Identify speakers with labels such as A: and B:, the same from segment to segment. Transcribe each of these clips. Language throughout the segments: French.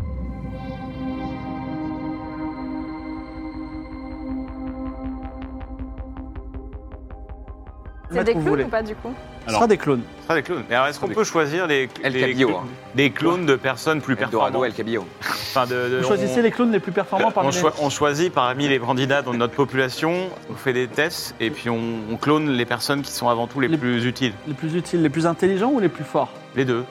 A: C'est
B: Faites
A: des
B: comme vous
A: clowns
B: voulez.
A: ou pas du coup
B: Ce sera des clones.
C: Ce sera des clones. Mais alors, est-ce qu'on peut choisir les,
D: El
C: les-
D: Cabillo, hein.
C: des clones de personnes plus
D: Eldorado,
C: performantes
D: El Cabillo.
C: Enfin, de- de-
B: Vous choisissez les clones les plus performants
C: on,
B: parmi les...
C: choi- on choisit parmi les candidats dans notre population, on fait des tests et puis on, on clone les personnes qui sont avant tout les,
B: Les-
C: plus utiles.
B: les plus utiles, les plus intelligents ou les plus forts
C: Les deux.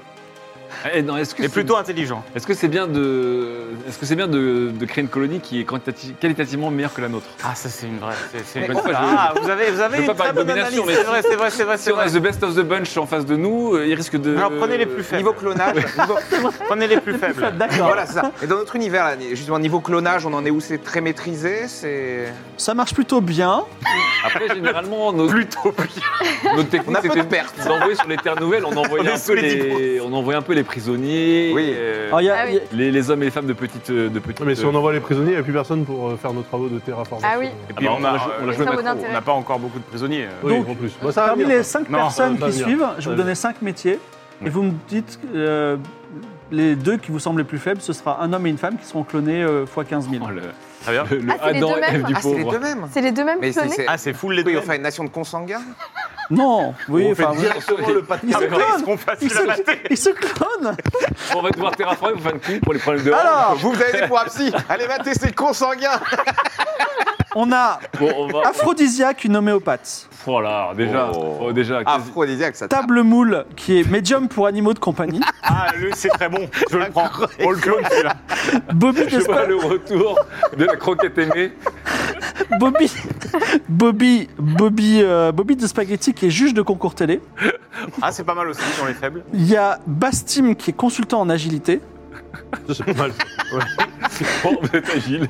E: Eh, non, est-ce que
C: Et
E: c'est-
C: plutôt intelligents.
E: Est-ce que c'est bien de, est-ce que c'est bien de, de créer une colonie qui est quantitati- qualitativement meilleure que la nôtre
C: Ah, ça, c'est une vraie. c'est- c'est-
E: Mais
C: Ah,
E: bon, je-
C: vous avez, vous avez
E: je veux
C: une
E: pas
C: très
E: parler de
C: bonne analyse.
E: domination, mais
C: C'est vrai, c'est vrai, c'est vrai.
E: Si
C: c'est
E: on a
C: vrai.
E: the best of the bunch en face de nous, euh, il risque de.
C: Alors, prenez les plus faibles.
D: Niveau clonage, niveau-
C: Prenez les plus
B: Plus faibles,
C: faibles.
B: D'accord.
D: voilà c'est ça. Et dans notre univers, là, justement, niveau clonage, on en est où C'est très maîtrisé, c'est.
B: Ça marche plutôt bien.
E: Après, généralement, nos,
C: Plutôt
E: notre
D: On a
E: technique
D: peu de
E: c'était
D: pertes.
E: d'envoyer sur les terres nouvelles. On
C: On
E: envoyait
C: est
E: un
C: sous
E: peu
C: les
E: les, on envoyait un peu les prisonniers.
D: Oui.
E: euh,
B: Alors, il y a-
A: Ah oui.
B: il y a-
E: les, les hommes et les femmes de petites, euh, de petites.
F: Non, mais si on envoie les prisonniers, il n'y a plus personne pour euh, faire nos travaux de terraformation.
A: Ah oui.
C: Et
E: Ah
C: puis,
E: bah,
C: on a-
E: on l'a- on l'a joué
A: Ça vaut
E: maintenant,
C: on
A: d'intérêt.
C: n'a pas encore beaucoup de prisonniers. euh.
F: Oui,
B: Donc,
F: en plus. Bah, ça va
B: Parmi
F: venir,
B: les
F: ça.
B: 5
C: Non,
B: personnes
F: ça va
B: qui
F: venir.
B: suivent, je
F: Ça
B: vous
F: va
B: donnais 5 métiers et
C: Ouais.
B: vous me dites euh, les deux qui vous semblent les plus faibles, ce sera un homme et une femme qui seront clonés euh, x 15 000.
E: Oh, le,
C: Très bien.
E: le- le
A: Ah, c'est les
E: Adam
A: deux
E: et Ève
A: mêmes
E: du
D: Ah, c'est les
E: pauvre.
D: deux mêmes
A: C'est les deux mêmes
D: Mais c'est.
A: clonés
D: c'est-
C: Ah, c'est full les
D: Oui,
C: deux.
D: enfin, une nation de consanguins
B: Non, oui,
F: On fait
B: enfin,
F: directement le
B: ils
F: patin.
B: se
C: Est-ce
B: clonent
C: qu'on fasse
B: Ils
C: la
B: se,
C: matinée
B: ils se clonent
E: On va devoir terraformer pour faire une clé pour les problèmes de.
B: Alors,
D: Euh, Vous, vous avez des pour un psy Allez, va tester le consanguin
B: on a
E: Bon, on
C: Ah,
E: va.
B: Aphrodisiaque, une homéopathe.
E: Voilà, déjà,
D: Oh.
E: oh, déjà.
C: Ah,
E: quasi-
D: Aphrodisiaque, ça tape.
B: Table moule, qui est médium pour animaux de compagnie.
C: Ah, lui, c'est très bon. Je le prends. On le clone, celui-là.
B: Bobby
E: Je vois
B: d'Espagne.
E: le retour de la croquette aimée.
B: Bobby, Bobby, Bobby, euh, Bobby de Spaghetti qui est juge de concours télé.
C: Ah, c'est pas mal aussi sur les faibles.
B: Il y a Bastim qui est consultant en agilité.
F: Ça, c'est pas mal.
E: Bon, vous êtes agile.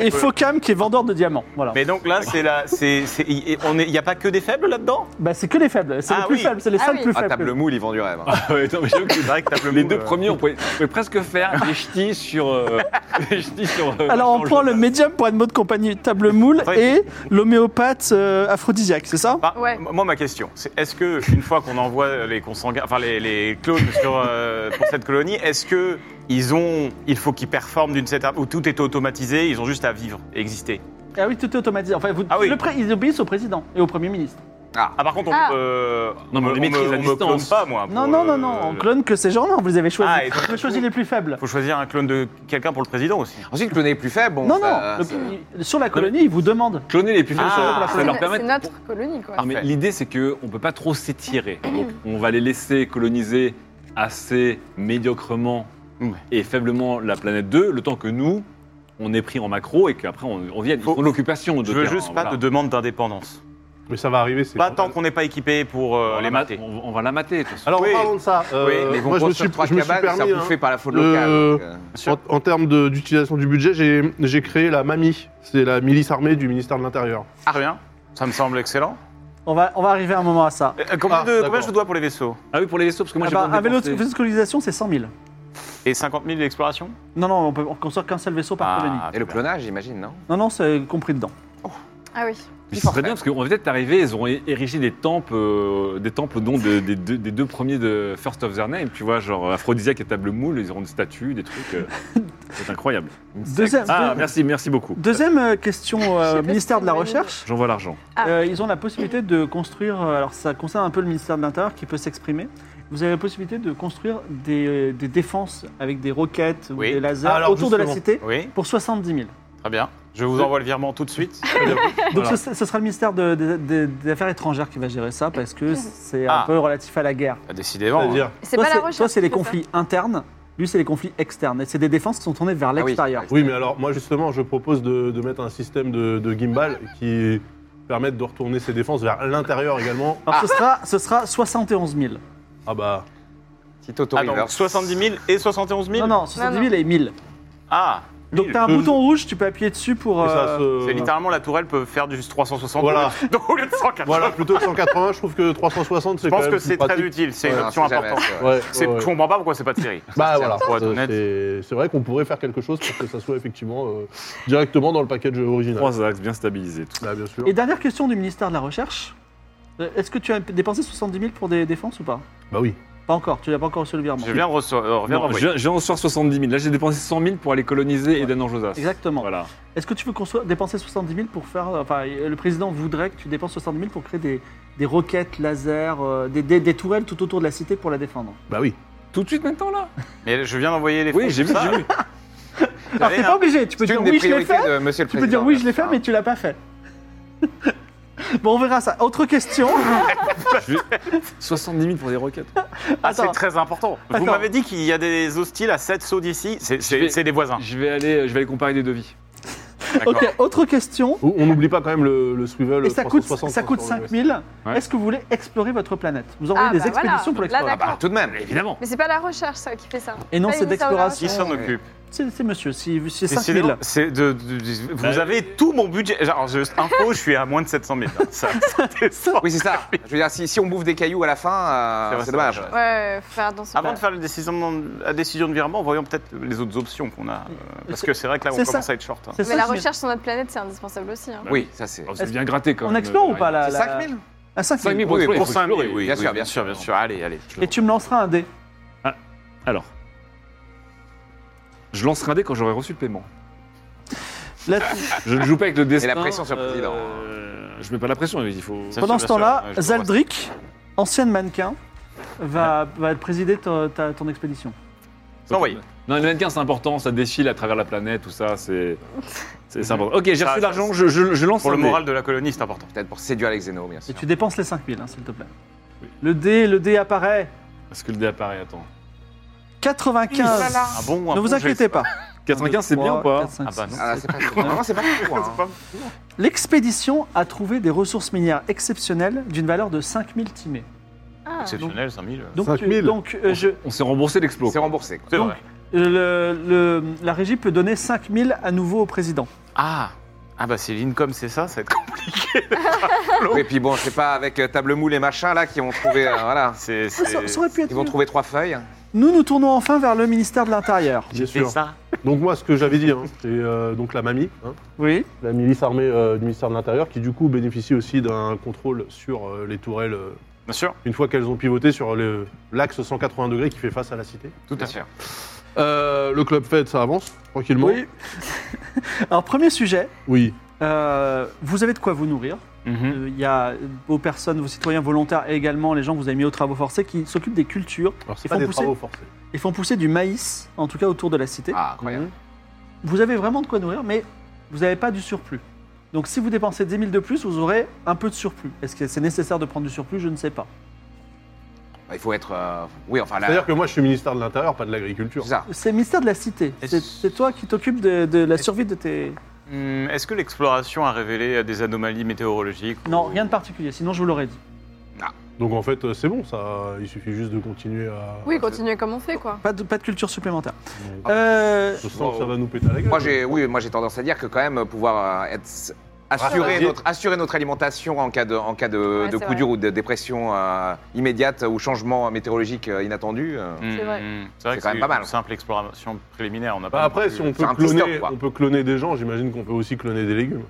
B: Et Focam qui est vendeur de diamants. Voilà.
C: Mais donc là, c'est la, c'est, c'est- il et on est- il y a pas que des faibles là-dedans.
B: Bah, c'est que les faibles, c'est
C: Ah
B: les plus
C: oui.
B: faibles, c'est les
A: Ah
B: seuls
A: oui.
B: plus
D: Ah,
B: faibles.
D: table moule, ils vendent du rêve. hein.
E: Ah ouais, non, mais j'avoue que
C: C'est vrai que t'as le
E: les
C: mot,
E: deux
C: euh,
E: premiers, on pouvait, on pouvait presque faire des ch'tis sur. euh, des ch'tis sur euh,
B: Alors on
E: sur
B: prend le médium pour animaux de compagnie, table moule
C: Oui.
B: et l'homéopathe euh, aphrodisiaque, c'est ça
C: Enfin,
A: Ouais.
C: m- Moi, ma question, c'est est-ce que une fois qu'on envoie les consanguins, enfin les, les clones sur euh, pour cette colonie, est-ce que ils ont, il faut qu'ils performent d'une certaine, où tout est automatisé, ils ont juste à vivre, exister.
B: Ah oui, tout est automatisé. Enfin, vous,
C: Ah oui.
B: le pré- ils obéissent au président et au premier ministre.
C: Ah, par contre, on,
A: Ah.
C: euh,
E: Non, mais on les
C: me-
E: maîtrise à
C: me
E: distance.
C: clone pas, moi.
B: Non,
C: pour,
B: non, non,
C: euh,
B: non, on clone que ces gens-là, vous les avez choisis.
C: Ah, et donc,
B: on choisit les plus faibles.
C: Faut choisir un clone de quelqu'un pour le président aussi.
D: Ensuite, le nez plus faible, bon.
B: non,
D: ça-
B: non,
D: ça-
B: le- sur la colonie, ils vous demandent.
E: Cloner les plus faibles
C: Ah,
E: sur la- ça
A: C'est
E: leur
A: no-
E: permet.
A: C'est notre colonie quoi.
E: Ah, mais l'idée, c'est qu'on ne peut pas trop s'étirer. Donc, on va les laisser coloniser assez médiocrement
C: Ouais.
E: et faiblement la planète 2, le temps que nous, on est pris en macro et qu'après, on, on vienne. Ils
C: Faut-
E: font l'occupation de
C: Je veux
E: terrain,
C: juste pas
E: voilà.
C: de demande d'indépendance.
F: Mais ça va arriver, c'est
C: Pas
F: pas
C: tant qu'on n'est pas équipé pour euh,
E: On
C: les
E: va-
C: mater.
E: On, on va la mater, de toute façon.
F: Alors,
C: Oui.
F: parlons de ça. Euh,
C: Oui,
D: Mais ils vont
F: moi, je me suis,
D: construire trois
F: je me suis
D: cabanes,
F: permis,
D: ça
F: hein,
D: bouffé par la faune
F: le-
D: locale. donc, euh,
F: en, en termes de- d'utilisation du budget, j'ai- j'ai créé la MAMI. C'est la milice armée du ministère de l'Intérieur.
C: Très bien. Ça me semble excellent.
B: On va, on va arriver à un moment à ça.
C: Euh, combien,
F: Ah,
C: de, combien
F: d'accord.
C: je dois pour les vaisseaux
E: Ah oui, pour les vaisseaux, parce que moi,
B: Ah
E: j'ai
B: bah,
E: pas
B: un vélo
E: dépensé.
B: de vélo de colonisation, c'est 100 000.
C: Et 50 000 d'exploration
B: Non, non, on peut on construire qu'un seul vaisseau par colonie.
D: Et le clonage, j'imagine, non Ah
B: Non, non, c'est compris dedans.
A: Ah oui.
E: Puis ce serait bien parce qu'on va peut-être arriver, ils auront é- érigé des temples, euh, des temples dont des, des deux, des deux premiers de First of Their Name, tu vois, genre Aphrodisiaque et Table Moule, ils auront des statues, des trucs. euh, c'est incroyable.
B: Deuxième,
E: Ah,
B: deux-
E: merci, merci beaucoup.
B: deuxième euh, question
A: Je sais
B: euh,
A: pas si
B: ministère
A: c'est
B: de la
A: une bonne idée.
B: Recherche.
E: J'envoie l'argent.
A: Ah.
B: Euh, ils ont la possibilité de construire, euh, alors ça concerne un peu le ministère de l'Intérieur qui peut s'exprimer, vous avez la possibilité de construire des, des défenses avec des roquettes ou
C: Oui.
B: des lasers
F: Alors,
B: autour de la
F: justement.
B: cité
C: Oui, Euh.
B: pour 70 000.
C: très bien. Je vous envoie le virement tout de suite.
B: Donc
F: Voilà.
B: ce, ce sera le ministère de- de- de- des Affaires étrangères qui va gérer ça parce que c'est
C: Ah.
B: un peu relatif à la guerre.
C: Bah, Décidément.
F: C'est-à-dire,
A: C'est
B: Toi,
A: pas la
B: c'est-
A: recherche.
B: Toi c'est les
A: qui fait ça.
B: conflits internes, lui c'est les conflits externes. Et c'est des défenses qui sont tournées vers
D: Ah oui.
B: l'extérieur.
F: oui, mais alors, moi, justement, je propose de, de mettre un système de, de gimbal qui permette de retourner ses défenses vers l'intérieur également.
B: Alors ce, sera, ce sera 71 000.
F: Ah bah.
D: Petit auto
C: Ah, donc 70 000 et 71 000
B: Non, non, 70 000 et 1000.
C: Ah
B: Donc t'as un
F: Euh,
B: bouton rouge, tu peux appuyer dessus pour.
F: Et ça
B: euh,
F: se-
C: C'est littéralement la tourelle peut faire du 360.
F: Voilà.
C: Donc au lieu de 180.
F: Voilà, plutôt que 180, je trouve que 360, c'est
C: Je
F: quand
C: pense
F: même
C: que
F: plus
C: c'est très
F: pratique.
C: utile, c'est
D: Ouais,
C: une
D: non,
C: option
D: c'est jamais
C: importante.
D: assez, ouais.
F: Ouais,
C: C'est-
F: ouais,
C: Je
F: ouais.
C: comprends pas pourquoi c'est pas tiré.
F: Bah voilà,
C: pour être
F: euh,
C: honnête.
F: c'est- c'est vrai qu'on pourrait faire quelque chose pour que ça soit effectivement euh, directement dans le package original.
E: Trois axes bien stabilisés. tout ça.
F: Là, bien sûr.
B: Et dernière question du ministère de la Recherche. Euh, Est-ce que tu as dépensé 70 000 pour des défenses ou pas
F: Bah oui.
B: Pas encore, tu n'as pas encore reçu le virement.
C: Je viens de recevoir. euh, reviens
E: Non,
C: d'envoyer.
E: j'ai j'ai en sort 70 000. Là, j'ai dépensé 100 000 pour aller coloniser Eden en Josas.
B: Exactement.
E: Voilà.
B: Est-ce que tu veux qu'on soit- dépenser 70 000 pour faire. euh, Enfin, le président voudrait que tu dépenses 70 000 pour créer des, des roquettes laser, euh, des, des- des tourelles tout autour de la cité pour la défendre.
F: Bah oui.
E: Tout de suite maintenant là
C: Mais je viens d'envoyer les
E: Oui,
C: fonds,
E: j'ai
C: tout
E: vu,
C: ça. hein.
E: j'ai vu.
B: Alors, t'es
C: rien.
B: Ah, pas obligé, tu peux
D: C'est
B: dire
D: une des
B: oui, je l'ai
D: priorités
B: fait.
D: de monsieur le
B: Tu
D: président.
B: peux dire oui, je l'ai fait, mais tu l'as pas fait. bon, on verra ça. Autre question.
E: 70 000 pour des roquettes.
C: Ah,
B: Attends.
C: c'est très important.
B: Attends.
C: Vous m'avez dit qu'il y a des hostiles à 7 sauts d'ici. C'est-
E: vais-
C: C'est c'est des voisins.
E: Je vais aller, euh, je vais aller comparer des devis.
C: D'accord.
B: Ok, autre question.
F: Ou- On n'oublie pas quand même le, le swivel
B: Et ça coûte,
F: 360,
B: ça coûte
F: sur le
B: 5
F: web.
B: 000.
E: Ouais.
B: Est-ce que vous voulez explorer votre planète Vous envoyez
A: Ah,
B: des
A: bah voilà.
B: expéditions pour
A: Là,
B: l'explorer.
A: d'accord.
D: Bah, tout de même.
E: Évidemment.
A: Mais c'est pas la recherche, ça, qui fait ça.
B: Et non,
A: Ah,
B: c'est
A: il met ça au large.
B: d'exploration.
C: Qui s'en occupe
B: C'est c'est monsieur, si- c'est 5 000.
C: Décidément, c'est de- de- de- vous avez tout mon budget. Genre, je, info, je suis à moins de 700 000. là. Ça, ça descend.
D: Oui, c'est ça. Je veux dire, si, si on bouffe des cailloux à la fin,
C: C'est
D: euh,
C: vrai,
D: c'est
C: c'est
D: dommage.
C: vrai.
A: Ouais, faut faire dans son
C: Avant de faire la décision, la décision de virement, voyons peut-être les autres options qu'on a. euh, Parce que c'est vrai que là, on
B: C'est ça.
C: commence à être short. hein.
B: C'est
A: Mais la
B: 5 000.
A: recherche sur notre planète, c'est indispensable aussi. hein.
D: Oui, ça c'est.
E: On s'est bien gratté quand
B: On
E: même.
B: explore ou
E: euh,
B: pas Ah là
D: C'est 5 000
B: À 5
E: 5 000
B: 000.
E: pour
D: Oui,
E: explorer,
C: Pour
E: faut
C: 5 000,
E: explorer,
C: oui.
D: Bien
C: oui,
D: sûr, bien sûr.
C: bien sûr. Allez, allez.
B: Et tu me lanceras un dé.
E: Je lancerai un dé quand j'aurai reçu le paiement.
B: Là,
E: Je ne joue pas avec le destin.
D: la pression sur le président.
E: euh, je mets pas la pression, il faut.
C: Ça-
B: pendant
C: sûr,
B: ce
C: bien sûr,
B: temps-là,
C: ouais, je comprends.
B: Zaldric, ancienne mannequin, va, va présider ta- ta- ton expédition.
C: Non, oui.
E: Non, les mannequins, c'est important, ça défile à travers la planète, tout ça, c'est. C'est c'est important. Ok, j'ai
C: Ça,
E: reçu
C: ça,
E: l'argent, je, je- je lance
C: Pour
E: un
C: le
E: dé.
C: moral de la colonie, c'est important.
D: Peut-être pour séduire les xénos, bien
B: Et
D: sûr.
B: tu dépenses les 5 000, hein, s'il te plaît.
E: Oui.
B: Le dé, le dé apparaît.
E: Est-ce que le dé apparaît Attends.
B: 95.
C: Un bon, un
B: Ne
C: bon
B: vous
C: geste.
B: inquiétez pas.
E: 95, c'est bien ou pas
B: 4, 5,
C: Ah bah
B: 6.
C: non.
D: Ah, c'est pas trop. Non, c'est pas trop. hein.
B: L'expédition a trouvé des ressources minières exceptionnelles d'une valeur de 5000 timés.
A: Ah.
C: Exceptionnel, 5 000.
B: Donc,
F: 5 000.
B: tu- donc euh, je,
E: On s'est remboursé l'explo.
D: C'est remboursé. quoi.
C: C'est
B: donc,
C: vrai.
B: euh, le- le- la régie peut donner 5000 à nouveau au président.
C: Ah Ah bah c'est l'Incom, c'est ça, ça va être compliqué.
D: Oui, et puis bon, c'est pas avec euh, table moule et machin là qui vont trouver. euh, voilà.
C: C'est c'est-
B: Ça, ça- ça aurait pu être
D: Ils vont
B: mieux.
D: trouver trois feuilles.
B: Nous, nous tournons enfin vers le ministère de l'Intérieur.
F: Bien
C: c'est
F: sûr.
C: ça.
F: Donc moi, ce que j'avais dit, hein, c'est euh, donc la mamie, hein,
B: Oui.
F: la milice armée euh, du ministère de l'Intérieur, qui du coup bénéficie aussi d'un contrôle sur euh, les tourelles euh,
C: Bien sûr.
F: une fois qu'elles ont pivoté sur le- l'axe 180 degrés qui fait face à la cité.
D: Tout à fait.
F: Euh, le club Fed, ça avance tranquillement.
B: Oui. Alors, premier sujet,
F: Oui.
B: euh, vous avez de quoi vous nourrir.
C: Mhm.
B: Euh, Il y a vos personnes, vos citoyens volontaires et également les gens que vous avez mis aux travaux forcés qui s'occupent des cultures
F: Alors c'est
B: Ils
F: pas
B: font
F: des
B: pousser.
F: travaux forcés.
B: et font pousser du maïs, en tout cas autour de la cité. Mhm.
D: Ah, incroyable.
B: Vous avez vraiment de quoi nourrir, mais vous n'avez pas du surplus. Donc si vous dépensez 10 000 de plus, vous aurez un peu de surplus. Est-ce que c'est nécessaire de prendre du surplus Je ne sais pas.
D: Bah, Il faut être. euh, Oui, enfin là.
F: C'est-à-dire que moi, je suis ministère de l'Intérieur, pas de l'agriculture.
D: C'est ça.
B: C'est le mystère de la cité. C'est
C: Est-ce-
B: c'est toi qui t'occupes de, de la survie de tes...
C: Hum, Est-ce que l'exploration a révélé des anomalies météorologiques ou-
B: Non, rien de particulier, sinon je vous l'aurais dit.
F: Donc en fait, euh, c'est bon, ça. Il suffit juste de continuer à.
A: Oui, continuez comme on fait, quoi.
B: Pas de, pas de culture supplémentaire.
F: Ah,
B: Euh,
F: Je sens que ça va nous péter à la gueule.
D: Moi, j'ai, oui, moi, j'ai tendance à dire que quand même euh, pouvoir euh, être, assurer,
F: Rassasié.
D: notre, assurer notre alimentation en cas de, en cas de,
A: Ouais,
D: de
A: c'est
D: coup
A: vrai.
D: dur ou de dépression euh, immédiate ou changement météorologique euh, inattendu. euh,
F: Mm.
C: Hum,
A: C'est vrai.
C: hum. C'est vrai
D: C'est
C: que
D: quand même
C: c'est
D: pas mal.
C: une simple exploration préliminaire. On n'a
F: Bah,
C: pas
F: après,
C: non plus-
F: si on peut,
D: faire un
F: cloner,
D: poster, quoi.
F: on peut cloner des gens, j'imagine qu'on peut aussi cloner des légumes.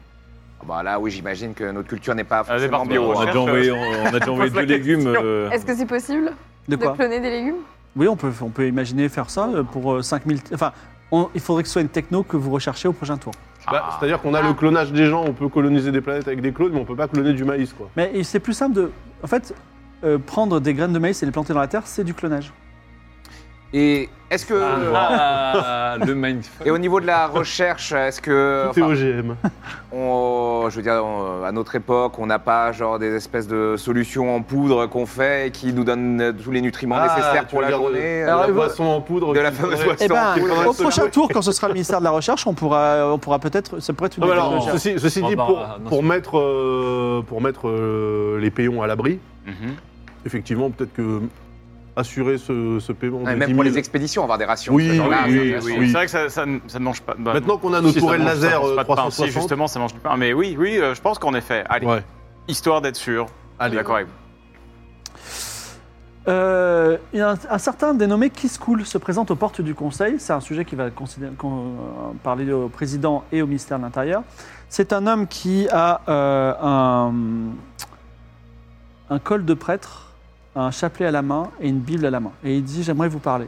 D: bah, là, oui, j'imagine que notre culture n'est pas
C: Ah, des
D: forcément
C: barbiers,
D: dans-
E: On a
C: ouais.
E: déjà envoyé, on a déjà envoyé
C: pose la
E: deux légumes.
C: question.
E: euh,
A: Est-ce que c'est possible
B: de
A: de
B: quoi
A: cloner des légumes
B: Oui, on peut, on peut imaginer faire ça euh, pour 5000... Enfin, on- il faudrait que ce soit une techno que vous recherchez au prochain tour.
F: Bah,
C: Ah.
F: C'est-à-dire qu'on a
A: Ah.
F: le clonage des gens, on peut coloniser des planètes avec des clones, mais on peut pas cloner du maïs, quoi.
B: Mais c'est plus simple de... En fait, euh, prendre des graines de maïs et les planter dans la terre, c'est du clonage.
D: Et est-ce que.
E: Ah,
F: Ah,
E: le mindfuck.
D: Et au niveau de la recherche, est-ce que.
F: Tout
D: Euh, enfin,
F: est OGM.
D: on- je veux dire, on- à notre époque, on n'a pas genre des espèces de solutions en poudre qu'on fait et qui nous donnent euh, tous les nutriments
F: Ah,
D: nécessaires
F: tu
D: pour
F: veux
D: la
F: dire de-
D: journée.
F: De la
D: euh,
F: boisson en poudre.
D: de la
F: qui
D: fameuse
F: pourrait-
D: boisson.
B: Eh ben,
D: Sans-
B: au prochain tour, quand ce sera le ministère de la Recherche, on pourra, on pourra peut-être. Ça pourrait être une
F: Non, Ah, mais alors,
B: technologie.
F: ceci, ceci
E: Oh,
F: dit,
E: bah,
F: pour,
E: non,
F: pour
E: c'est-
F: mettre, euh, pour mettre euh, les payons à l'abri,
C: Mhm.
F: effectivement, peut-être que assurer ce, ce paiement.
D: Ouais,
F: des
D: même
F: 10
D: pour
F: 000.
D: les expéditions, avoir des rations.
F: Oui,
D: ce genre-là, c'est
F: oui, oui,
D: intéressant.
C: C'est
F: oui.
C: vrai que ça, ça ne- ça ne mange pas. bah,
F: Maintenant qu'on a nos
C: si, ça
F: tourelles
C: mange- ça
F: laser euh,
C: mange pas de pain. Si,
F: 360.
C: justement, ça mange du pain. Mais oui, oui, euh, je pense qu'en effet. Allez,
F: Ouais.
C: histoire d'être sûr.
F: Allez.
C: D'accord avec vous.
B: Euh, il y a un, un certain dénommé Kiskoul se présente aux portes du Conseil. C'est un sujet qui va considé- qu'on- euh, parler au président et au ministère de l'Intérieur. C'est un homme qui a euh, un, un col de prêtre, un chapelet à la main et une Bible à la main. Et il dit J'aimerais vous parler.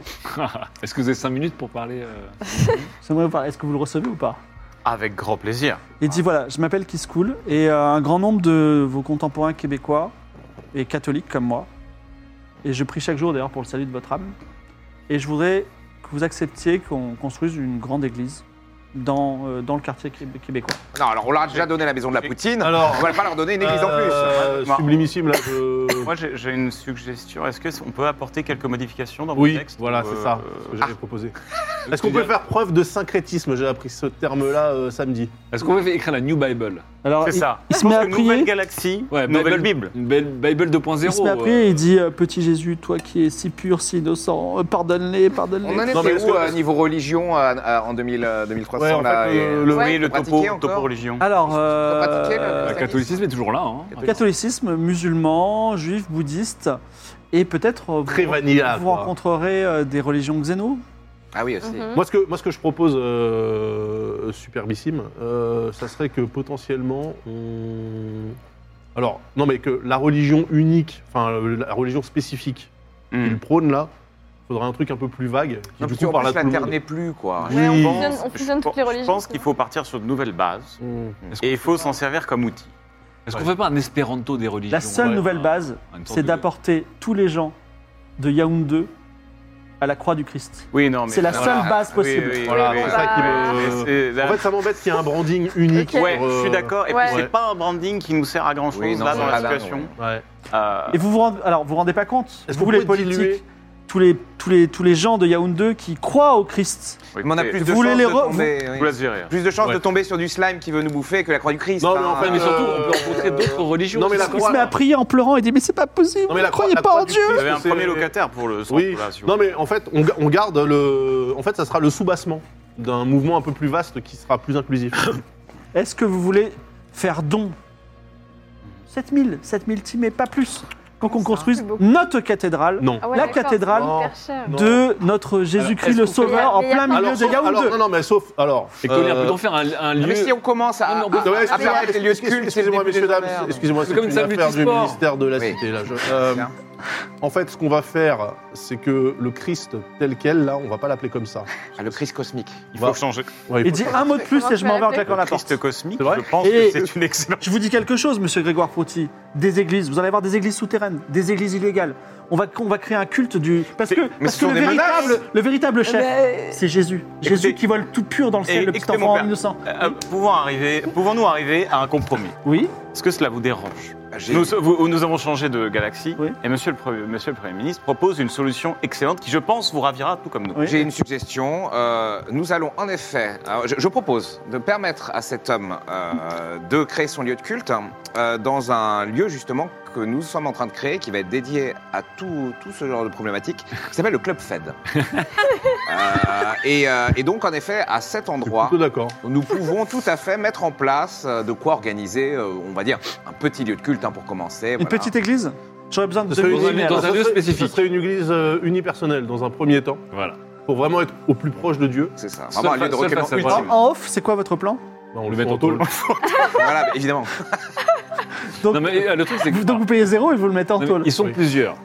E: Est-ce que vous avez 5 minutes pour parler euh,
B: J'aimerais vous parler. Est-ce que vous le recevez ou pas
C: Avec grand plaisir.
B: Il dit voilà, je m'appelle Kiskoul et euh, un grand nombre de vos contemporains québécois et catholiques comme moi, et je prie chaque jour d'ailleurs pour le salut de votre âme, et je voudrais que vous acceptiez qu'on construise une grande église dans, euh, dans le quartier québé- québécois.
D: Non, alors on leur a déjà donné la maison de la poutine.
F: Alors-
D: on va pas leur donner une église en hein.
F: Euh,
C: plus.
F: Sublimissime, là. je-
C: Moi, j'ai j'ai une suggestion. Est-ce qu'on peut apporter quelques modifications dans
F: Oui,
C: vos textes
F: voilà,
C: ou,
F: c'est
C: euh,
F: ça ce que
C: ah,
F: j'avais proposé. Est-ce qu'on peut faire preuve de syncrétisme J'ai appris ce terme-là euh, samedi.
E: Est-ce qu'on veut écrire la New Bible
B: Alors
C: C'est
B: il,
C: ça.
B: il
C: Je
B: se met
C: pense
B: à
C: que Nouvelle
B: prier.
C: galaxie,
E: Ouais,
C: nouvelle Bible.
E: Une belle Bible 2.0.
B: Il se met à
E: euh,
B: prier et il dit euh, Petit Jésus, toi qui es si pur, si innocent, euh, pardonne-les,
D: plus. On en
B: pardonne-les.
F: Non, mais
D: était
F: est-ce
D: où
F: que-
D: euh, niveau religion euh, euh, en 2000, euh, 2300
F: Ouais, en
D: là,
F: fait,
D: et-
F: euh, le-
C: oui, le
D: Faut
C: topo,
D: pratiquer
C: topo
D: encore.
C: religion.
B: Alors, euh,
D: pratiquer le-
E: Le catholicisme est toujours là. Hein.
B: catholicisme, musulman, juif, bouddhiste, et peut-être euh,
F: Très
B: vous-
F: vanilla,
B: vous
F: quoi.
B: rencontrerez euh, des religions xéno.
D: Ah oui, aussi.
A: Mhm.
F: Moi, ce que, moi, ce que je propose, euh, superbissime, euh, ça serait que potentiellement on. Alors, non, mais que la religion unique, enfin, euh, la religion spécifique
C: Hmm.
F: qu'il prône là, faudrait un truc un peu plus vague. Qui,
D: Hum. Non,
F: du
D: parce qu'en
F: coup, parle à
D: plus,
F: tout le monde.
D: l'alternait plus, quoi.
A: Ouais,
F: Oui.
A: on fusionne, on
C: Je
A: fusionne
C: pense-
A: toutes les religions.
C: Je pense qu'il faut partir sur de nouvelles bases.
F: Mmh.
C: Et il faut s'en servir comme outil.
E: Est-ce qu'on fait pas un espéranto des religions
B: La seule
E: ouais,
B: nouvelle
E: un-
B: base,
E: une sorte
B: c'est
E: de-
B: d'apporter tous les gens de Yaoundé à la croix du Christ.
C: Oui, non, mais.
B: C'est la
C: voilà.
B: seule base possible.
C: Oui, oui,
F: Voilà,
C: oui,
F: c'est
C: oui.
F: ça qui
C: Mais
F: me.
C: c'est-
F: En fait, ça m'embête qu'il y ait un branding unique.
A: Ok.
C: Ouais,
F: sur,
C: je suis
F: euh,
C: d'accord. Et puis,
A: Ouais.
C: c'est pas un branding qui nous sert à grand chose
D: Oui, non,
C: là
D: c'est
C: dans la
D: pas là,
C: situation.
F: Ouais.
C: Euh,
B: Et vous vous rendez, alors, vous vous rendez pas compte
F: Est-ce
B: Vous,
F: qu'on
B: les
F: peut
B: politiques,
F: diluer
B: tous, les, tous, les, tous les gens de Yaoundé qui croient au Christ.
C: oui,
D: Mais on a
C: écoutez,
D: plus
B: Vous
D: de
B: voulez
D: chances
B: les
D: de
B: re-
D: tomber,
C: je
D: oui.
C: vous laisse gérer. hein.
D: Plus de chances
F: Ouais.
D: de tomber sur du slime qui veut nous bouffer que la croix du Christ.
F: Non, mais
D: hein.
F: en fait,
E: Mais surtout,
D: Euh,
E: on peut rencontrer d'autres religions.
F: non, mais la
E: aussi.
B: Il se
F: croix-
B: met à prier en pleurant et dit Mais c'est pas possible,
F: Non, mais la
B: ne
F: croix-
B: croyez
F: la
B: pas
F: croix
B: en
F: du
B: Dieu
C: Vous avez un
F: C'est-
C: premier locataire pour le centre,
F: Oui.
C: là, si vous-
F: Non, mais en fait, on, ga- on garde le. En fait, ça sera le soubassement d'un mouvement un peu plus vaste qui sera plus inclusif.
B: Est-ce que vous voulez faire
F: Hmm.
B: don 7000, 7000 teams et pas plus. Quand on construise
A: beaucoup.
B: notre cathédrale
F: Non.
A: Ah ouais,
B: La
A: d'accord,
B: cathédrale.
A: c'est hyper cher.
F: Non.
B: de notre Jésus-Christ
E: est-ce
B: le
E: qu'on
B: Sauveur en
A: Mais y a-
B: plein
A: mais y a
B: milieu de
F: sauf- alors,
B: Yaoundé.
F: non, non, mais sauf. Alors.
E: Et Colin,
F: euh,
E: peut-on faire un, un
D: Ah,
E: lieu
D: mais si on commence à.
E: Ah, mais on peut-
D: à-
F: non, mais
D: à
F: excusez-
D: faire avec les lieux de
F: excusez-
D: culte,
F: Excusez-moi,
D: c'est le début
F: messieurs,
D: de la
F: dames.
D: merde.
F: Excusez-moi,
E: C'est
F: c'est
E: comme
F: une
E: ça, le
F: affaire du
E: multisport.
F: ministère de la
D: Oui.
F: Cité. Là, je- euh,
D: Tiens.
F: en fait, ce qu'on va faire, c'est que le Christ tel quel, là, on va pas l'appeler comme ça.
D: Ah, le Christ cosmique.
C: il faut
F: Bah,
C: changer.
F: Ouais,
B: Il
F: faut-
B: dit un mot de plus et je m'en vais en claquant
C: Le
B: la porte.
C: Christ cosmique,
F: C'est vrai
C: je pense
B: Et-
C: que c'est une excellente.
B: Je vous dis quelque chose, monsieur Grégoire Proti. Des églises, vous allez avoir des églises souterraines, des églises illégales. On va, on va créer un culte du. Parce que, parce
D: ce
B: que
D: sont
B: le,
D: des menaces.
B: véritable, le véritable chef,
A: Mais-
B: c'est Jésus.
C: Écoutez-
B: Jésus qui vole tout pur dans le ciel,
C: Et-
B: le petit
C: écoutez, mon
B: enfant
C: père.
B: innocent.
C: Euh, pouvons arriver- Pouvons-nous arriver à un compromis
B: Oui,
C: Est-ce que cela vous dérange
D: Ah, j'ai-
C: nous, vous- nous avons changé de galaxie
B: Oui.
C: et monsieur le, Premier, monsieur le Premier ministre propose une solution excellente qui, je pense, vous ravira tout comme nous.
B: Oui.
D: J'ai une suggestion. Euh, nous allons en effet, alors, je, je propose de permettre à cet homme euh, de créer son lieu de culte hein, euh, dans un lieu justement que nous sommes en train de créer, qui va être dédié à tout, tout ce genre de problématiques, qui s'appelle le Club Fed. Euh, et, euh, et donc en effet, à cet
F: Je suis
D: endroit,
F: plutôt d'accord.
D: nous pouvons tout à fait mettre en place euh, de quoi organiser, euh, on va dire, un petit lieu de culte hein, pour commencer.
B: une
D: voilà.
B: petite église. J'aurais besoin de
F: Ce serait
B: deux
F: une-
E: dans un
B: églises.
E: lieu- dans un
F: ce
E: lieu
F: serait-
E: spécifique.
F: Ce serait une église euh, unipersonnelle dans un premier temps,
E: Voilà.
F: pour vraiment être au plus proche de Dieu.
D: C'est ça.
E: Seul
D: Vraiment un lieu
E: fa-
D: de
E: seul
D: recueillement
E: face à
D: ultime.
E: Dieu.
B: En, en off, c'est quoi votre plan
F: Bah, on
E: Le
F: le
E: mettre
F: met
E: en
F: en tôle.
D: Voilà, évidemment.
B: donc,
E: Non, mais euh, le truc, c'est que.
B: vous- donc vous payez zéro et vous le mettez en
E: Non, mais
B: tôle.
E: Ils sont
F: Oui.
E: plusieurs.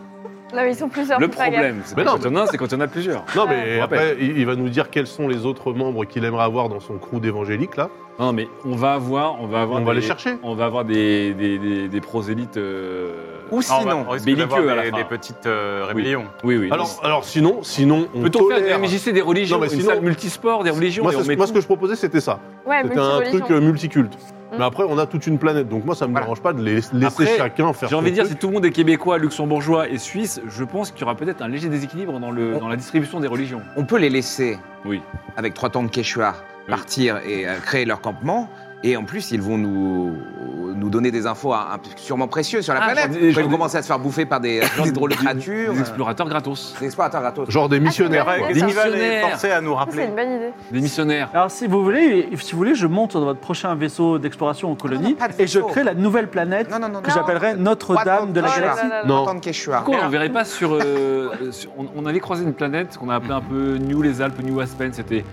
A: Non, mais ils sont plusieurs.
E: Le
A: faut faire gaffe.
E: problème, c'est
F: Mais
E: pas
F: non,
E: quand il y en a un, c'est quand il y en a plusieurs.
F: Non, mais
E: On
F: après, il il va nous dire quels sont les autres membres qu'il aimerait avoir dans son crew d'évangéliques, là.
E: Non, mais on va avoir. On va, avoir
F: On va
E: des-
F: les chercher.
E: On va avoir des, des, des, des prosélytes. euh,
D: Ou
C: Non, Ah, on va-
D: sinon,
C: on risque
E: belliqueux
C: d'avoir
E: à la
C: des,
E: fin.
C: des petites euh, rébellions.
E: Oui, oui.
F: Alors, alors sinon, sinon, on
E: Peut-on faire des
F: tolère-
E: MJC, des religions,
F: Non, mais
E: une
F: sinon-
E: salle multisport, des religions
F: Moi,
E: et
F: c'est-
E: on met
F: moi, ce
E: tout.
F: que je proposais, c'était ça.
A: Ouais,
F: C'était un
A: multi-religion.
F: truc euh, multiculte.
A: Mm.
F: Mais après, on a toute une planète, donc moi, ça me
D: Voilà.
F: dérange pas de les laisser
E: Après,
F: chacun faire.
E: J'ai envie de
F: son
E: dire, si
F: truc.
E: tout le monde est québécois, luxembourgeois et suisse, je pense qu'il y aura peut-être un léger déséquilibre dans, le, dans la distribution des religions.
D: on peut les laisser,
E: Oui.
D: avec trois temps de Quechua,
E: Oui.
D: partir et euh, créer leur campement. Et en plus, ils vont nous, nous donner des infos à- un- sûrement précieuses sur la
E: Ah,
D: planète.
E: j'en ai-
D: Quand
E: j'en
D: ils
E: ai-
D: commencent à se faire bouffer par des, des drôles de créatures,
E: Des
D: euh,
E: explorateurs gratos.
D: des explorateurs gratos.
F: Genre des missionnaires.
A: vrai.
F: quoi.
A: Des
C: Dinival est
E: missionnaires.
C: forcé à
A: Ça,
C: nous
A: C'est
C: rappeler.
A: une bonne idée. Oh
E: Des missionnaires.
B: Alors si vous voulez, si vous voulez, je monte dans votre prochain vaisseau d'exploration en colonie
D: non, pas de
B: et je
D: vaisseau.
B: crée la nouvelle planète
D: Non, non, non,
B: que
D: non.
B: j'appellerai
D: Pas
B: Notre-Dame de la
D: Notre-Dame.
B: galaxie.
A: là là.
F: Non.
D: Attends de Quechua.
E: Pourquoi on verrait pas sur, euh, sur- on, on avait croisé une planète qu'on a appelée un peu New les Alpes, New Aspen. C'était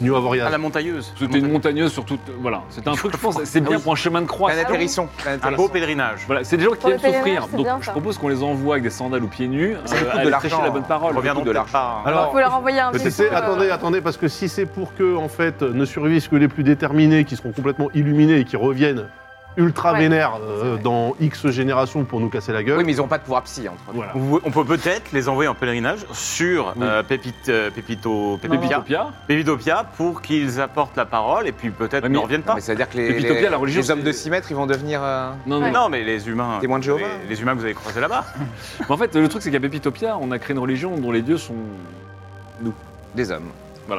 F: New
C: À
F: Avoriaz.
C: la montailleuse.
E: c'était une montagneuse sur toute. euh, Voilà, c'était un truc. Je pense c'est bien pour un chemin de croix.
D: Planète
E: C'est-
D: Hérisson. Planète
C: Un
D: Hérisson.
C: beau pèlerinage.
E: Voilà, c'est des gens qui
A: Pour le
E: aiment souffrir.
A: pèlerinage, c'est
E: Donc
A: bien,
E: je
A: ça.
E: propose qu'on les envoie avec des sandales aux pieds nus. euh,
D: Ça coûte de
E: à aller
D: l'argent.
E: prêcher la bonne parole.
C: Reviendrons
D: beaucoup de
C: peut-être pas. hein.
A: Faut leur envoyer un
F: Mais tu
A: vaisseau,
F: sais,
A: euh,
F: attendez, attendez, parce que si c'est pour que en fait ne survivent que les plus déterminés, qui seront complètement illuminés et qui reviennent ultra
A: Ouais.
F: vénères euh, dans X générations pour nous casser la gueule.
D: Oui, mais ils n'ont pas de pouvoir psy. Entre
E: Voilà.
C: hein. Vous- On peut peut-être les envoyer en pèlerinage sur
E: Oui.
C: euh, Pépite- euh, Pépito, Pépitopia.
E: Pépitopia.
C: Pépitopia pour qu'ils apportent la parole et puis peut-être
E: Ouais, mais-
C: ne reviennent
D: Non,
C: pas.
D: mais ça veut dire que les,
E: Et puis, Topia,
D: les-
E: la religion,
D: les hommes
E: c'est-
D: de 6 mètres, ils vont devenir. euh,
E: Non, non, non.
C: Non, mais les humains.
D: Témoins de Jéhovah.
C: Les, les humains que vous avez croisés là-bas.
E: Mais En fait, le truc, c'est qu'à Pépitopia, on a créé une religion dont les dieux sont.
D: des hommes.
C: Eh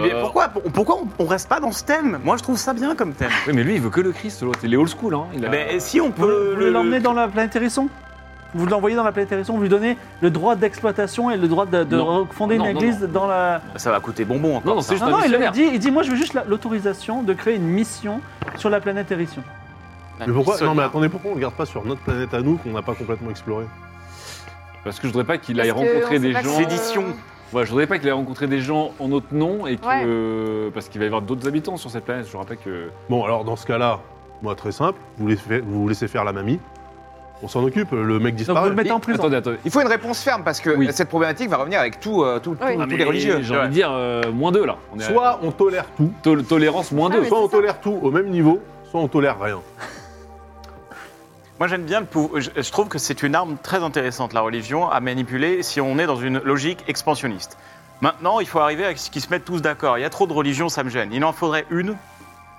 C: bien,
E: Euh.
C: pourquoi, pourquoi on, on reste pas dans ce thème Moi, je trouve ça bien comme thème.
E: Oui, mais lui, il veut que le Christ, l'autre. Il est old school, hein. Il a-
C: Mais si on
B: Vous
C: peut
B: vous voulez l'emmener dans la planète Hérisson Vous l'envoyez dans la planète Hérisson, vous lui donnez le droit d'exploitation et le droit de, de
E: Non.
B: fonder
E: Non,
B: une
E: non,
B: église dans la...
C: Ça va coûter bonbon encore.
E: Non, non,
C: ça.
E: c'est juste
B: Ah Non,
E: un
B: non, il, il
E: missionnaire.
B: dit, il dit, moi je veux juste la- l'autorisation de créer une mission sur la planète Hérisson.
F: Mais pourquoi Non, mais attendez, pourquoi on ne regarde pas sur notre planète à nous qu'on n'a pas complètement exploré
E: Parce que je voudrais pas qu'il aille
A: parce que
E: rencontrer
A: on sait
E: des
A: pas
E: gens.
A: que-
C: Sédition.
E: Ouais, je voudrais pas qu'il ait rencontré des gens en notre nom et que,
A: Ouais.
E: euh, parce qu'il va y avoir d'autres habitants sur cette planète. Je rappelle que
F: Bon, alors dans ce cas-là, moi très simple, vous laissez, faire- vous laissez faire la mamie, on s'en occupe, le mec
B: Donc vous
F: disparaît.
B: le mettez en prison.
E: Attendez, attendez.
D: Il faut une réponse ferme parce que
E: Oui.
D: cette problématique va revenir avec tout, euh, tout- tout-
A: Oui.
D: tous
A: Ah,
D: les religieux.
E: J'ai envie de dire euh, moins deux là. On est à-
F: Soit on tolère tout,
E: to- tolérance moins
A: Ah,
E: deux.
A: mais
F: soit
A: c'est
F: on
A: ça.
F: tolère tout au même niveau, soit on tolère rien.
C: Moi, j'aime bien. le pou- Je, je trouve que c'est une arme très intéressante, la religion, à manipuler si on est dans une logique expansionniste. Maintenant, il faut arriver à ce qu'ils se mettent tous d'accord. Il y a trop de religions, ça me gêne. Il en faudrait une.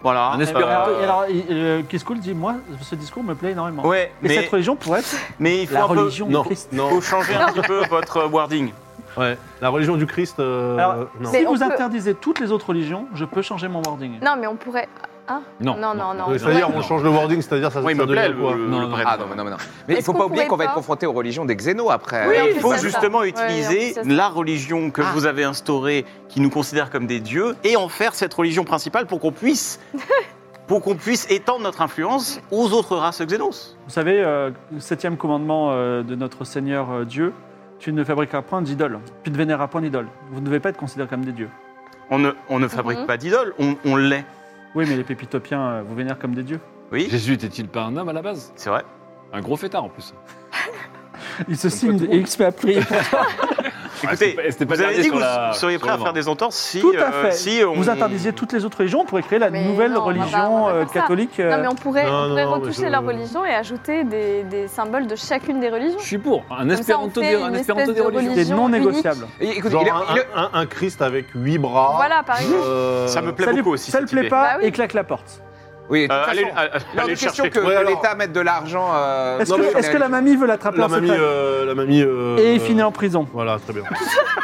C: Voilà.
E: Un
C: Euh,
B: Et alors,
E: espéranto.
B: et alors, il- euh, Kiskoul dit, moi ce discours me plaît énormément.
C: Ouais,
B: Et
C: mais,
B: cette religion pourrait être
C: mais il faut,
B: la
C: un peu-
B: religion du
F: Non,
B: Christ.
C: il
F: non,
C: faut changer un petit peu votre wording.
F: ouais. La religion du Christ, euh,
B: Alors,
F: non.
A: Mais
B: Si
A: on
B: vous
A: peut-
B: interdisez toutes les autres religions, je peux changer mon wording.
A: Non, mais on pourrait. Ah
E: Non,
A: Non, non, non.
F: Ouais, Euh, C'est-à-dire, on
E: non.
F: change le wording, c'est-à-dire ça,
C: Oui, il
F: ça
C: me plaît
F: devient
C: le,
F: quoi
C: le
E: Non, non.
C: prêtre.
D: Ah non, mais non, mais non. Mais il
A: Est-ce
D: faut
A: qu'on
D: pas oublier
A: pourrait
D: qu'on va être
A: pas
D: confronté aux religions des xénos après.
A: Oui,
D: Euh,
A: on
C: Il
A: fait
C: faut
A: ça,
C: justement
A: ça. Ouais, on
C: utiliser
A: fait ça, ça.
C: la religion que
D: Ah.
C: vous avez instaurée, qui nous considère comme des dieux, et en faire cette religion principale pour qu'on puisse, pour qu'on puisse étendre notre influence aux autres races xénos.
B: Vous savez, euh, le septième commandement euh, de notre Seigneur euh, Dieu, tu ne fabriqueras point d'idole, tu ne vénéreras point d'idole. Vous ne devez pas être considéré comme des dieux.
C: On ne, on ne fabrique
A: Mhm.
C: pas d'idoles, on, on l'est.
B: Oui, mais les pépitopiens euh, vous vénèrent comme des dieux.
C: Oui,
E: Jésus était-il pas un homme à la base
C: c'est vrai.
E: Un gros fêtard en plus.
B: Ils se
E: Comme
B: signent
E: quoi,
B: et ils se fait appeler.
C: Écoutez,
E: Ah, c'était pas- c'était pas
C: vous avez dit
E: dernier
C: que
E: sur
C: vous
E: la-
C: seriez prêt
E: sur le
C: à faire
E: vent.
C: des entorses si,
B: Tout à
C: euh,
B: fait.
C: si on...
B: Vous interdisiez toutes les autres religions, on pourrait créer la
A: Mais
B: nouvelle
A: non, on va pas- on
B: religion
A: va pas
B: euh,
A: faire ça.
B: catholique. euh,
A: Non, mais on pourrait,
F: Non,
A: on pourrait
F: non, mais
A: retoucher
F: je-
A: leur religion et ajouter des, des symboles de chacune des religions.
E: Je suis pour. Un
A: ça,
E: espéranto
A: on fait
E: des- un
A: une
E: espéranto
A: espèce
E: des
A: de
E: religions.
A: religion.
B: C'est non
A: unique.
B: négociable.
D: et- écoute,
F: Genre
D: il est-
F: un,
D: il est-
F: un- un Christ avec huit bras.
A: Voilà, par exemple.
F: euh,
C: Ça me plaît
B: ça lui-
C: beaucoup aussi.
B: ça le
C: cette
B: plaît
C: idée.
B: pas,
A: Bah oui.
B: et claque la porte.
D: Oui, de
C: Euh,
D: toute
C: allez,
D: façon,
C: allez,
D: il est
C: allez
D: question
C: chercher.
D: que
F: Ouais,
D: que
F: alors-
D: l'État mette de l'argent. euh,
B: Est-ce
D: dans
B: que,
D: les
F: mais-
B: est-ce que la mamie veut l'attraper
F: La
B: en
F: mamie.
B: secret
F: euh, la mamie euh,
B: Et il finit en prison.
F: Voilà, très bien.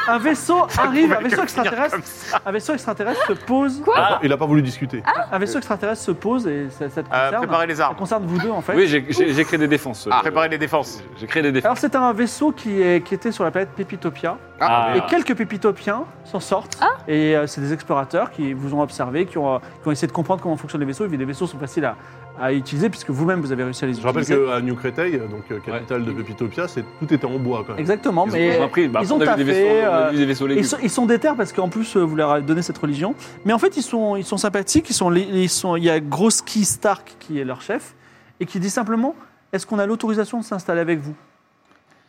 B: Un vaisseau arrive, un
C: pouvait
B: vaisseau
C: que
B: extraterrestre, un vaisseau extraterrestre se pose.
A: Quoi
F: Il n'a pas voulu discuter.
A: Ah,
B: Un vaisseau extraterrestre se pose et ça, ça te
C: Euh,
B: concerne.
C: préparez les
B: Ça
C: armes,
B: concerne vous deux en fait.
E: Oui, j'ai- j'ai j'ai créé des défenses.
D: Ah,
E: euh,
C: préparez les défenses.
E: J'ai créé des défenses.
B: Alors c'est un vaisseau qui, est, qui était sur la planète Pépitopia.
E: Ah.
B: Et quelques pépitopiens s'en sortent. Et euh, c'est des explorateurs qui vous ont observé, qui ont, euh, qui ont essayé de comprendre comment fonctionnent les vaisseaux. Et puis les vaisseaux sont faciles à, à utiliser puisque vous-même vous avez réussi à les
F: Je rappelle
B: utiliser.
F: qu'à New Créteil, donc euh, capitale de Pépitopia, c'est tout était en bois quand même.
B: Exactement,
E: Ils ont-
B: mais
E: ils ont appris. Bah,
B: ils
E: on
B: ont
E: a vu
B: taffé,
E: des vaisseaux- on a
B: euh,
E: vu des vaisseaux
B: ils
E: légumes.
B: sont, ils sont déter parce qu'en plus euh, vous leur avez donné cette religion. Mais en fait ils sont, ils sont sympathiques, ils sont, les- ils sont, il y a Groski Stark qui est leur chef et qui dit simplement est-ce qu'on a l'autorisation de s'installer avec vous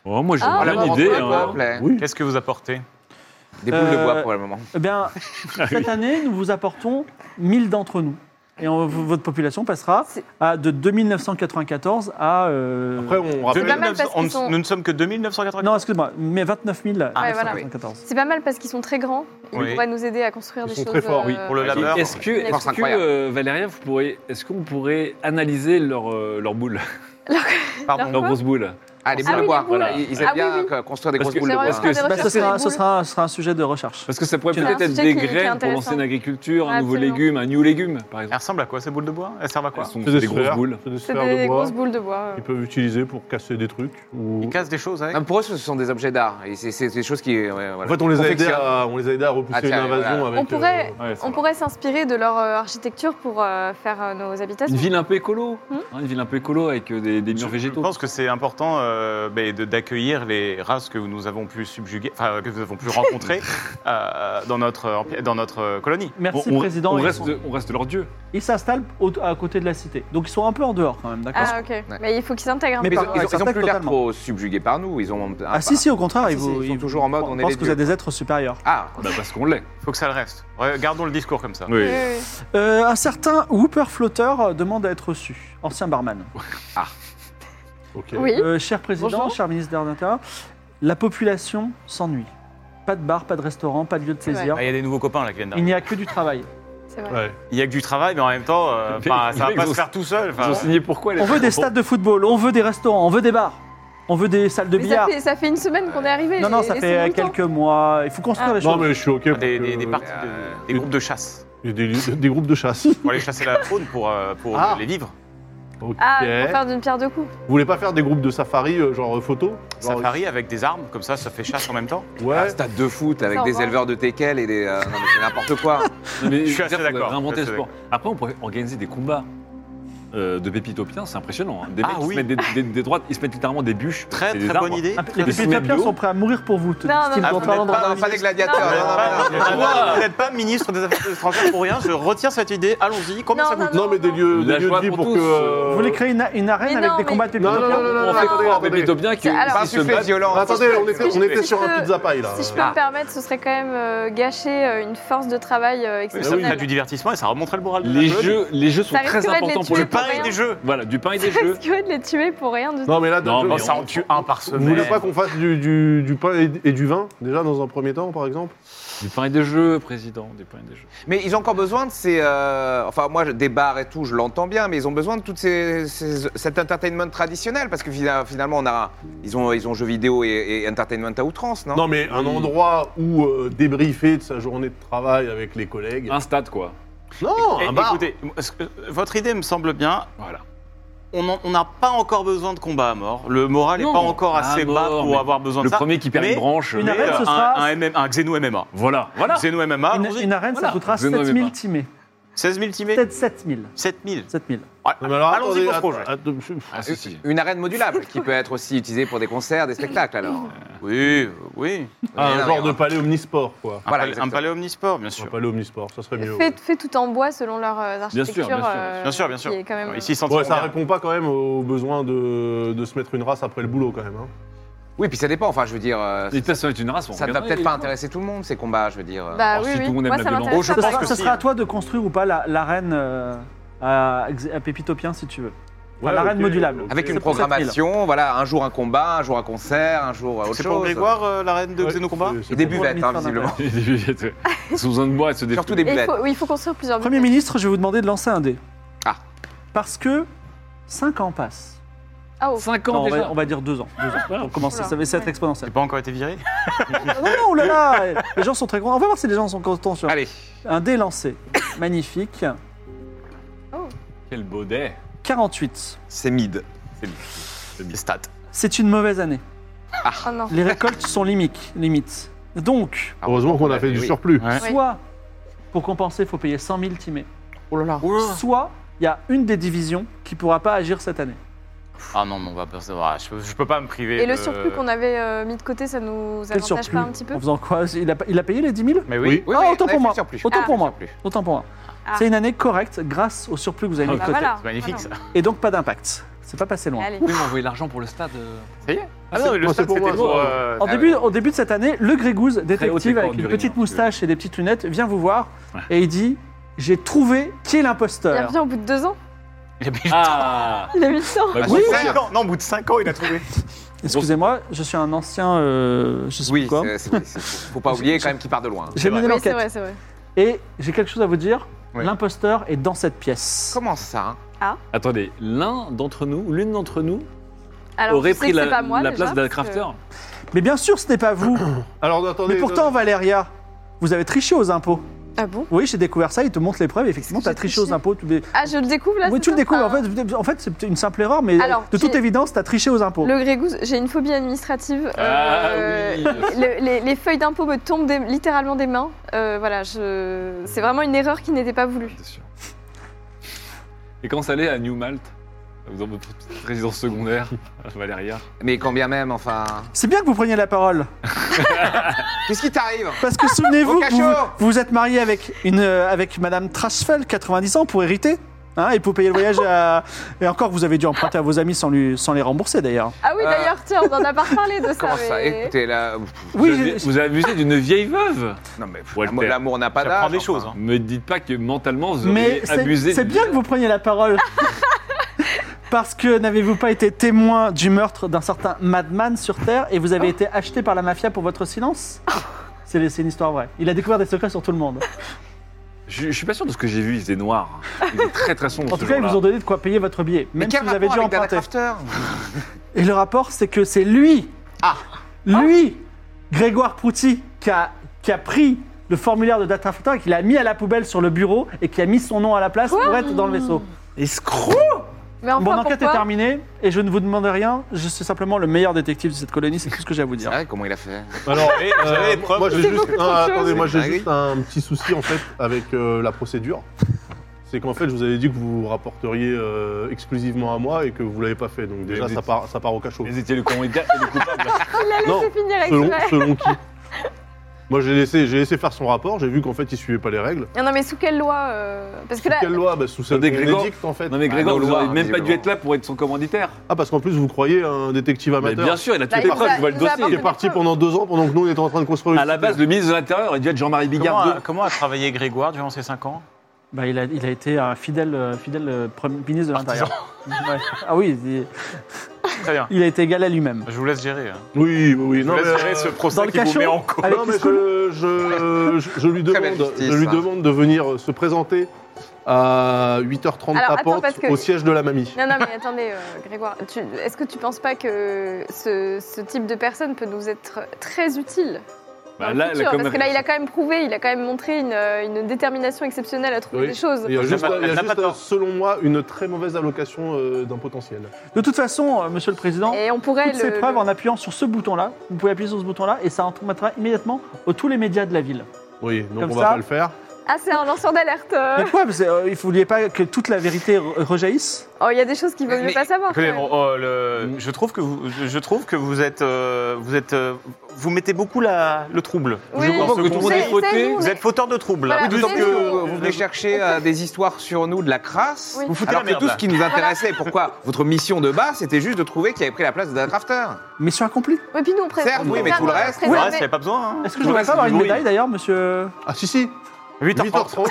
E: Oh, moi, j'ai
A: Ah,
E: une
A: voilà,
E: bonne
A: bon,
E: idée.
A: ouais,
E: hein.
D: S'il vous plaît.
F: Oui.
C: Qu'est-ce que vous apportez
D: Des boules de bois
B: Euh,
D: pour le moment.
B: Eh bien, cette année, nous vous apportons 1000 d'entre nous. Et on- v- votre population passera
A: C'est-
B: à, de 2994 à... euh,
F: Après, on
A: C'est pas
F: rappelle.
A: mal
C: 2900
A: parce qu'ils
C: on-
A: sont-
C: Nous ne sommes que 2980.
B: non, excuse-moi, mais 29 994.
A: C'est pas mal parce qu'ils sont très grands. Ils
C: Oui.
A: pourraient nous aider à construire
F: Ils
A: des
F: sont
A: choses. euh,
F: très forts, oui.
C: Pour le
E: Et
C: labeur.
E: Ah, Est-ce que, est
D: Force
E: que
D: incroyable.
E: euh, Valéria, vous pourrez, est-ce qu'on pourrait analyser leur, euh, leur boule,
A: Alors,
E: leur
A: quoi
E: grosse boule
D: Ah, les
A: Ah
D: boules de
A: oui,
D: bois.
A: les boules.
D: Ils ils aiment
A: Ah oui,
D: bien
A: oui.
D: euh, construire des
E: Parce
D: grosses
E: que-
D: boules de
E: c'est
D: bois.
E: vrai,
A: parce que
E: Parce que-
B: Bah, ça,
A: c'est
B: sera, ce sera- ce sera un sujet de recherche.
E: Parce que ça pourrait
B: C'est un
E: peut-être être
A: sujet
E: des
A: qui est- qui est
E: graines pour lancer
A: intéressant.
E: une agriculture, un nouveau
A: Absolument.
E: légume, un new légume, par exemple.
C: Elles ressemblent à quoi ces boules de bois Elles servent à quoi
E: Elles sont
F: C'est
E: des, grosses
F: sphères,
E: boules.
F: C'est des
A: C'est
F: sphères
A: des,
F: de bois
A: grosses boules de bois. euh.
F: qu'ils peuvent utiliser pour casser des trucs. Ou...
C: Ils cassent des choses avec
D: Non, pour eux, ce sont des objets d'art. Et C'est c'est des choses qui. ouais, voilà.
F: En fait, on les, a aidés
D: Confectionnent.
F: à, on les a aidés à repousser
D: Ah, tiens,
F: une invasion
D: voilà.
F: avec.
A: On pourrait-
F: euh,
E: Ouais, ça
A: On
E: va.
A: pourrait s'inspirer de leur euh, architecture pour euh, faire euh, nos habitations.
E: Une ville un peu écolo,
A: Hmm
E: hein, une ville un peu écolo avec euh, des, des murs
C: Je
E: végétaux.
C: pense que c'est important euh, ben, de- d'accueillir les races que nous avons pu subjuguer, enfin que nous avons pu rencontrer euh, dans notre euh, dans notre euh, colonie.
B: Merci,
E: on, on-
B: Président.
E: on
B: ils
E: reste,
B: sont-
E: on reste leur dieu.
B: Ils s'installent au- à côté de la cité. Donc ils sont un peu en dehors quand même, d'accord
A: Ah, ok. Mais il faut qu'ils s'intègrent. un
B: Mais
A: peu.
D: Ils ont,
B: par-
D: ils ont-
B: ouais, ça
D: ils ont plus l'air
B: totalement.
D: trop subjugués par nous. Ils ont.
B: Ah, si, si, au contraire,
D: Ah, si,
B: ils,
D: si,
B: vous-
D: ils sont
B: vous-
D: toujours en mode, on est
B: pensent
D: les
B: que vous êtes
D: dieux.
B: des êtres supérieurs.
D: Ah,
E: Bah, parce qu'on l'est.
C: Faut que ça le reste. Re- Gardons le discours comme ça.
A: Oui,
E: Oui.
A: oui, oui.
B: Euh, un certain Whooper Flotteur demande à être reçu, ancien barman.
F: ok.
A: Oui.
B: Euh, cher président,
A: Bonjour.
B: cher ministre de l'Intérieur, la population s'ennuie. Pas de bar, pas de restaurant, pas de lieu de
A: C'est vrai.
B: plaisir.
C: Ah, Il y a des nouveaux copains là qui viennent
B: Il
C: d'arriver.
B: n'y a que du travail.
A: c'est vrai.
F: Ouais.
C: Il y a que du travail, mais en même temps, euh, enfin,
E: Les
C: ça va
E: mecs
C: pas
E: ont-
C: se faire tout seul.
E: Ils
C: enfin.
E: ont signé pourquoi les
B: On veut des
E: Bon,
B: stades de football, on veut des restaurants, on veut des bars, on veut des salles de
A: Mais ça
B: billard.
A: fait, ça fait une semaine qu'on est arrivé.
B: Non, non, ça fait euh, quelques mois. Il faut construire
A: Ah.
B: les
F: Non,
B: choses.
F: mais je suis ok. pour
C: Des,
F: que-
C: des, des parties de-
D: Euh,
C: des groupes de chasse
F: des, des- des groupes de chasse.
C: pour aller chasser la faune pour, euh, pour
F: Ah.
C: les vivres.
F: Ok.
A: Ah, pour faire d'une pierre deux coups.
F: Vous voulez pas faire des groupes de safari, euh, genre euh, photo Genre, euh,
C: Safari avec des armes, comme ça, ça fait chasse en même temps.
F: Ouais.
D: Un stade de foot avec
A: Ça, on
D: des
A: va.
D: éleveurs de teckel et des. euh, non, mais c'est n'importe quoi.
E: Non, mais
C: Je suis
E: veux
C: assez
E: dire, on
C: d'accord,
E: devrait inventer
C: je suis
E: le
C: assez
E: sport. Après, on pourrait organiser des combats euh, de pépitopiens, c'est impressionnant. hein. Des
C: Ah
E: mecs qui
C: oui.
E: se mettent des, des- des droites, ils se mettent littéralement des bûches.
C: Très
E: c'est
C: très
E: des
C: bonne
E: arbres. Ah,
C: idée.
B: Ah, Les
E: des semaines
B: Pétapiens
E: de haut.
B: sont prêts à mourir pour vous. te
A: Non, non,
B: disent-ils
A: non.
B: dans
C: Ah,
B: ton
C: vous
B: endroit.
C: n'êtes
D: Non, non, pas des gladiateurs.
C: Vous
A: Non,
C: n'êtes
E: Ah,
C: pas-
D: non, non, non, non, non.
C: Vous n'êtes pas ministre des Affaires étrangères pour rien, je retire cette idée. Allons-y, combien
A: Non,
C: ça
A: non,
C: coûte
F: Non, mais des lieux,
E: La
F: des lieux de
E: joie
F: vie
E: pour
F: pour,
E: tous,
F: que.
E: euh,
B: Vous voulez créer une, une arène
A: Mais
B: avec
A: non,
B: des
A: mais-
B: combats de
F: Non, non,
B: Pétapiens
F: non, non,
E: On
F: non,
E: fait
F: attendez,
E: croire aux
F: attendez.
E: pépitopiens qui-
A: Alors,
E: qui
D: Pas
E: se
D: insuffler
E: battent.
D: violent.
F: Attendez, on était, on
A: Si
F: était
A: je
F: sur un
A: peux-
F: pizza paille là.
A: Si je peux me permettre, ce serait quand même euh, gâcher euh, une force de travail euh,
C: Mais Ça
F: oui.
C: ferait
A: exceptionnelle.
C: du divertissement et ça remonterait le moral. de la
E: Ah
C: Ah,
E: Les
C: colonie.
E: jeux, les jeux sont
A: Ça
E: très
A: risquerait de les
E: importants pour le
A: tuer
E: peuple.
C: Pain et des jeux.
E: Voilà, du pain et des
A: Ça
E: jeux.
A: risquerait de les tuer pour rien du tout.
F: Non, mais là,
E: Non,
F: je-
E: mais
C: Ça en tue un par
F: Vous
C: semaine.
F: voulez pas qu'on fasse du, du- du pain et, et du vin, déjà, dans un premier temps, par exemple
E: Du pain et des jeux, président, du pain et des jeux.
D: Mais ils ont encore besoin de ces. euh, enfin, moi, je- des bars et tout, je l'entends bien, mais ils ont besoin de tout ces, ces- cet entertainment traditionnel parce que fina- finalement, on a, ils, ont, ils ont jeux vidéo et, et entertainment à outrance, non,
F: Non, mais un endroit où euh, débriefer de sa journée de travail avec les collègues.
E: Un stade, quoi. Oh,
F: non,
C: Eh,
F: un bar
C: Écoutez, est-ce que- euh, votre idée me semble bien.
E: Voilà.
C: On en- on n'a pas encore besoin de combat à mort. Le moral n'est
E: Non,
C: pas encore
E: à
C: assez
E: mort,
C: bas
E: mais
C: pour avoir besoin
E: Le
C: de ça.
E: premier qui perd
C: mais-
E: une branche.
B: Une
C: Mais,
E: euh,
B: arène,
C: euh,
B: ce
C: un,
B: sera-
C: un MM un Xeno MMA.
E: Voilà, voilà.
C: Xeno MMA,
B: Une,
C: allons-y.
B: une arène,
E: Voilà.
B: ça coûtera
E: Je ne
B: 7000
E: l'avais pas.
B: timés.
C: 16 000 timés
B: Peut-être 7000.
C: 7 000.
B: 7000.
F: Non, mais alors,
C: Allons-y
F: attendez,
C: pour ce projet.
F: att- att- je-
E: Ah, si, si.
D: Une arène modulable qui peut être aussi utilisée pour des concerts, des spectacles, alors.
C: Oui, oui.
F: Ah,
D: Mais
F: un
D: non,
F: genre
D: mais-
F: de palais omnisport, quoi.
C: Un,
D: Voilà,
C: palais, un
D: exactement.
C: palais omnisport, bien sûr.
F: Un palais omnisport, ça serait mieux.
A: Fait, fait tout en bois selon leurs euh,
E: Bien sûr,
A: architectures.
E: bien sûr,
A: euh,
C: Bien sûr, bien sûr.
A: qui est quand même-
C: Ici, ils
F: ouais. Ouais,
C: sentiront
F: ça
C: bien.
F: répond pas quand même aux besoins de, de se mettre une race après le boulot, quand même. hein.
D: Oui, puis ça dépend, enfin, je veux dire. euh,
E: Les personnes est une race. on
D: ça ne va
E: regarde,
D: peut-être
E: il-
D: pas intéresser tout le monde, ces combats, je veux dire. euh.
A: Bah
E: Alors,
A: oui,
E: si
A: oui.
E: tout le monde aime
A: Moi,
E: la
A: ça
E: violence.
A: m'intéresse.
C: Oh,
B: Ce
C: je
A: pas.
C: pense
B: sera,
C: que
B: ce
C: si.
B: sera à toi de construire ou pas la- l'arène euh, à, à Pépitopien si tu veux. Enfin,
F: Ouais,
B: la
F: ok,
B: reine modulable.
F: ok.
D: Avec
B: C'est
D: une
B: pour cette
D: programmation, voilà, un jour un combat, un jour un concert, un jour euh, autre
C: C'est
D: chose.
C: pour Grégoire, euh, la reine de
F: Ouais,
C: Xenocombat
F: c'est- c'est
D: Et des
F: pour-
B: bu-
D: buvettes, hein,
B: Pour-
D: visiblement.
E: Ils ont besoin de boire et de se détruire.
D: Surtout des
A: Et il
D: buvettes.
A: faut, oui, il faut construire plusieurs
B: Premier
A: buildings.
B: ministre, je vais vous demander de lancer un dé.
D: Ah.
B: Parce que 5 ans passent.
A: Ah, oh.
E: 5
B: Non,
E: ans
B: on,
E: déjà.
B: va, on va dire 2 ans. Deux ans. Pour commencer,
A: Oula. Ah
B: ça va ça va être
A: Ouais.
C: J'ai
B: exponentiel.
C: pas encore été viré.
B: non, non, oh là là Les gens sont très contents. On va voir si les gens sont contents. Sur...
D: Allez,
B: Un dé lancé. Magnifique.
E: Quel baudet.
B: 48.
D: c'est mid.
C: Les stats.
B: C'est une mauvaise année.
A: Oh non.
B: Les récoltes sont limiques, limites. Donc,
F: Heureusement qu'on a fait
D: Eh
F: du
D: oui.
F: surplus.
C: Ouais.
B: soit pour compenser, il faut payer 100 000 timés.
D: Oh
B: Ah.
D: là là.
B: Soit il y a une des divisions qui pourra pas agir cette année.
C: Ah non, mais on va pas savoir. Je, peux- je peux pas me priver.
A: Et le surplus qu'on avait euh, mis de côté, ça nous
B: Quel
A: avantage
B: surplus
A: pas un petit peu Bah,
B: En faisant quoi il a, il a payé les 10 000
C: Mais oui.
D: Oui,
B: Ah,
D: oui,
B: autant
D: on a
B: pour
D: fait
B: moi.
D: le surplus.
B: Autant
D: Ah,
B: pour
D: le
B: moi.
D: surplus.
B: Autant pour moi.
A: Ah.
B: C'est une année correcte grâce au surplus que vous avez mis de
A: Bah
B: côté.
A: voilà.
C: C'est magnifique ça.
A: Voilà.
B: Et donc pas d'impact. C'est pas passé loin.
A: Allez.
E: Vous pouvez m'envoyer l'argent pour le stade. euh,
C: Ah non, mais le
F: moi,
C: stade
F: c'est pour
C: c'était
F: moi,
E: Oh,
C: pour.
F: ça.
C: euh,
B: En
D: Ah
B: début,
D: ouais.
B: Au début de cette année, le Grégouze,
E: haute école
B: détective avec
E: du
B: une
E: Grignan,
B: petite
E: parce que-
B: moustache et des petites lunettes, vient vous voir
E: Ouais.
B: et il dit J'ai trouvé qui est
A: Il a
B: l'imposteur.
A: bien au bout de deux ans.
C: il a mis-
E: Ah
A: Il a 800.
E: Bah,
D: Ah,
E: oui.
D: c'est
C: Cinq
D: clair.
C: ans. Non, au bout de 5 ans, il a trouvé.
B: Excusez-moi, je suis un ancien. euh, je sais
D: Oui,
B: plus quoi.
D: c'est- c'est- c'est- faut pas oublier quand même qu'il part de loin.
B: J'ai mené
A: Oui, c'est
B: l'enquête.
A: vrai, c'est vrai.
B: Et j'ai quelque chose à vous dire.
D: Ouais.
B: L'imposteur est dans cette pièce.
D: Comment ça hein
E: Attendez, l'un d'entre nous, l'une d'entre nous
A: Alors,
E: aurait
A: je sais
E: pris
A: que
E: la,
A: c'est pas moi,
E: la
A: déjà,
E: place d'un
A: parce que-
E: crafter.
B: Mais bien sûr, ce n'est pas vous.
F: Alors attendez.
B: Mais pourtant, Valéria, vous avez triché aux impôts.
A: Ah bon
B: Oui, j'ai découvert ça, il te montre les preuves. Effectivement, tu
A: Est-ce que
B: as
A: j'ai
B: triché aux
A: triché
B: impôts. tous les-
A: Ah, je le découvre là
B: oui, tu le
A: c'est ça Ah.
B: découvres. En
A: Enfin,
B: fait, en fait, c'est une simple erreur, mais
A: Alors,
B: de toute
A: j'ai-
B: évidence, tu as triché aux impôts.
A: Le Grégousse, j'ai une phobie administrative.
E: Ah,
A: euh,
E: oui.
A: le- les, les feuilles d'impôt me tombent des- littéralement des mains. Euh, voilà, je... c'est vraiment une erreur qui n'était pas voulue.
E: Bien sûr. Et quand ça allait à New Malte, dans votre petite résidence secondaire, à Valéria,
D: Mais quand bien même, enfin.
B: C'est bien que vous preniez la parole.
D: Qu'est-ce qui t'arrive
B: Parce que souvenez-vous,
D: Au
B: que vous,
D: cachot
B: vous vous êtes marié avec, une, euh, avec Madame Trasfeld, 90 ans, pour hériter. Hein, et pour payer le voyage à... Et encore, vous avez dû emprunter à vos amis sans, lui, sans les rembourser d'ailleurs.
A: Ah oui,
D: Euh.
A: d'ailleurs, tiens, on en a pas reparlé de ça.
D: Comment ça
A: mais-
D: Écoutez, là. pff,
B: Oui,
E: vous, avez-
B: je-
E: vous avez abusé d'une vieille veuve.
D: Non, mais pff,
E: Walter.
D: l'amour- l'amour n'a pas
C: Ça prend
D: d'âge.
C: des
D: enfin.
C: choses. hein.
E: Me dites pas que mentalement vous
B: mais
E: avez abusé.
B: c'est c'est bien que vous preniez la parole. Parce que n'avez-vous pas été témoin du meurtre d'un certain Madman sur Terre et
A: Oh.
B: vous avez été acheté par la mafia pour votre silence C'est c'est une histoire vraie. Il a découvert des secrets sur tout le monde.
E: Je, je suis pas sûr de ce que j'ai vu. Ils étaient noirs. Ils étaient très très sombres.
B: En tout cas, ils vous ont donné de quoi payer votre billet,
D: Mais
B: même si
D: quel
B: vous avez dû
D: rapport avec Dana
B: emprunter.
D: Crafter
B: Et le rapport, c'est que c'est lui,
D: Ah.
B: lui, Grégoire Prouty, qui a, qui a pris le formulaire de Data Factor et qui l'a mis à la poubelle sur le bureau et qui a mis son nom à la place pour être dans le vaisseau.
E: Escroc
A: Mais enfin,
B: Mon enquête est
A: pourquoi
B: terminée et je ne vous demande rien. Je suis simplement le meilleur détective de cette colonie, c'est tout ce que j'ai à vous
D: C'est
B: dire.
D: vrai, comment il a fait
F: euh, Alors,
C: Vous avez- vous avez les preuves
F: moi j'ai
A: C'est
F: juste,
A: beaucoup trop
F: ah,
A: de choses.
F: attendez, moi j'ai
D: Ah oui.
F: juste un petit souci en fait avec euh, la procédure. C'est qu'en fait, je vous avais dit que vous vous rapporteriez euh, exclusivement à moi et que vous l'avez pas fait. Donc déjà,
E: Mais-
F: ça part, ça part au cachot.
E: Ils étaient le candidat et le coupable.
A: Il a
F: Non,
A: laissé finir avec
F: Selon,
A: ça.
F: selon qui Moi, j'ai laissé, j'ai laissé faire son rapport. J'ai vu qu'en fait, il suivait pas les règles.
A: Non, mais sous quelle loi euh, Parce que là,
F: Sous quelle loi bah, Sous celle
E: Attendez,
F: qu'on
E: Grégor.
F: édicte, en fait.
E: Non mais Grégoire,
D: Ah, non,
E: vous auriez
D: Loire,
E: même pas dû
D: visiblement.
E: être là pour être son commanditaire.
F: Ah, parce qu'en plus, vous croyez à un détective
E: Mais
F: amateur
E: bien sûr, il a
A: Bah,
E: toutes
A: il
E: les preuves,
A: nous a-
E: tu vois le
A: il nous a
F: qui
E: dossier.
F: est parti pendant deux ans pendant que nous, on était en train de construire.
E: À la base, le ministre de l'Intérieur aurait dû être Jean-Marie
C: Comment
E: Bigard
C: a,
E: II.
C: comment a travaillé Grégoire durant ces 5 ans
B: Bah, il, a, il a été un fidèle, euh, fidèle euh, premier ministre de l'Intérieur. Ouais. Ah oui, il,
C: Très bien.
B: il a été égal à lui-même.
C: Je vous laisse gérer. hein.
F: Oui, oui, oui.
C: Je
F: Non,
C: vous
F: mais,
C: laisse gérer
F: euh,
C: ce
B: dans
C: procès
B: le
C: qui vous
B: cachot,
C: met en cause.
B: Avec
F: non, mais
B: Pisco
F: je, je, je, je lui
D: Très belle
F: demande,
D: justice,
F: je lui
D: ça.
F: demande de venir se présenter à
A: Alors,
F: 8h30 à
A: attends,
F: Pente,
A: parce que-
F: au siège de la mamie.
A: Non, non, mais attendez, euh, Grégoire, tu- est-ce que tu penses pas que ce, ce type de personne peut nous être très utile dans
E: Bah,
A: le
E: là,
A: futur
E: la com-
A: Parce que là, il a quand même prouvé, il a quand même montré une, euh, une détermination exceptionnelle à trouver
F: Oui.
A: des choses.
F: Il y a
C: Elle
F: juste,
C: n'a pas-
F: il y a
C: elle n'a
F: juste,
C: pas tort.
F: selon moi, une très mauvaise allocation euh, d'un potentiel.
B: De toute façon, euh, Monsieur le Président,
A: Et on pourrait
B: toutes ces
A: le-
B: preuves
A: le-
B: en appuyant sur ce bouton-là. Vous pouvez appuyer sur ce bouton-là et ça intromettra immédiatement aux tous les médias de la ville.
A: Euh.
F: Oui, donc
B: Comme
F: on
B: ça.
F: va pas le faire.
A: Ah, c'est un lanceur d'alerte euh.
B: Mais quoi Parce que, euh, Il ne voulait pas que toute la vérité re- rejaillisse.
A: Oh, il y a des choses qu'il vaut
D: Mais-
A: mieux pas savoir.
C: Écoutez,
A: quand même.
C: on- on- le- je trouve que vous, je, je trouve que vous êtes, euh, vous êtes, euh, vous mettez beaucoup la, le trouble.
A: Oui.
C: Je pense
E: comprends que
C: que
E: tout le
C: vous,
E: monde est
A: C'est- c'est
E: fauté.
A: nous,
C: vous
A: mais-
C: êtes fauteur de trouble.
A: Voilà,
C: là.
A: vous
D: D'autant
A: êtes-
D: que
A: nous.
D: vous venez chercher Bah, euh, des histoires sur nous, de la crasse.
A: Oui.
C: Vous foutez
D: Alors
C: la
D: que
C: merde.
D: tout
C: là.
D: ce qui nous intéressait, pourquoi votre mission de base, c'était juste de trouver qui avait pris la place de Dana Crafter.
B: Mission accomplie.
A: Oui, puis nous, on pré-
D: Certes,
A: on
D: oui, mais
A: préfère,
D: tout le
A: euh,
D: reste-
C: Le
A: préserver-
C: reste, il n'y a pas besoin. hein.
B: Est-ce que je
D: Tout le
B: devrais
D: reste,
B: pas avoir
D: c'est
B: une
D: du
B: médaille d'ailleurs, monsieur
F: Ah si, si
C: 8h30.
F: 8h30.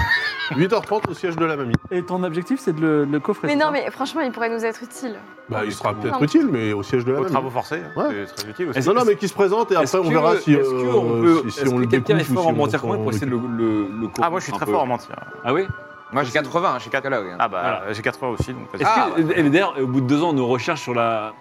F: 8h30 au siège de la mamie.
B: Et ton objectif, c'est de le, de le coffrer.
A: Mais
B: c'est
A: non,
B: ça
A: mais franchement, il pourrait nous être utile.
F: Bah, il sera peut-être
A: Non.
F: utile, mais au siège de la
C: Aux
F: mamie.
C: travaux forcés.
F: Ouais.
C: C'est très utile aussi.
E: Est-ce-
F: Non, non, mais qui se présente et après
E: Est-ce
F: on
E: que-
F: verra si,
E: est-ce
F: euh,
E: que on peut-
F: si- si
E: est-ce
F: on
E: que
F: le
E: quelqu'un
F: découvre.
E: est
F: ou
E: fort
F: si
E: en
F: on-
E: mentir comment pour
F: on-
E: essayer de le, le, le
C: Ah, moi, je suis très
E: corrompre un peu
C: fort en mentir.
E: Ah oui
D: Moi, j'ai 80, je suis psychologue. hein.
C: Ah bah, j'ai 80 aussi, donc vas-y.
E: Est-ce
D: Ah,
E: que- et D'ailleurs, au bout de deux ans, nos recherches sur la,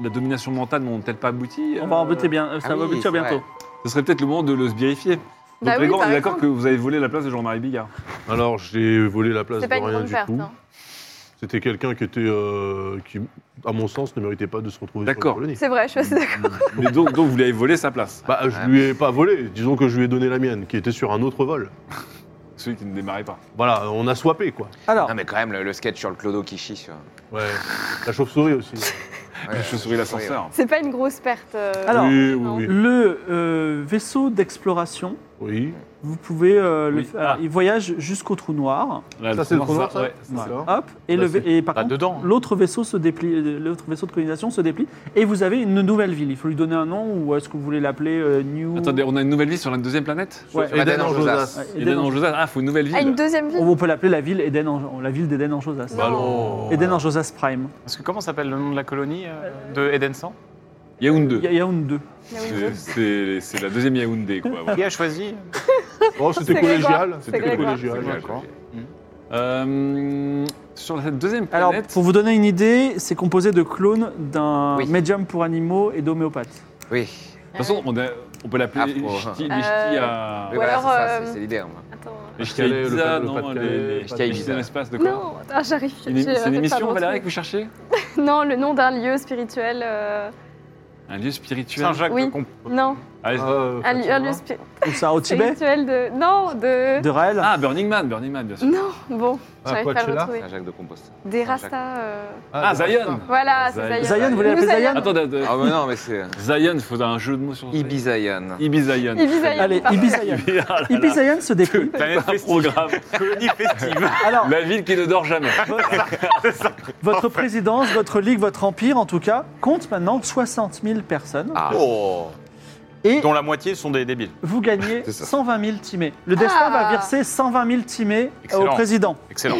E: la domination mentale n'ont-elles pas abouti
B: On va
E: euh,
B: embêter bien, ça
D: ah
B: va
D: oui,
B: aboutir
D: c'est
B: bientôt.
D: vrai.
E: Ce serait peut-être le moment de le se vérifier. Donc,
A: Bah oui,
E: Grégoire,
A: par
E: on est d'accord
A: exemple.
E: que vous avez volé la place de Jean-Marie Bigard.
F: Alors, j'ai volé la place de
A: C'est pas une
F: rien
A: grande
F: du
A: perte.
F: tout.
A: hein.
F: C'était quelqu'un qui était, euh, qui, à mon sens, ne méritait pas de se retrouver
E: D'accord.
F: sur la colonie.
A: C'est vrai, je suis assez d'accord.
E: Mais donc, donc, vous lui avez volé sa place.
F: Bah, je lui ai pas volé. Disons que je lui ai donné la mienne, qui était sur un autre vol.
E: Celui qui ne démarrait pas.
F: Voilà, on a swappé, quoi.
B: Alors,
D: Non, mais quand même, le, le sketch sur le clodo qui chie. Sur...
F: Ouais. La chauve-souris aussi.
D: Ouais,
E: Je souris l'ascenseur.
A: C'est pas une grosse perte. euh,
B: Alors,
F: oui,
A: non.
F: oui, oui.
B: le euh, vaisseau d'exploration,
F: Oui.
B: vous pouvez. euh, le-
E: Oui.
B: alors,
E: Ah.
B: il voyage jusqu'au trou noir.
E: Là,
F: Ça, c'est le
E: trou noir,
F: trou noir,
E: ouais.
F: ça
B: Ouais.
F: D'accord.
B: Hop, et,
F: Bah,
B: le, va- et par
C: Pas
B: contre,
C: dedans. hein.
B: l'autre vaisseau se déplie, l'autre vaisseau de colonisation se déplie, et vous avez une nouvelle ville. Il faut lui donner un nom, ou est-ce que vous voulez l'appeler euh, New
E: Attendez, on a une nouvelle vie sur la deuxième planète
B: Ouais,
D: la
F: Eden
D: dernière
F: en
D: Josas.
F: Josas.
B: Ouais,
E: Il y
B: Eden
E: a
B: en-
E: dans Josas. Ah, faut une nouvelle ville.
A: Ah, une deuxième vie
B: on peut l'appeler la ville Eden en- la ville d'Eden en Josas.
F: Bah
A: Non.
F: non.
B: Eden en Josas Prime.
C: Parce que comment s'appelle le nom de la colonie euh, de Eden 100
E: Yaoundé.
B: Ya- Yaoundé 2.
A: Ah oui,
E: C'est- C'est c'est la deuxième Yaoundé, quoi. voilà.
C: Qui a choisi
F: Oh, c'était
A: C'est Grégoire.
F: collégial.
A: C'est
F: C'était
A: Grégoire.
F: collégial.
D: D'accord.
E: Hum. Euh, sur la deuxième
B: Alors,
E: planète,
B: pour vous donner une idée, c'est composé de clones d'un
D: Oui.
B: médium pour animaux et d'homéopathe.
D: Oui.
E: de toute façon, on, a- on peut l'appeler
F: Ah,
D: Afro.
E: Ch'ti- les
A: Euh,
E: Ch'tis à...
D: Mais
A: Ou
D: voilà,
A: alors,
D: c'est ça,
A: euh,
D: c'est- c'est l'idée. hein.
A: Attends.
E: Les Ch'tis à
F: Pas de
E: Ibiza,
F: Calais, le
E: non,
F: pas de
E: les-
F: Calais,
E: les
F: pas
E: Ch'tis
D: de Ibiza.
E: à Ibiza dans l'espace, de quoi
A: Non, ah, j'arrive.
E: Une é-
A: j'ai-
E: C'est une
A: j'ai
E: émission,
A: pas
E: Valérie,
A: retrouvé.
E: que vous cherchez
A: Non, le nom d'un lieu spirituel. euh,
E: Un lieu spirituel.
C: Saint-Jacques
A: Oui.
C: de Comp-
A: Non,
E: Ah, les-
F: Euh,
A: un, lieu- un lieu
F: Fatima.
A: spi-
B: Ou ça au Tibet
A: spirituel de. Non, de.
B: De Raël
E: Ah, Burning Man, Burning Man, bien sûr.
A: Non, bon,
F: Ah,
A: j'arrive pas à le
F: Coachella
A: retrouver.
D: Saint-Jacques de Compostelle.
A: Des
D: Saint-Jacques.
A: Rasta. euh,
E: Ah,
F: des
E: Zion
F: Rastas.
A: Voilà,
E: Zion.
A: c'est
B: Zion, vous voulez l'appeler
A: Zion.
B: Zion
E: Attends, attends, attends.
D: Ah, mais non, mais c'est.
E: Zion, il faut un jeu de mots sur
D: Ibizaïan.
E: Ibizaïon.
A: Ibizaïon.
B: Allez, Ibizaïan. Ibizaïon se déplie.
C: Planète
E: Un
C: festive.
E: programme.
C: Colonie Euh, festive.
B: Alors,
E: La ville qui ne dort jamais.
B: votre présidence, votre ligue, votre empire, en tout cas, compte maintenant 60 000 personnes.
D: Ah.
C: Oh.
B: Et
C: Dont la moitié sont des débiles.
B: vous gagnez
D: C'est ça.
B: 120 000 timés. Le destin
A: Ah.
B: va verser 120 000 timés
C: Excellent.
B: au président.
C: Excellent.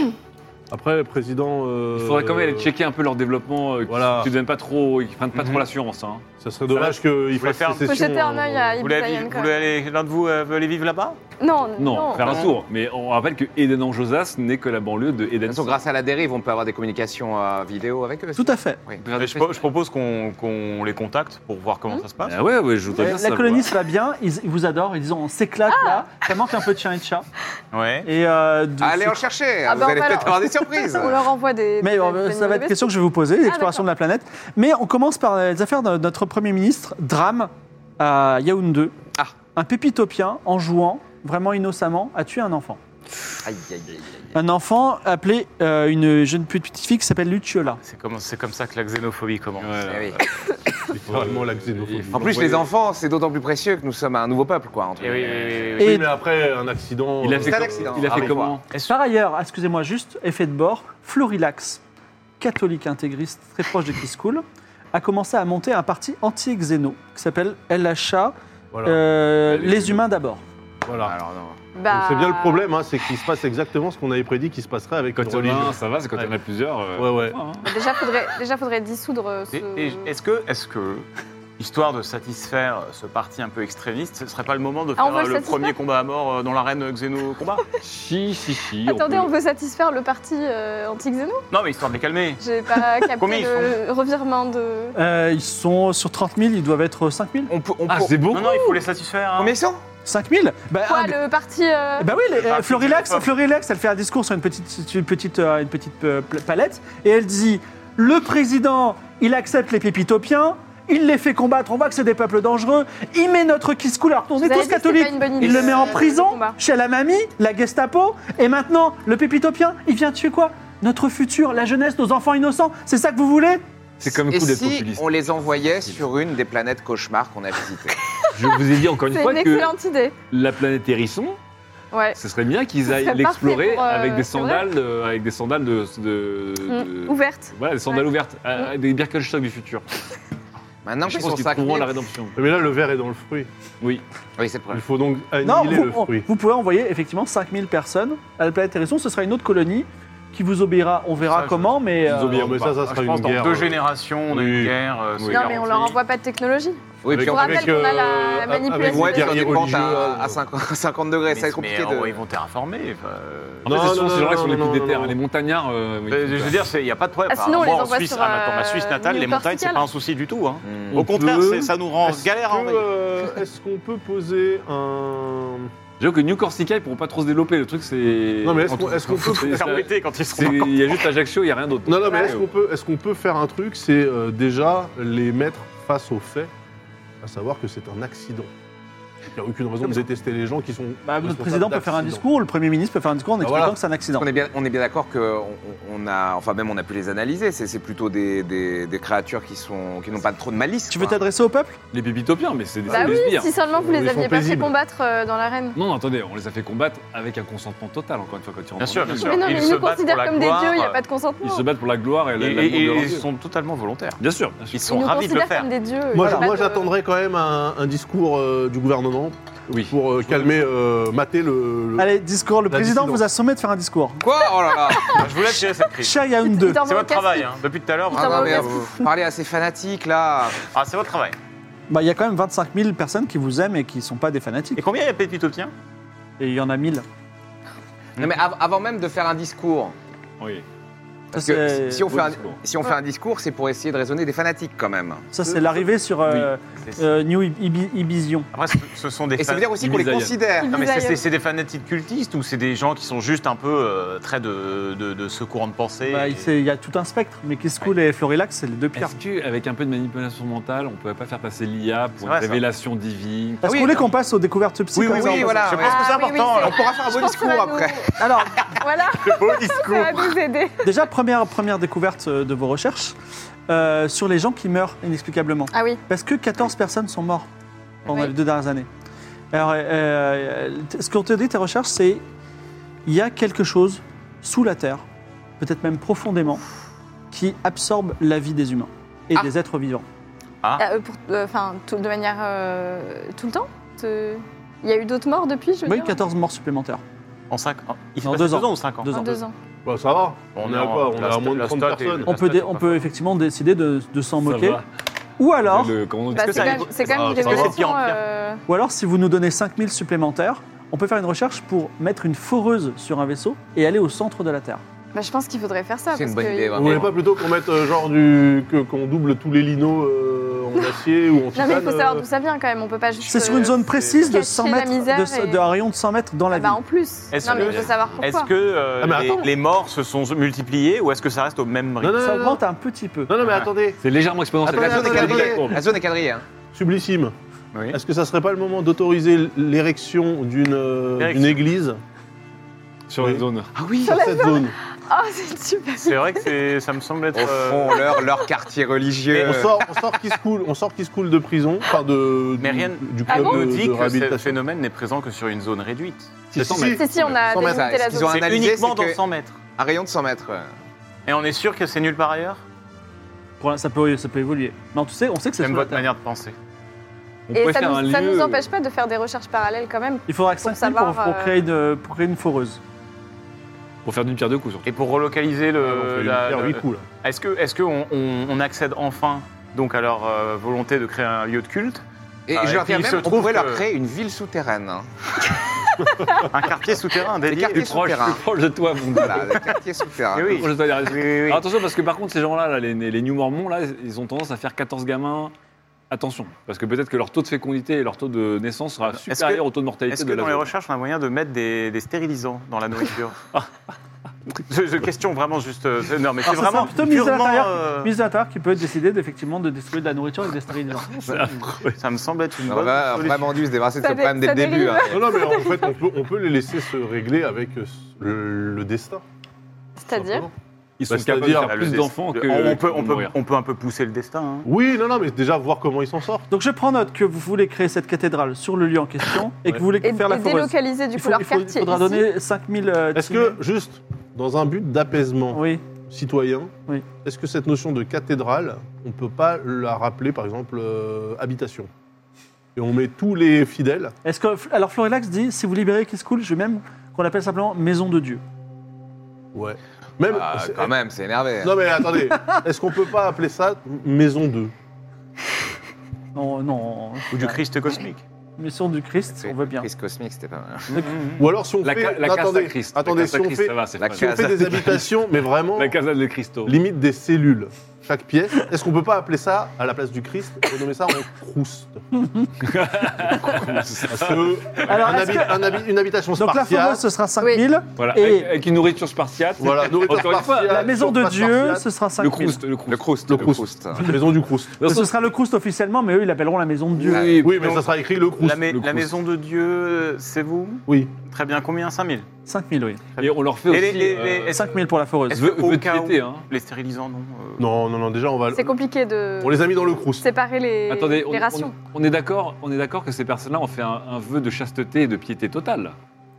F: Après, président. euh,
E: Il faudrait quand même aller checker un peu leur développement. euh,
F: Voilà.
E: Que tu donnes pas trop, qu'ils prennent pas trop l'assurance. Hein.
F: Ça serait dommage qu'il
C: voulez
F: fasse
C: faire-
F: sécession. hein,
A: Faut jeter un œil à
C: Vous voulez,
A: Ibizaïon
C: vivre-
A: quand
C: vous voulez
A: même.
C: aller, l'un de vous euh, veut aller vivre là-bas
A: Non,
E: Non,
A: non. Ah.
E: faire un tour. Mais on rappelle que Eden en Josas n'est que la banlieue
D: De
E: de Eden.
D: toute façon, grâce à la dérive, on peut avoir des communications euh, vidéo avec eux.
B: Tout à fait.
C: Mais je, pro- je propose qu'on qu'on les contacte pour voir comment ça se passe.
E: Ah ouais, ouais, je voudrais bien
B: la
E: savoir.
B: colonie se va bien, ils, ils vous adorent, ils disent on s'éclate là, ça manque un peu de chien et de chat.
C: Ouais.
B: Et, euh, de-
D: Allez en chercher,
A: Ah
D: vous
A: ben,
D: allez
A: on va
D: peut-être
A: leur-
D: avoir des surprises.
A: On leur envoie des.
B: Mais
A: des-
B: euh,
A: des
B: ça va être
A: nouvelles
B: question que je vais vous poser, l'exploration
A: d'accord.
B: de la planète. Mais on commence par les affaires de notre Premier ministre, drame à Yaoundé.
D: Ah.
B: Un pépitopien, en jouant, vraiment innocemment, a tué un enfant.
D: Aïe, aïe, aïe, aïe.
B: Un enfant appelé euh, une jeune petite fille qui s'appelle Luciola.
C: C'est comme, c'est comme ça que la xénophobie commence.
E: Voilà.
D: Eh oui.
F: Littéralement la xénophobie.
D: En plus, les enfants, c'est d'autant plus précieux que nous sommes à un nouveau peuple, quoi. Entre
C: Eh oui, oui, oui, oui, oui.
F: Oui,
B: Et-
F: mais après, un accident.
E: Il a
F: euh,
E: fait,
D: C'est un accident.
E: il a fait
D: Ah,
E: comment
B: Par ailleurs, excusez-moi juste, effet de bord, Florilax, catholique intégriste très proche de Kiss School, a commencé à monter un parti anti-exéno qui s'appelle LHA,
F: Voilà.
B: euh,
F: Les
B: les humains d'abord.
F: voilà.
D: Alors, non.
A: Bah,
F: Donc, C'est bien le problème, hein, c'est qu'il se passe exactement ce qu'on avait prédit qu'il se passerait avec
E: Quand
F: une
E: il y en a
F: religion.
E: un, ça va, c'est quand il y en a plusieurs. euh,
F: Ouais, ouais.
E: hein.
A: Déjà, faudrait, déjà, faudrait dissoudre euh, ce.
C: Et- et Est-ce que, est-ce que, histoire de satisfaire ce parti un peu extrémiste, ce serait pas le moment de
A: Ah,
C: faire
A: on va
C: euh,
A: le
C: le,
A: satisfaire
C: premier combat à mort euh, dans l'arène Xeno combat
E: Si, si, si.
A: Attendez,
E: peut-
A: on veut satisfaire le parti euh, anti-Xeno
C: Non, mais histoire de les calmer.
A: J'ai pas
C: Combien
A: capté
C: ils
A: le revirement de.
B: Euh, ils sont sur 30 000, ils doivent être 5 000
D: On peut. On
E: Ah,
D: peut...
E: c'est beau
C: Non, non, il faut les satisfaire. hein.
D: 100
B: 5 000 bah,
A: Quoi,
B: un-
A: le parti. euh,
B: bah oui, les-
C: Bah,
B: euh, Florilax,
C: c'est-
B: Florilax, elle fait un discours sur une petite, une petite, euh, une petite euh, pla- palette et elle dit Le président, il accepte les pépitopiens, il les fait combattre, on voit que c'est des peuples dangereux, il met notre kiss cool, alors on
A: vous
B: est
A: avez dit
B: tous
A: que c'était
B: catholiques,
A: pas une bonne idée,
B: il le met en
A: euh, de
B: prison,
A: combat.
B: chez la mamie, la Gestapo, et maintenant, le pépitopien, il vient tuer quoi Notre futur, la jeunesse, nos enfants innocents, c'est ça que vous voulez
E: C'est comme
D: Et
E: cool d'être
D: si
E: populiste.
D: on les envoyait sur une des planètes cauchemars qu'on a visitées
E: Je vous ai dit encore une
A: C'est
E: fois
A: une
E: que
A: excellente idée.
E: la planète Hérisson,
A: Ouais.
E: ce serait bien
A: Ce
E: qu'ils
A: serait
E: aillent
A: parfait
E: l'explorer
A: pour, euh,
E: avec des
A: c'est
E: sandales, euh, avec des sandales de, de- de-
A: Mm. Ouverte.
E: Voilà, des sandales
A: Ouais. Mmh.
E: ouvertes, euh, avec des Birkenstock du futur.
D: Maintenant
E: je
D: qu'ils
E: pense
D: sont
E: qu'ils
D: 5
E: trouveront
D: 000.
E: la rédemption.
F: Mais là, le verre est dans le fruit.
D: Oui, c'est le
F: Il
D: problème.
F: faut donc
B: Non,
F: annihiler
B: vous,
F: le fruit.
B: vous pouvez envoyer effectivement 5000 personnes à la planète Hérisson, ce sera une autre colonie qui vous obéira, on verra
C: Ça, je-
B: comment, mais...
F: Ils
B: euh,
F: obéiront. mais ça, ça
C: Ah,
F: sera
C: je pense
F: une
C: dans
F: guerre,
C: deux
F: euh.
C: générations, on a
E: Oui.
C: une guerre. euh,
E: Oui.
C: c'est
A: Non, mais on
C: garanti.
A: leur envoie pas de technologie.
D: Oui,
F: Avec-
D: puis on
A: rappelle
D: avec,
A: qu'on a la
F: euh, avec
A: manipulation
F: moi,
D: ouais,
A: des
D: ça
F: guerrier
D: dépend
F: religieux.
D: à, à
F: euh,
D: 50 50 degrés, ça va
C: Mais,
D: être compliqué
C: mais,
D: de.
C: euh, ils vont t'informer.
E: Ah
C: enfin, euh,
E: En fait,
F: Non,
E: c'est sûr,
F: non,
E: ces gens-là
F: non,
E: qui sont les
F: non,
E: plus
F: non,
E: déter.
F: non.
E: hein, Les montagnards. euh, oui,
C: euh, je
E: tout
C: veux
E: ça.
C: dire, c'est- il n'y a pas de problème.
A: Ah, sinon, on les
C: moi, en
A: envoie
C: Suisse,
A: sur,
C: ah, mais attends, ma
A: euh,
C: Suisse natale, les
A: New
C: montagnes, c'est
A: Corsica.
C: pas un souci du tout. hein.
D: Hmm.
C: Au
E: On
C: contraire,
E: peut-
C: c'est- ça nous rend
F: Est-ce
C: galère. hein,
F: que,
C: en vrai.
F: euh, Est-ce qu'on peut poser un.
E: J'avoue que New Corsica, ils pourront pas trop se développer. Le truc, c'est.
F: Non, mais est-ce
E: en
F: qu'on-
E: tout-
F: est-ce qu'on peut-
E: c'est-
C: Faire péter quand ils
E: c'est-
C: seront encore-
E: Il y a juste Ajaccio, il n'y a rien d'autre.
F: Non, non, mais
E: Ouais.
F: est-ce qu'on peut, est qu'on peut faire un truc C'est euh, déjà les mettre face aux faits, à savoir que c'est un accident. Il n'y a aucune raison de détester les gens qui sont.
B: bah, notre président peut faire un
F: responsables
B: discours, le Premier ministre peut faire un discours en
F: Bah,
B: expliquant
F: voilà.
B: que c'est un accident.
D: On est bien, on est bien d'accord qu'on on a, enfin même on a pu les analyser. C'est c'est plutôt des, des- des créatures qui sont, qui n'ont pas trop de malice.
B: Tu veux
D: quoi.
B: t'adresser au peuple
E: Les bibitopiens, mais c'est des
A: Bah
E: c'est des
A: oui,
E: sbires.
A: si seulement vous
F: Ils
A: les
F: sont
A: aviez pas fait
F: paisibles.
A: combattre euh, dans l'arène.
E: Non, non, attendez, on les a fait combattre avec un consentement total, encore une fois, quand ils rentrent.
C: Bien
E: en
C: sûr, bien
E: ville.
C: sûr.
A: Mais non,
C: Ils
A: mais
C: se
A: ils nous
C: battent
A: considèrent
C: pour la
A: comme des
C: gloire,
A: dieux, il n'y a
C: euh,
A: pas de consentement.
E: Ils se battent pour la gloire et
C: Et,
E: la-
C: et- et
E: l'amour de
C: ils
E: leur
C: sont totalement volontaires.
E: Bien sûr, bien sûr.
C: Ils
A: Ils
C: sont
A: nous
C: ravis de le
A: considèrent
C: faire.
A: comme des dieux. il y a
F: Moi, je-
A: pas
F: moi,
A: de-
F: j'attendrais quand même un, un discours euh, du gouvernement
E: Oui.
F: pour euh, calmer, euh, mater le. le-
B: Allez, discours, le
F: La
B: président
F: dissidence.
B: vous a sommé de faire un discours.
D: Quoi Oh là là
C: Je voulais tirer cette crise.
B: Chai Yaoundé.
A: Ils t'envoient
C: C'est
A: au
C: votre travail,
A: casse-pipe.
C: hein. depuis tout à l'heure.
A: Ils
D: ah,
C: vraiment.
D: non,
A: t'envoient
D: mais
A: au
D: vous parlez à ces fanatiques là.
C: Ah, c'est votre travail.
B: Bah, il y a quand même 25 000
F: hein
B: personnes qui vous aiment et qui ne sont pas des fanatiques.
C: Et combien il y a Pépito tient
B: Et il y en a 1000.
D: Non, mais av- avant même de faire un discours,
E: Oui.
D: parce
B: Ça,
D: que
B: c'est-
D: si- si on,
E: beau
D: fait un,
E: discours.
D: si on fait un discours, c'est pour essayer de raisonner des fanatiques quand même.
B: Ça, c'est l'arrivée sur euh,
C: C'est-
B: euh, New Ib- Ibi- Ibizion.
C: Après, ce, ce sont des
D: Et ça
C: fan-
D: veut dire aussi qu'on les
E: Ibizaïen.
D: considère.
C: Non, mais c'est- c'est
A: Ibizaïen.
C: c'est des fanatiques cultistes ou c'est des gens qui sont juste un peu euh, très de, de, de ce courant de pensée
B: Bah,
C: et-
B: il s'est- il y a tout un spectre, mais Kiskool et Florilax, c'est les deux pires.
E: Est-ce qu'avec un peu de manipulation mentale, on ne pouvait pas faire passer l'IA
C: C'est
E: pour
C: vrai,
E: une
C: ça.
E: révélation divine
B: Est-ce
D: Ah oui,
B: qu'on voulait
D: non.
B: qu'on passe aux découvertes
D: Oui, oui,
B: psychologiques
D: oui, voilà.
C: Je
D: ouais.
C: pense que c'est
A: Ah, oui, oui,
C: important. hein.
A: c'est-
D: On pourra faire un beau
A: Je pense que ça
D: discours
A: va
D: après.
A: nous-
B: Alors,
A: Voilà,
C: Le beau
A: ça va
C: discours.
A: nous aider.
B: déjà, première, première découverte euh, de vos recherches euh, sur les gens qui meurent inexplicablement.
A: Ah oui.
B: Parce que 14 personnes sont mortes pendant
A: Oui.
B: les deux dernières années. Alors, euh, euh, ce qu'on te dit, tes recherches, c'est il y a quelque chose sous la Terre, peut-être même profondément, qui absorbe la vie des humains et
D: Ah.
B: des êtres vivants.
A: Euh, pour- euh, Enfin, tout- de manière euh, tout le temps. te- Il y a eu d'autres morts depuis, je veux
B: Oui,
A: dire
B: 14 morts supplémentaires.
C: En cinq ans. Il se
B: Dans
C: passe
B: deux
C: deux
B: ans.
C: ans ou cinq ans
B: Deux
A: en
B: ans.
A: deux ans.
F: Bah, ça va.
C: Bon,
F: On est
C: non,
F: à quoi On est
C: la
F: à
C: sta-
F: moins de
C: la
F: 30
C: stat est-
F: personnes.
B: On peut,
C: stat
B: dé-
C: est
B: on
C: pas
B: peut effectivement décider de, de s'en
E: Ça
B: moquer.
E: va.
B: Ou alors,
E: Le- comment on dit
A: Bah,
C: que
A: c'est
C: ça
A: quand
C: va
A: même-
C: être-
A: c'est quand
F: ça
A: même
F: va-
A: une
F: ça va être
A: évolution.
C: pire en pire.
A: euh,
B: ou alors, si vous nous donnez 5000 supplémentaires, on peut faire une recherche pour mettre une foreuse sur un vaisseau et aller au centre de la Terre.
A: bah, Je pense qu'il faudrait faire ça.
D: C'est une
A: parce
D: bonne
A: que-
D: idée.
F: Vous
D: vraiment.
F: voulez pas plutôt qu'on mette euh, genre du. que- qu'on double tous les linos euh, en acier ou en
A: Non,
F: titane
A: mais il faut savoir
F: euh,
A: d'où ça vient quand même. On peut pas juste.
B: C'est sur une
A: euh,
B: zone précise de
A: cacher
B: 100
A: la
B: mètres,
A: misère
B: de,
A: et-
B: d'un rayon de 100 mètres dans la
A: Ah
B: ville.
A: bah en plus.
C: Est-ce
A: Non, mais
C: que-
A: il faut savoir pourquoi.
C: Est-ce que euh,
F: Ah, mais
C: les,
F: attends.
C: les morts se sont multipliés ou est-ce que ça reste au même rythme
F: Non, non,
B: Ça
F: non, non.
B: augmente hein. un petit peu.
F: Non, non, mais attendez,
E: C'est légèrement exponentiel.
D: Attends, la zone est
F: attendez,
D: quadrillée.
F: attendez.
D: La zone est quadrillée. hein.
F: sublissime.
C: Oui.
F: Est-ce que ça serait pas le moment d'autoriser l'érection d'une euh,
C: L'érection.
F: d'une église
E: Sur
F: Oui.
E: les zones.
D: Ah oui.
F: sur cette zone
A: Oh, c'est super.
C: C'est vrai que c'est- ça me semble être.
D: Au
C: euh,
D: fond, leur, leur quartier religieux.
F: On sort, on sort qui se coule, on sort qui se coule de prison, enfin de
C: Mais
F: du-
C: rien
F: du
A: Ah
F: club
A: bon
F: de,
C: nous
F: de
C: dit que ce
F: réhabilitation.
C: phénomène n'est présent que sur une zone réduite.
F: Si, si, si.
C: euh,
A: C'est si, on a
D: 100 mètres,
A: délimité la
D: est-ce qu'ils ont
A: zone.
D: un-
C: C'est
D: analysé,
C: uniquement
D: c'est
C: dans
D: que-
C: 100 mètres.
D: Un rayon de 100 mètres. euh.
C: Et on est sûr que c'est nul par ailleurs
B: Pour- ça, peut, ça peut évoluer. Mais on sait, on sait que c'est
C: J'aime
B: sous la
C: votre
B: Terre.
C: manière de penser.
E: On
A: Et
E: pourrait
A: ça
E: faire un
A: nous, ça
E: lieu-
A: nous empêche pas de faire des recherches parallèles quand même.
B: Il faudra que 5000 pour,
A: savoir,
B: pour
A: euh,
B: créer une, pour créer une foreuse.
E: Pour faire d'une pierre deux coups, surtout.
C: Et pour relocaliser
F: Ah, on fait
C: le.
F: une
C: la-
F: pierre
C: le-
F: huit coups, là.
C: Est-ce que, est-ce que on, on- on accède enfin donc à leur euh, volonté de créer un lieu de culte,
D: Et
C: Ah,
D: je
C: et
D: leur
C: puis
D: dis
C: il se
D: même, on
C: trouve
D: pourrait leur
C: que-
D: créer une ville souterraine. hein.
C: un quartier souterrain dédié
D: quartiers
E: Plus proche,
D: souterrains.
E: plus proche de toi, mon gars.
D: Voilà, le quartier souterrain.
C: Eh
E: Plus
C: oui.
E: proche de toi, il y a-
C: Oui, oui, oui.
E: Alors, Attention, parce que par contre, ces gens-là, là, les, les New Mormons, là, ils ont tendance à faire 14 gamins. Attention, parce que peut-être que leur taux de fécondité et leur taux de naissance sera
C: Est-ce
E: supérieur
C: que-
E: au taux de mortalité
C: Est-ce
E: de
C: que
E: la
C: dans les
E: zone.
C: recherches, on a moyen de mettre des, des stérilisants dans la nourriture je, je question vraiment juste. euh, non, mais c'est
B: Alors, Ah, ça,
C: vraiment
B: c'est plutôt mise à
C: purement.
B: l'intérieur.
C: euh,
B: Mise à part qui peut décider d'effectivement de distribuer de la nourriture avec des stérilisants.
C: ça me semble être une
D: On
C: bonne
D: va
C: solution.
D: vraiment dû se débarrasser de
A: Ça
D: ce
A: dé-
D: problème dès
A: ça
D: le début.
A: dérive.
D: hein.
F: Non, non, mais en fait, on peut, on peut les laisser se régler avec euh, le, le destin.
A: C'est-à-dire
F: simplement.
E: Ils sont
F: Bah,
E: capables de
F: c'est-à-dire-
E: faire
C: Ah, le
E: plus
C: dé-
E: d'enfants
C: le-
E: que.
C: on peut, on,
E: que de
C: peut,
E: mourir.
C: on peut un peu pousser le destin. hein.
F: Oui, non, non, mais déjà voir comment ils s'en sortent.
B: Donc je prends note que vous voulez créer cette cathédrale sur le lieu en question et que vous voulez
A: et,
B: faire la
A: et
B: foreuse.
A: délocaliser du
B: Il,
A: coup
B: faut-
A: leur
B: il faut- il
A: quartier.
B: faudra
A: ici.
B: donner 5000... euh,
F: Est-ce que,
B: timides.
F: juste, dans un but d'apaisement
B: Oui.
F: citoyen,
B: Oui.
F: est-ce que cette notion de cathédrale, on ne peut pas la rappeler, par exemple, euh, habitation Et on met tous les fidèles.
B: Est-ce que... Alors Florilax dit, si vous libérez Kiskool, je vais même qu'on l'appelle simplement Maison de Dieu.
F: Ouais. Même.
D: Ah,
F: c'est-
D: quand même, c'est énervé. hein.
F: Non, mais attendez, est-ce qu'on peut pas appeler ça maison 2
B: Non, non.
C: Ou du Christ cosmique.
B: Maison du Christ, on veut bien.
D: Crise cosmique, c'était pas mal.
F: Ou alors si on
E: La,
F: fait.
E: ca- la
F: non,
E: casa
F: attendez,
E: Christ.
F: attendez,
E: la
F: si
E: casa
F: on
E: Christ,
F: fait-
E: ça va, c'est
D: la
E: pas
F: si on
E: mal.
F: fait des habitations, mais vraiment.
E: La casa de Christo.
F: limite des cellules, chaque pièce. Est-ce qu'on peut pas appeler ça, à la place du Christ, renommer ça en crouste Parce que
B: Alors,
F: un
B: est-ce
F: habi- un habi- une habitation
B: Donc la
F: spartiate,
B: foreuse, ce sera 5000.
A: Oui.
E: Voilà,
B: Et-
E: avec, avec une nourriture spartiate.
F: voilà, nourriture
E: Encore une fois,
F: spartiate,
B: La maison de
F: surface
B: Dieu,
F: spartiate,
B: ce sera 5000.
E: le croust, le croust.
D: Le Proust,
F: le Bah
D: le hein.
F: Proust.
D: Proust.
F: la maison du Proust.
E: Dans
B: Ce
E: son-
B: sera le Croust officiellement, mais eux, ils l'appelleront la maison de Dieu.
C: Ah,
D: Ouais.
F: Oui, mais
C: Donc,
F: ça sera écrit le Proust.
C: La, mais-
E: le
C: la
E: Proust.
C: maison de Dieu, c'est vous
F: Oui.
C: Très bien, combien 5000
B: 5000, oui.
E: Et on leur fait
C: Et
E: aussi.
C: les- les- les-
E: euh,
C: est-ce-
B: 5000 pour la foreuse.
C: est-ce
E: vœux-
C: que au
E: vœux de
C: cas où-
E: piété, hein.
C: Les stérilisants, non euh,
F: Non, non, non, déjà on
B: Bah,
F: va.
A: C'est compliqué de
F: On les a mis dans le Proust.
A: séparer les,
E: Attendez, on,
A: les rations.
E: on- on est d'accord, on est d'accord que ces personnes-là ont fait un, un vœu de chasteté et de piété totale.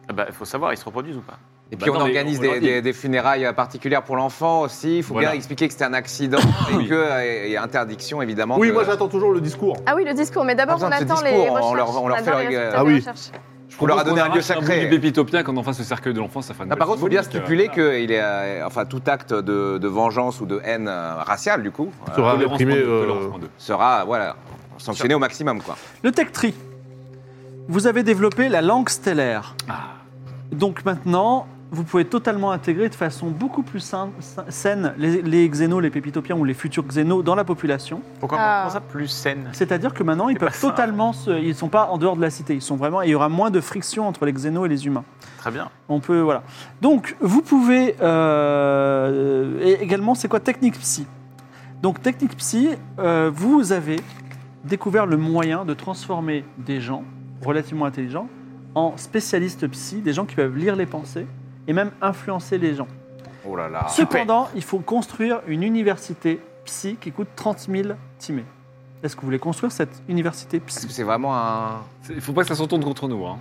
C: Ah bah, Il faut savoir, ils se reproduisent ou pas
D: Et
E: Bah
D: puis on
E: attends, mais
D: organise
E: on
D: des,
E: leur dit.
D: des- des funérailles particulières pour l'enfant aussi. Il faut
E: Voilà.
D: bien expliquer que c'était un accident et
E: Oui.
D: que euh, et interdiction évidemment.
F: Oui,
D: de-
F: moi j'attends toujours le discours.
A: Ah oui, le discours, mais d'abord
D: Pas
A: on
D: besoin de ce
A: attend les
D: discours, on
A: recherches.
D: leur- on leur
A: attend
D: fait
A: les
D: leur-
A: résultats
F: Ah
A: des
F: oui.
A: recherches.
D: on leur a donné un lieu
E: Un
D: sacré.
E: bout du pépitopien qu'on en fasse le cercueil de l'enfance, ça fait un
D: Non, Ah, par contre, il faut bien stipuler que il est, euh, enfin, tout acte de, de vengeance ou de haine euh, raciale, du coup, euh,
F: Sera réprimé. euh,
D: sera voilà, sanctionné au maximum. Quoi.
B: Le Tech Tree.
C: Ah.
B: Vous avez développé la langue stellaire. Donc maintenant, vous pouvez totalement intégrer de façon beaucoup plus sain- sain- saine les, les xénos, les pépitopiens ou les futurs xénos dans la population.
C: Pourquoi
A: Ah.
C: comment ça plus saine
B: C'est-à-dire que maintenant, ils
C: C'est pas
B: peuvent
C: ça.
B: totalement se- Ils sont pas en dehors de la cité. Ils sont vraiment... et Il y aura moins de friction entre les xénos et les humains.
C: Très bien.
B: On peut... Voilà. Donc, vous pouvez... euh, et également, c'est quoi Technique Psy. Donc, Technique Psy, euh, vous avez découvert le moyen de transformer des gens relativement intelligents en spécialistes psy, des gens qui peuvent lire les pensées et même influencer les gens.
D: Oh là
C: Ah,
D: là.
B: Cependant, il faut construire une université psy qui coûte 30 000 timés. Est-ce que vous voulez construire cette université
D: Est-ce
B: psy
D: que c'est vraiment un.
E: Il faut pas que ça se retourne contre nous. Hein.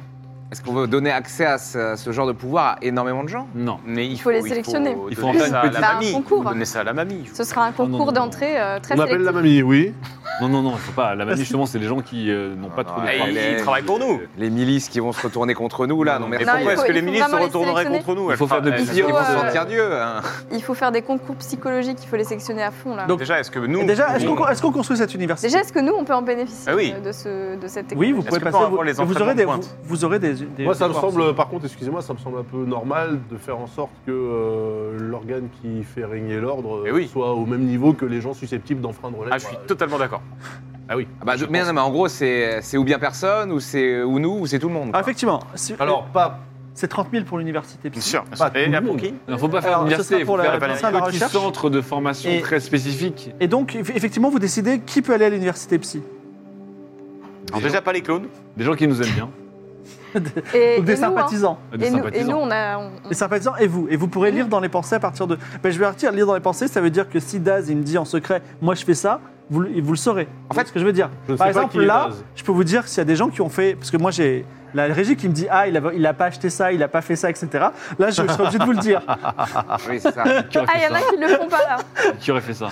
D: Est-ce qu'on veut donner accès à ce, à ce genre de pouvoir à énormément de gens
E: Non.
C: Mais il
A: faut les sélectionner. Bah,
C: Il
E: Il faut
C: faut,
E: en
C: donner
E: faire une
C: ça à
E: petite-
C: la
A: Faire un
C: mamie.
A: concours.
C: Faut donner ça à la mamie.
A: Ce sera un
E: non, non,
A: concours
E: non.
A: d'entrée euh, très
F: On appelle
A: sélectif.
F: la mamie, oui.
E: Non, non, non, il faut pas. La mamie, justement, c'est les gens qui euh, n'ont pas
D: Non,
E: trop
D: non,
E: de
C: Et
D: elle
E: travail.
D: est-
C: ils travaillent Ah, pour nous.
D: Les milices qui vont se retourner contre nous, là, non,
E: Non,
C: Mais
D: merci.
A: Non, il
C: pourquoi est-ce
A: faut-
C: que les
A: il faut
C: milices se
A: vraiment les
C: retourneraient
A: sélectionner.
C: contre nous
E: Il faut
C: Elles
E: faire de
C: elles-
D: Ils vont
A: faut,
D: se
A: euh,
D: sentir Dieu. hein.
A: Il faut faire des concours psychologiques, il faut les sélectionner à fond là.
B: Donc-
C: Déjà, est-ce que
B: Et
C: nous.
B: Déjà, est-ce
C: on-
B: qu'on est-ce qu'on construit cette université
A: Déjà, est-ce que nous, on peut en bénéficier
C: Ah oui.
A: euh, de, ce, de cette
B: Oui,
A: technologie
B: vous
C: Est-ce
B: pouvez
C: que
B: passer.
C: par
B: Vous,
C: rapport aux
B: et vous aurez
C: entraînements
B: des,
C: de
B: vous,
C: pointe
B: vous aurez des. des-
F: Moi, ça
B: des
F: me
B: forces.
F: semble, par contre, excusez-moi, ça me semble un peu normal de faire en sorte que euh, l'organe qui fait régner l'ordre
C: Eh
F: euh,
C: oui.
F: soit au même niveau que les gens susceptibles d'enfreindre la
C: Ah, je suis totalement d'accord.
F: Ah oui.
D: Ah bah,
F: Je
D: mais,
F: pense.
D: non, mais en gros, c'est c'est ou bien personne, ou c'est ou nous, ou c'est tout le monde.
B: Ah,
D: quoi.
B: effectivement. si-
F: Alors, pas.
B: c'est 30 000 pour l'université psy.
C: sûr.
F: Pas
C: Et
F: tout
C: là,
F: le
C: pour
F: monde.
C: qui
E: Il faut pas faire
B: Alors, ce
E: l'université,
B: sera
E: il
B: pour
E: faut
B: la-
E: faire
C: pour
B: ça, la
E: un petit
B: recherche.
E: centre de formation
B: Et-
E: très spécifique.
B: Et donc, eff- effectivement, vous décidez qui peut aller à l'université psy.
C: Alors, Déjà, pas les clones.
E: Des gens qui nous aiment bien.
A: Et,
B: Donc des
A: et nous, hein.
B: sympathisants.
E: Des
A: Et nous, et nous,
E: sympathisants.
A: on a. on-
B: Des sympathisants et vous. Et vous
A: Mm.
B: pourrez lire dans les pensées à partir de. Ben, je vais partir lire dans les pensées, ça veut dire que si Daz il me dit en secret, moi je fais ça, vous, le- vous le saurez. En fait, ce que je veux dire.
F: Je ne
B: Par
F: sais pas
B: exemple,
F: qui est
B: là,
F: Daz.
B: je peux vous dire s'il y a des gens qui ont fait. Parce que moi j'ai la régie qui me dit Ah, il a, il a pas acheté ça, il a pas fait ça, etc. Là, je, je serai obligé de vous le dire.
D: Oui, c'est ça.
E: Qui aurait
A: Ah, il y
E: fait
A: en a
E: ça
A: qui le font pas là.
E: Qui aurait fait ça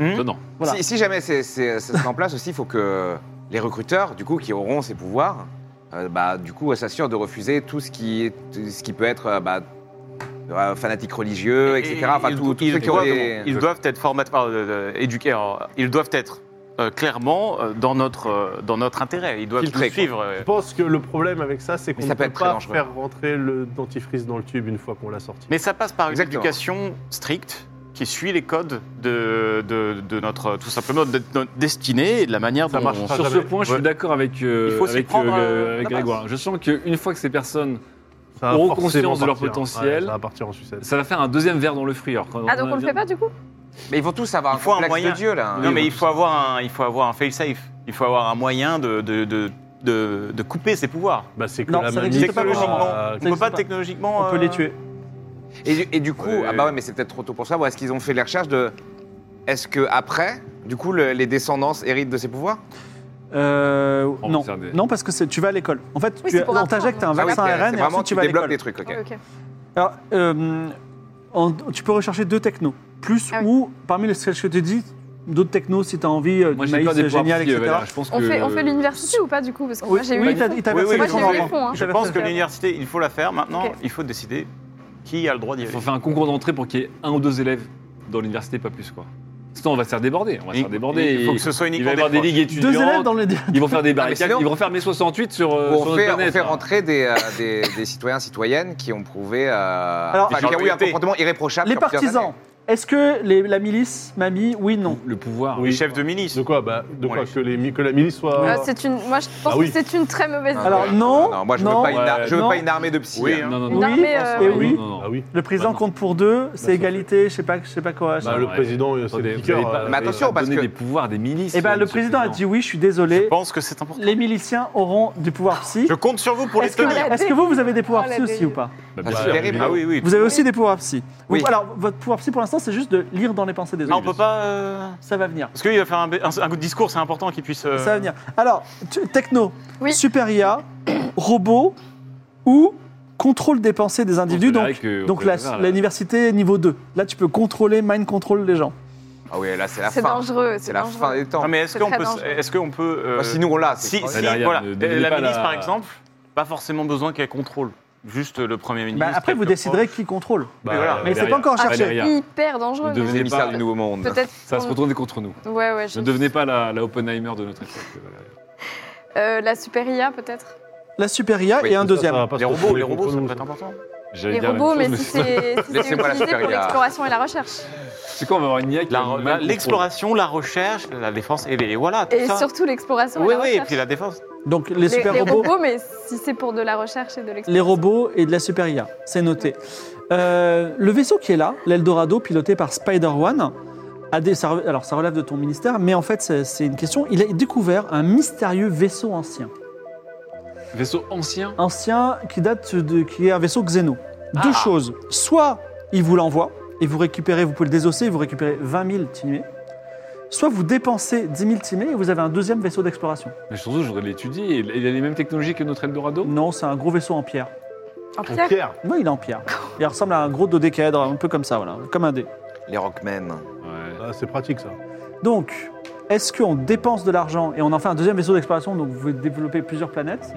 C: Hmm
E: Non, non.
B: Voilà.
D: si, si jamais c'est c'est- ça se met en place aussi, il faut que les recruteurs, du coup, qui auront ces pouvoirs, euh, bah, du coup, s'assurent de refuser tout ce qui, tout ce qui peut être euh, bah, euh, fanatique religieux, etc. Enfin,
C: ils,
D: tout, tout
C: ils
D: ceux qui ont
C: doivent,
D: des-
C: ils doivent être formatés, pardon, euh, euh, éduqués. alors, ils doivent être euh, clairement euh, dans notre euh, dans notre intérêt. Ils doivent nous
D: Filtrés, quoi.
C: suivre. euh.
F: Je pense que le problème avec ça, c'est qu'on
D: ça
F: ne
D: peut
F: peut
D: être très
F: pas
D: dangereux.
F: faire rentrer le dentifrice dans le tube une fois qu'on l'a sorti.
C: Mais ça passe par une
D: Exactement.
C: éducation stricte qui suit les codes de, de, de notre tout simplement de notre destinée et de la manière
F: Ça
C: dont
F: marche
C: on
F: pas
C: se-
E: Sur ce
F: jamais.
E: point, je suis
C: Ouais.
E: d'accord avec, euh,
C: Il faut s'y
E: avec,
C: prendre,
E: euh,
C: euh,
E: avec
C: à la
E: Grégoire. Je sens qu'une fois que ces personnes
F: Ça va
E: auront
F: forcément
E: conscience de leur
F: partir.
E: potentiel.
F: Ouais, ça va partir en sucette.
E: Ça va faire un deuxième verre dans le fruit. alors, quand
A: Ah, donc
E: a
A: on le
E: bien-
A: fait pas du coup
D: Mais ils vont tous avoir
C: Il
D: un
C: faut un
D: complexe
C: moyen.
D: de Dieu, là.
C: Non, mais il faut avoir un, il faut avoir un fail safe. Il faut avoir un moyen de de, de, de, de couper ses pouvoirs.
F: Bah, c'est que
B: Non,
F: la
B: ça
F: mamie.
B: n'existe pas
C: Technologiquement,
F: euh,
C: on peut
B: n'existe
C: pas
B: pas.
C: technologiquement.
B: On peut les
C: euh,
B: tuer.
D: Et, du- et du coup,
C: Ouais.
D: ah bah ouais, mais c'est peut-être trop tôt pour ça. Ou est-ce qu'ils ont fait les recherches de. Est-ce que après, du coup, le- les descendants héritent de ces pouvoirs
B: Euh,
E: Oh,
B: non.
E: c'est un des-
B: non, parce que c'est- tu vas à l'école. En fait, tu
A: Oui, c'est
B: as-
A: pour
B: on
A: apprendre.
B: t'injecte un
D: Ah oui,
B: vaccin
D: c'est-
B: ARN
D: c'est
B: et
D: vraiment,
B: ensuite tu
D: tu
B: vas à
D: débloques
B: l'école.
D: des trucs, ok.
A: Ah, ok.
B: Alors, euh, en- tu peux rechercher deux technos, plus
A: Ah oui.
B: ou parmi les sketchs que tu dis, d'autres technos si tu as envie, euh,
E: Moi,
B: du
E: j'ai peur
B: maïs
E: des
B: euh,
E: poires
B: génial,
E: psy, euh,
B: etc.
E: Valère, je pense
A: On
E: que-
A: fait, on fait l'université ou pas du coup Parce que moi j'ai eu.
B: oui,
A: le
B: t'as-
A: fond.
B: il t'a
C: Oui,
B: versé
C: oui,
B: le
C: je
B: fond
C: pense-
B: normalement.
A: fond, hein.
C: Je
B: T'as
C: pense
B: versé
C: que
B: le fond.
C: l'université, il faut la faire. Maintenant,
A: Ok.
C: il faut décider qui a le droit d'y
E: Il
C: aller.
E: faut faire un concours d'entrée pour qu'il y ait un ou deux élèves dans l'université, pas plus quoi. Sinon, on va se faire déborder. On va se faire déborder.
C: Il faut
E: et-
C: que ce soit
E: il va y
C: uniquement
E: avoir des
C: des
E: ligues étudiantes.
B: Deux élèves dans le.
E: Ils vont faire des barricades.
D: sinon-
E: Ils vont faire mai 68 sur, euh, sur
D: on
E: notre
D: fait, on
E: planète.
D: fait
E: là.
D: rentrer des, euh, des, des citoyens, citoyennes qui ont prouvé. euh,
B: Alors,
D: enfin, qui ont eu un
C: Majorité.
D: comportement irréprochable.
B: Les
D: sur plusieurs
B: partisans,
D: années.
B: est-ce que les- la milice, mamie, oui, non
E: Le pouvoir.
C: Les chefs de milice.
F: De quoi bah, De
C: Ouais.
F: quoi que, les, mi- que la milice soit.
A: Ah, c'est une... Moi je pense
F: Ah
A: que
F: oui.
A: c'est une très mauvaise idée.
B: Alors,
D: Ouais.
B: non,
D: non, moi je
B: non,
D: veux pas une, ar- je veux
B: non.
D: pas une armée de psy.
C: Oui,
D: hein.
E: Non, non,
A: Une
E: non.
B: Oui,
A: armée, euh,
B: et oui.
E: Non, non, non.
F: Ah oui.
B: Le président
E: Bah non.
B: compte pour deux,
F: ça
B: c'est égalité, je sais pas, je sais pas quoi. je sais
F: Bah,
B: pas.
F: le
E: ouais.
F: président, euh, c'est
E: Attendez,
F: le
E: vous
F: piqueur,
E: avez pas-
F: euh,
D: Mais
E: vous avez
D: attention,
E: pas
D: parce
E: donné
D: que-
E: des pouvoirs des milices.
B: Eh ben,
E: euh,
B: le
E: ce
B: président a
E: président.
B: dit oui, je suis
C: Je
B: désolé,
C: pense que c'est important.
B: les miliciens auront du pouvoir psy.
C: Je compte sur vous pour les
B: Est-ce que,
C: tenir.
A: tenir.
B: est-ce que vous, vous avez des pouvoirs
A: Ah, la
B: psy aussi
A: dérive.
B: ou pas
E: Bah,
D: Ah,
E: bien
D: c'est
E: sûr.
D: terrible.
C: Ah oui, oui.
B: Vous avez aussi des pouvoirs psy. Vous-
D: Oui.
B: alors, votre pouvoir psy pour l'instant, c'est juste de lire dans les pensées des autres.
C: Ah, on peut pas. euh,
B: Ça va venir.
C: Parce qu'il va faire un, un, un coup de discours, c'est important qu'il puisse. euh,
B: Ça va venir. Alors, tu- techno,
A: Oui.
B: super IA, robot ou contrôle des pensées des individus.
E: On peut
B: Donc,
E: l'arrêter que- on
B: donc
E: peut
B: la-
E: le faire, là.
B: l'université niveau 2. Là, tu peux contrôler, mind control les gens.
D: Ah oui, là c'est la
A: C'est
D: fin.
A: dangereux.
D: C'est la
A: dangereux.
D: fin des temps.
C: Non, Ah, mais est-ce
A: C'est
C: qu'on
A: très
C: peut.
A: dangereux.
C: Est-ce qu'on peut. euh,
D: Enfin, si nous on l'a.
C: Si,
D: c'est-
C: si,
E: Valériane,
C: voilà.
E: ne
C: Euh,
E: devinez
C: La
E: pas
C: ministre,
E: la-
C: par exemple, pas forcément besoin qu'elle contrôle. Juste euh, le Premier ministre.
B: Bah, après, vous
C: quelquefois.
B: déciderez qui contrôle.
F: Bah,
C: Mais voilà.
E: euh,
B: Mais c'est
E: Valéria.
B: pas encore cherché.
E: Valéria,
A: Hyper dangereux.
E: Ne
A: non
D: les
E: devenez
D: émissaires
E: pas-
D: du Nouveau Monde.
A: Peut-être.
E: Ça va se retourner contre nous.
A: Ouais, ouais. je-
E: Ne devenez pas la, la Oppenheimer de notre époque. Valéria.
A: Euh, La super IA peut-être
B: La super IA
D: Oui,
B: et un
F: ça,
B: deuxième.
F: ça va pas
C: Les
F: se
C: robots,
F: retrouver
C: les robots,
F: contre
C: ça
F: nous,
C: peut être important.
E: J'allais
A: Les
E: dire la
A: robots,
E: même
A: mais
E: chose,
A: si
E: c'est-
A: c'est si c'est utilisé
D: Laissez-moi la
A: pour
D: supérieure.
A: l'exploration et la recherche.
E: C'est quoi, on va avoir une IA qui
C: La-
E: va mal
C: la-
E: comprendre.
C: L'exploration, la recherche, la défense, et les, voilà, tout
A: Et
C: ça.
A: surtout l'exploration
C: oui,
A: et la
C: oui, et
A: recherche.
C: puis la défense.
B: Donc les
A: les,
B: super
A: les
B: robots,
A: robots, mais si c'est pour de la recherche et de l'exploration.
B: les robots et de la super IA, c'est noté. Euh, le vaisseau qui est là, l'Eldorado, piloté par Spider One, a des, ça, re- alors ça relève de ton ministère, mais en fait c'est c'est une question. Il a découvert un mystérieux vaisseau ancien,
E: Vaisseau ancien.
B: ancien qui date de, qui est un vaisseau Xeno. Deux choses. Soit il vous l'envoie et vous récupérez, vous pouvez le désosser, et vous récupérez 20 000 timés. Soit vous dépensez 10 000 timés et vous avez un deuxième vaisseau d'exploration.
E: Mais surtout, je voudrais l'étudier. Il il a les mêmes technologies que notre Eldorado.
B: Non, c'est un gros vaisseau en pierre.
A: En
F: En
A: pierre.
F: pierre.
B: Non, il est en pierre. Il ressemble à un gros dodécaèdre, un peu comme ça, voilà, comme un dé.
D: Les Rockmen.
E: Ouais.
F: Ah, c'est pratique ça.
B: Donc, est-ce qu'on dépense de l'argent et on en fait un deuxième vaisseau d'exploration, donc vous développez plusieurs planètes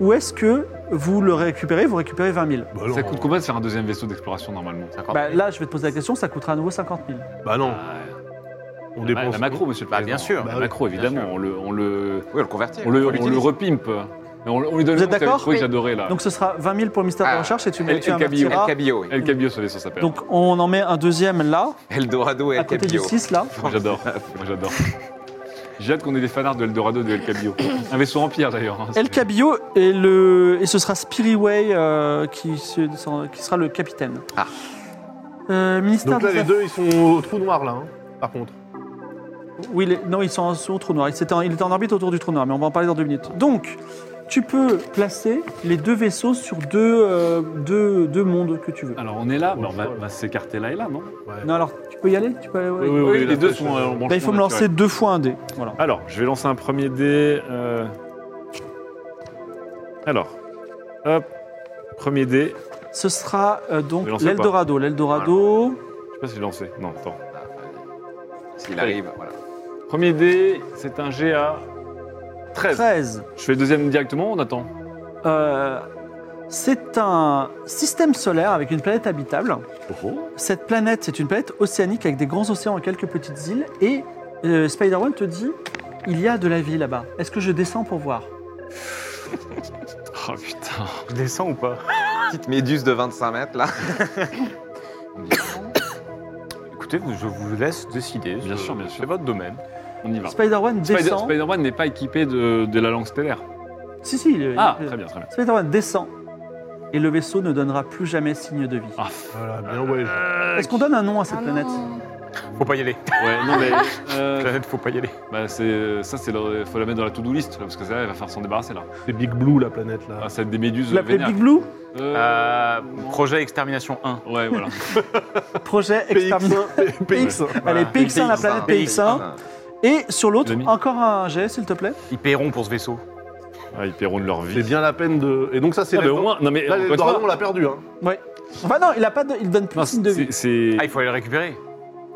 B: Ou est-ce que vous le récupérez, vous récupérez 20 000
F: Bah non.
E: Ça coûte combien de faire un deuxième vaisseau d'exploration normalement
B: Bah, Là, je vais te poser la question, ça coûtera à nouveau 50 000.
F: Bah non,
E: Ah,
F: on
E: la,
F: dépense.
E: la macro, monsieur le
C: Bah,
E: président.
C: bien sûr.
F: Bah
E: La
F: oui,
E: macro,
C: bien
E: évidemment.
C: sûr.
E: On le, on le,
D: Oui, le convertir.
E: on le, on
C: l'utilise.
E: le repimpe. Mais on, on lui donne
B: Vous êtes
E: le nom que t'avais
B: d'accord
E: trouvé que
A: Oui.
E: j'adorais là.
B: Donc, ce sera 20 000 pour le ministère de la
D: Ah,
B: Recherche et tu,
E: El-
B: tu
E: El
D: El
E: Cabio.
B: amortiras.
D: Cabio, oui.
E: El Cabio, ce vaisseau s'appelle.
B: Donc, on en met un deuxième là,
D: Eldorado et
B: à
D: El
B: côté du
D: Cabio.
B: 6 là.
E: Moi, J'adore. Moi, j'adore. J'ai hâte qu'on ait des fanarts de Eldorado de El Cabio. un vaisseau en pierre d'ailleurs. hein,
B: El
E: c'est-
B: Cabio et, le, et ce sera Spiriway euh, qui, se- qui sera le capitaine.
D: Ah.
B: Euh, ministère
F: Donc là,
B: des
F: les deux, ils sont au trou noir là, hein, par contre.
B: Oui, les- non, ils sont sous le trou noir. Il était, en, il était en orbite autour du trou noir, mais on va en parler dans deux minutes. Donc, tu peux placer les deux vaisseaux sur deux, euh, deux, deux mondes que tu veux.
E: Alors on est là, bah, on va, on va s'écarter là et là, non
F: Ouais.
B: Non, alors, tu peux y aller tu peux aller- ouais.
F: Oui, oui,
E: les
F: la
E: deux
F: flèche,
E: sont
F: euh,
E: en branchement
B: Bah, il faut me lancer
E: naturel.
B: deux fois un dé. Voilà.
E: Alors, je vais lancer un premier dé. euh, Alors, hop, premier dé.
B: Ce sera euh, donc
E: Mais lancez
B: l'Eldorado. L'Eldorado.
E: Je sais pas si j'ai lancé. Non, attends.
D: S'il arrive, voilà.
E: Premier dé, c'est un GA 13.
B: 13.
E: Je fais le deuxième directement, on attend.
B: Euh, c'est un système solaire avec une planète habitable.
E: Oh.
B: Cette planète, c'est une planète océanique avec des grands océans et quelques petites îles. Et euh, Spider-Man te dit il y a de la vie là-bas. Est-ce que je descends pour voir
E: Oh putain.
C: Je descends ou pas
D: Petite méduse de 25 mètres, là.
C: Écoutez, vous- je vous laisse décider.
E: Bien
C: Je-
E: sûr, bien sûr.
C: C'est votre domaine.
E: On y va.
B: Spider-Man
E: Spider-
B: descend.
E: Spider-Man n'est pas équipé de, de la langue stellaire.
B: Si, si. il est-
E: Ah,
B: il est-
E: très bien, très bien.
B: Spider-Man descend. Et le vaisseau ne donnera plus jamais signe de vie.
E: Ah,
F: Voilà, bien ouais. je-
B: Est-ce qu'on donne un nom à
A: Ah
B: cette
A: non.
B: planète
C: Faut pas y aller.
E: ouais, non mais. euh,
C: Planète, faut pas y aller.
E: bah, c'est, ça, c'est le- faut la mettre dans la to-do list, là, parce que ça, elle va faire s'en débarrasser là.
F: C'est Big Blue la planète là.
E: Ah, ça va être des méduses.
B: Vous l'appelez
E: vénères.
B: Big Blue
E: Euh,
C: Euh, projet Extermination 1.
E: Ouais, voilà.
B: Projet Extermination. PX. Allez, PX1, la planète PX1. Et sur l'autre,
E: Demi.
B: encore un jet, s'il te plaît.
C: Ils paieront pour ce vaisseau.
E: Ah, ils paieront de leur vie.
F: C'est bien la peine de. Et donc ça, c'est.
E: Ah, mais
F: la-
E: au moins, non mais.
F: Là,
E: encore une
F: l'Eldorado,
E: fois-
F: on l'a perdu. Hein.
B: Enfin non, il a pas de- il donne plus
E: Non,
B: signe de vie.
E: c'est- c'est
C: Ah, il faut aller le récupérer.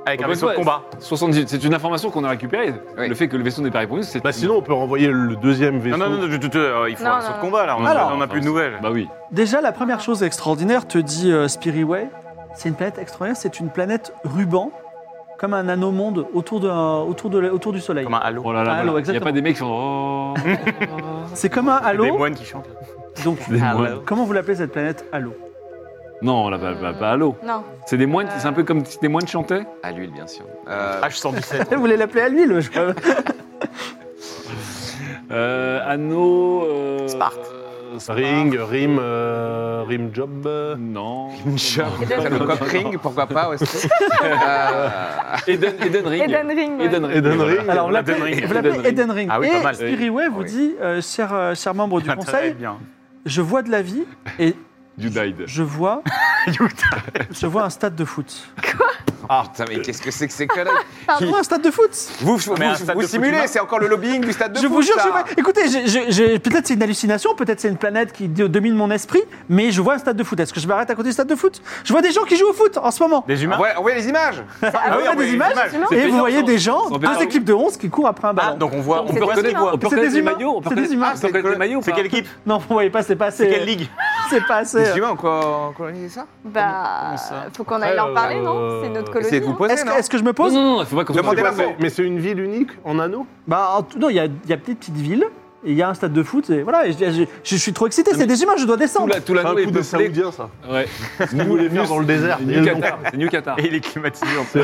C: Avec
E: Ah,
C: un
E: bah,
C: vaisseau de
E: ouais.
C: combat.
E: 78. C'est une information qu'on a récupérée.
D: Oui.
E: Le fait que le vaisseau n'est pas répondu, c'est.
F: Bah sinon, on peut renvoyer le deuxième vaisseau.
C: Non, non, non, je- je- je- euh, il faut
A: Non,
C: un vaisseau
A: non.
C: de combat là. On
B: Alors.
C: on n'a plus de nouvelles.
E: Bah oui.
B: Déjà, la première chose extraordinaire, te dit euh, Spiriway, c'est une planète extraordinaire, c'est une planète ruban, comme un nanomonde autour, de, autour, de, la- autour du Soleil.
C: Comme un halo.
E: Oh là là.
B: Ah, non,
E: Il n'y a
B: exactement.
E: pas des mecs qui sont. Oh.
B: C'est comme un
C: Des
B: halo.
C: moines qui chantent.
B: Donc,
E: Des moines.
B: comment vous l'appelez cette planète halo
E: Non, là, pas, pas, pas Halo.
A: Non.
E: C'est des moines, c'est un peu comme si des moines chantaient.
D: À l'huile, bien sûr. Euh,
C: Ah, H117.
B: Eh, Vous voulez l'appeler à l'huile je crois.
E: Euh, Anno. euh,
C: Sparte.
E: euh, Sparte.
F: Ring, rim, euh, rim job. euh,
E: Non.
D: le cock ring, pourquoi pas aussi. Euh,
E: Eden, Eden Ring.
A: Eden Ring. ouais.
E: Eden Ring.
F: Eden
E: Voilà.
F: Ring.
B: Alors, on
C: Eden
B: l'appelle
C: Ring.
B: vous l'appelez
E: Eden Ring.
B: Eden Ring.
C: Ah oui, pas
B: et
C: mal.
B: Spiriway vous
D: oui.
B: dit, euh, cher, euh, cher membre du conseil,
C: bien.
B: je vois de la vie et
E: You died.
B: je vois, je vois un stade de foot.
D: Ah, putain, mais qu'est-ce que c'est que ces conneries
B: Je vois un stade de foot
D: Vous, vous,
C: Mais un
D: vous
C: stade de foot
D: simulez,
C: humain.
D: c'est encore le lobbying du stade de
B: Je
D: foot,
B: vous jure,
D: ça.
B: je vois- écoutez, je- je- je- peut-être c'est une hallucination, peut-être c'est une planète qui d- domine mon esprit, mais je vois un stade de foot. Est-ce que je m'arrête à côté du stade de foot Je vois des gens qui jouent au foot en ce moment.
C: Des humains
D: Envoyez, envoyez les images
B: Ah,
C: oui,
B: on a
C: on voit
B: des
C: les
B: images,
C: images.
A: Absolument.
C: C'est
B: et vous
C: payant,
B: voyez
C: sans-
B: des gens,
E: sans
B: deux
E: payant.
B: équipes de 11 qui courent après un
C: Ah,
B: ballon.
C: donc on voit.
A: C'est
C: on peut
A: des
C: reconnaître les
A: humains.
C: voix.
E: On peut
B: C'est des
E: reconnaître les
B: humains.
E: maillots, on peut
B: C'est des
E: reconnaître-
B: humains.
E: on peut reconnaître les maillots. ou
C: C'est
E: pas
C: quelle équipe
B: Non, vous voyez pas, c'est pas assez.
C: C'est quelle ligue
B: C'est pas assez.
D: Les humains, on co- on colonise ça
A: Bah,
C: Comment ça
A: faut qu'on aille leur
F: Ouais,
A: parler,
F: euh,
A: non C'est notre colonie.
D: Essayez de vous
A: hein.
D: poser,
B: Est-ce que,
D: non
B: est-ce que je me
E: Non,
B: pose
E: non, non, il faut pas qu'on se
D: Demandez
F: Mais
D: la
F: c'est-
D: mort.
F: Mais c'est une ville unique en anneau
B: Bah, en tout- non, il y a, il y a des petites villes. Et il y a un stade de foot, et voilà, et je, je- je suis trop excité, c'est des humains, je dois
E: Tout
B: descendre.
E: la- Tout
F: C'est un
E: l'anneau est
F: coup de
E: peuplé.
F: Saoudien, ça.
E: Ouais.
F: Nous, les faire dans le désert.
E: C'est New Qatar. C'est New Qatar.
C: Et il est climatisé en plus.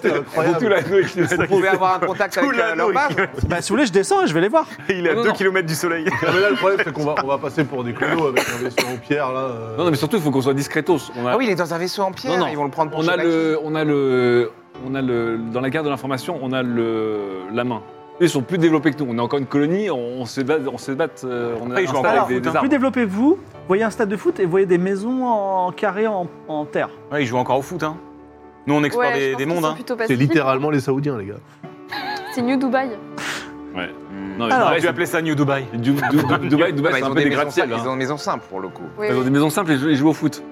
F: C'est incroyable.
E: Tout l'anneau est
D: Vous pouvez avoir un contact avec euh, leur base
B: Bah, si vous voulez, je descends et je vais les voir.
C: Il est à
E: Non,
C: 2
E: non.
C: km du soleil.
F: Non, mais là, le problème, c'est qu'on va, on va passer pour des clodos avec un vaisseau en pierre, là. euh.
E: Non, non, mais surtout, il faut qu'on soit discretos. On a,
D: Ah oui, il est dans un vaisseau en pierre,
E: Non, non.
D: ils vont le prendre pour
E: on a
D: Chewbacca.
E: le, on a le, on a le, dans la guerre de l'information, on a le, la main. Ils sont plus développés que nous. On est encore une colonie. On, on se bat, on se bat. euh, On
C: Après,
E: est
C: ils jouent
E: installé
C: encore
B: Alors,
E: avec des, des
B: plus
E: armes.
B: développez-vous, voyez un stade de foot et voyez des maisons en carré en, en terre.
C: Ouais, il joue encore au foot, hein. Nous, on explore
A: Ouais, je
C: des,
A: pense
C: des
A: qu'ils
C: mondes,
A: sont
C: hein.
A: plutôt
F: C'est
A: pacifiques.
F: littéralement les Saoudiens, les gars.
A: C'est New Dubaï.
E: Non, mais
B: Alors,
E: pareil,
C: Tu appelais ça New Dubai.
E: c'est- Du- du- du- Dubaï,
D: Ah,
E: Dubaï,
D: bah,
E: c'est
D: ils,
E: un
D: ont
E: peu
D: des
E: des
D: maisons
E: gratte-ciel.
D: simples,
E: hein.
D: ils ont des maisons simples pour le coup.
A: Oui,
E: Ils ont
A: oui.
E: des maisons simples. Ils jouent- ils jouent au foot.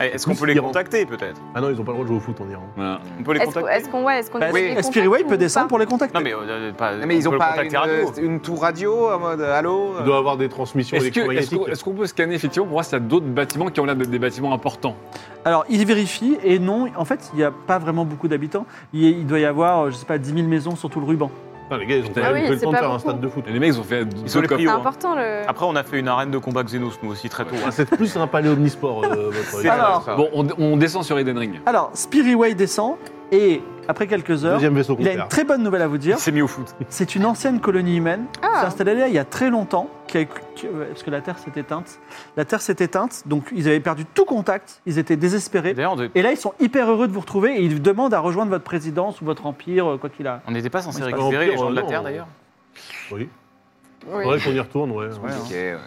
C: Eh, Est-ce qu'on peut les contacter, peut-être
F: Ah non, ils ont pas le droit de jouer au foot en Iran.
E: Voilà.
C: On peut les
A: Est-ce qu'on-
C: contacter
A: est-ce qu'on ouais, est-ce qu'on
B: Bah,
A: essaie de les
B: Spiriway
A: contacter
B: peut
A: ou
B: descendre
A: pas
B: pour les contacter.
C: Non, mais, euh, pas,
D: Non, mais
C: on
D: ils ont
C: peut le
D: pas
C: contacter
D: une, euh,
C: radio.
D: une tour radio en mode euh, allô
F: Il doit avoir des transmissions
E: Est-ce que- est-ce
F: électromagnétiques.
E: qu'on est-ce qu'on peut scanner effectivement pour voir s'il y a d'autres bâtiments qui ont l'air d'être des bâtiments importants
B: Alors, il vérifie et non, en fait, il n'y a pas vraiment beaucoup d'habitants. Il, y- il doit y avoir, euh, je sais pas, 10 000 maisons sur tout le ruban.
F: Putain, les gars, ils ont
E: Putain.
F: quand même
A: Ah oui,
F: pris le
A: c'est
F: temps de
A: pas
F: faire un
A: beaucoup.
F: stade de foot.
E: Et Les mecs, ils ont fait. deux
C: sont les
E: copies.
C: plus
A: C'est
C: Hein.
A: important le.
C: Après, on a fait une arène de combat Xenos, nous aussi, très tôt.
F: Ah,
C: hein.
F: C'est plus un palais omnisport, euh, votre.
C: C'est
B: Alors,
D: ça.
E: Bon, on, on descend sur Eden Ring.
B: Alors, Spiriway descend et après quelques heures,
F: Deuxième vaisseau
B: il a une
F: contraire.
B: très bonne nouvelle à vous dire.
C: Il s'est mis au foot.
B: C'est une ancienne colonie humaine.
A: Ah.
B: C'est installée là il y a très longtemps, qui a- qui- euh, parce que la Terre s'est éteinte. La Terre s'est éteinte, donc ils avaient perdu tout contact, ils étaient
C: Et
B: désespérés.
C: D'ailleurs, on-
B: Et là, ils sont hyper heureux de vous retrouver et ils demandent à rejoindre votre présidence ou votre empire, euh, quoi qu'il a.
C: on n'était pas censé
F: Ouais, c'est pas
C: récupérer les
F: l'Empire,
C: gens de la
F: non.
C: Terre, d'ailleurs.
F: Oui.
A: Oui.
F: Faudrait qu'on y retourne, ouais.
D: Ok, euh,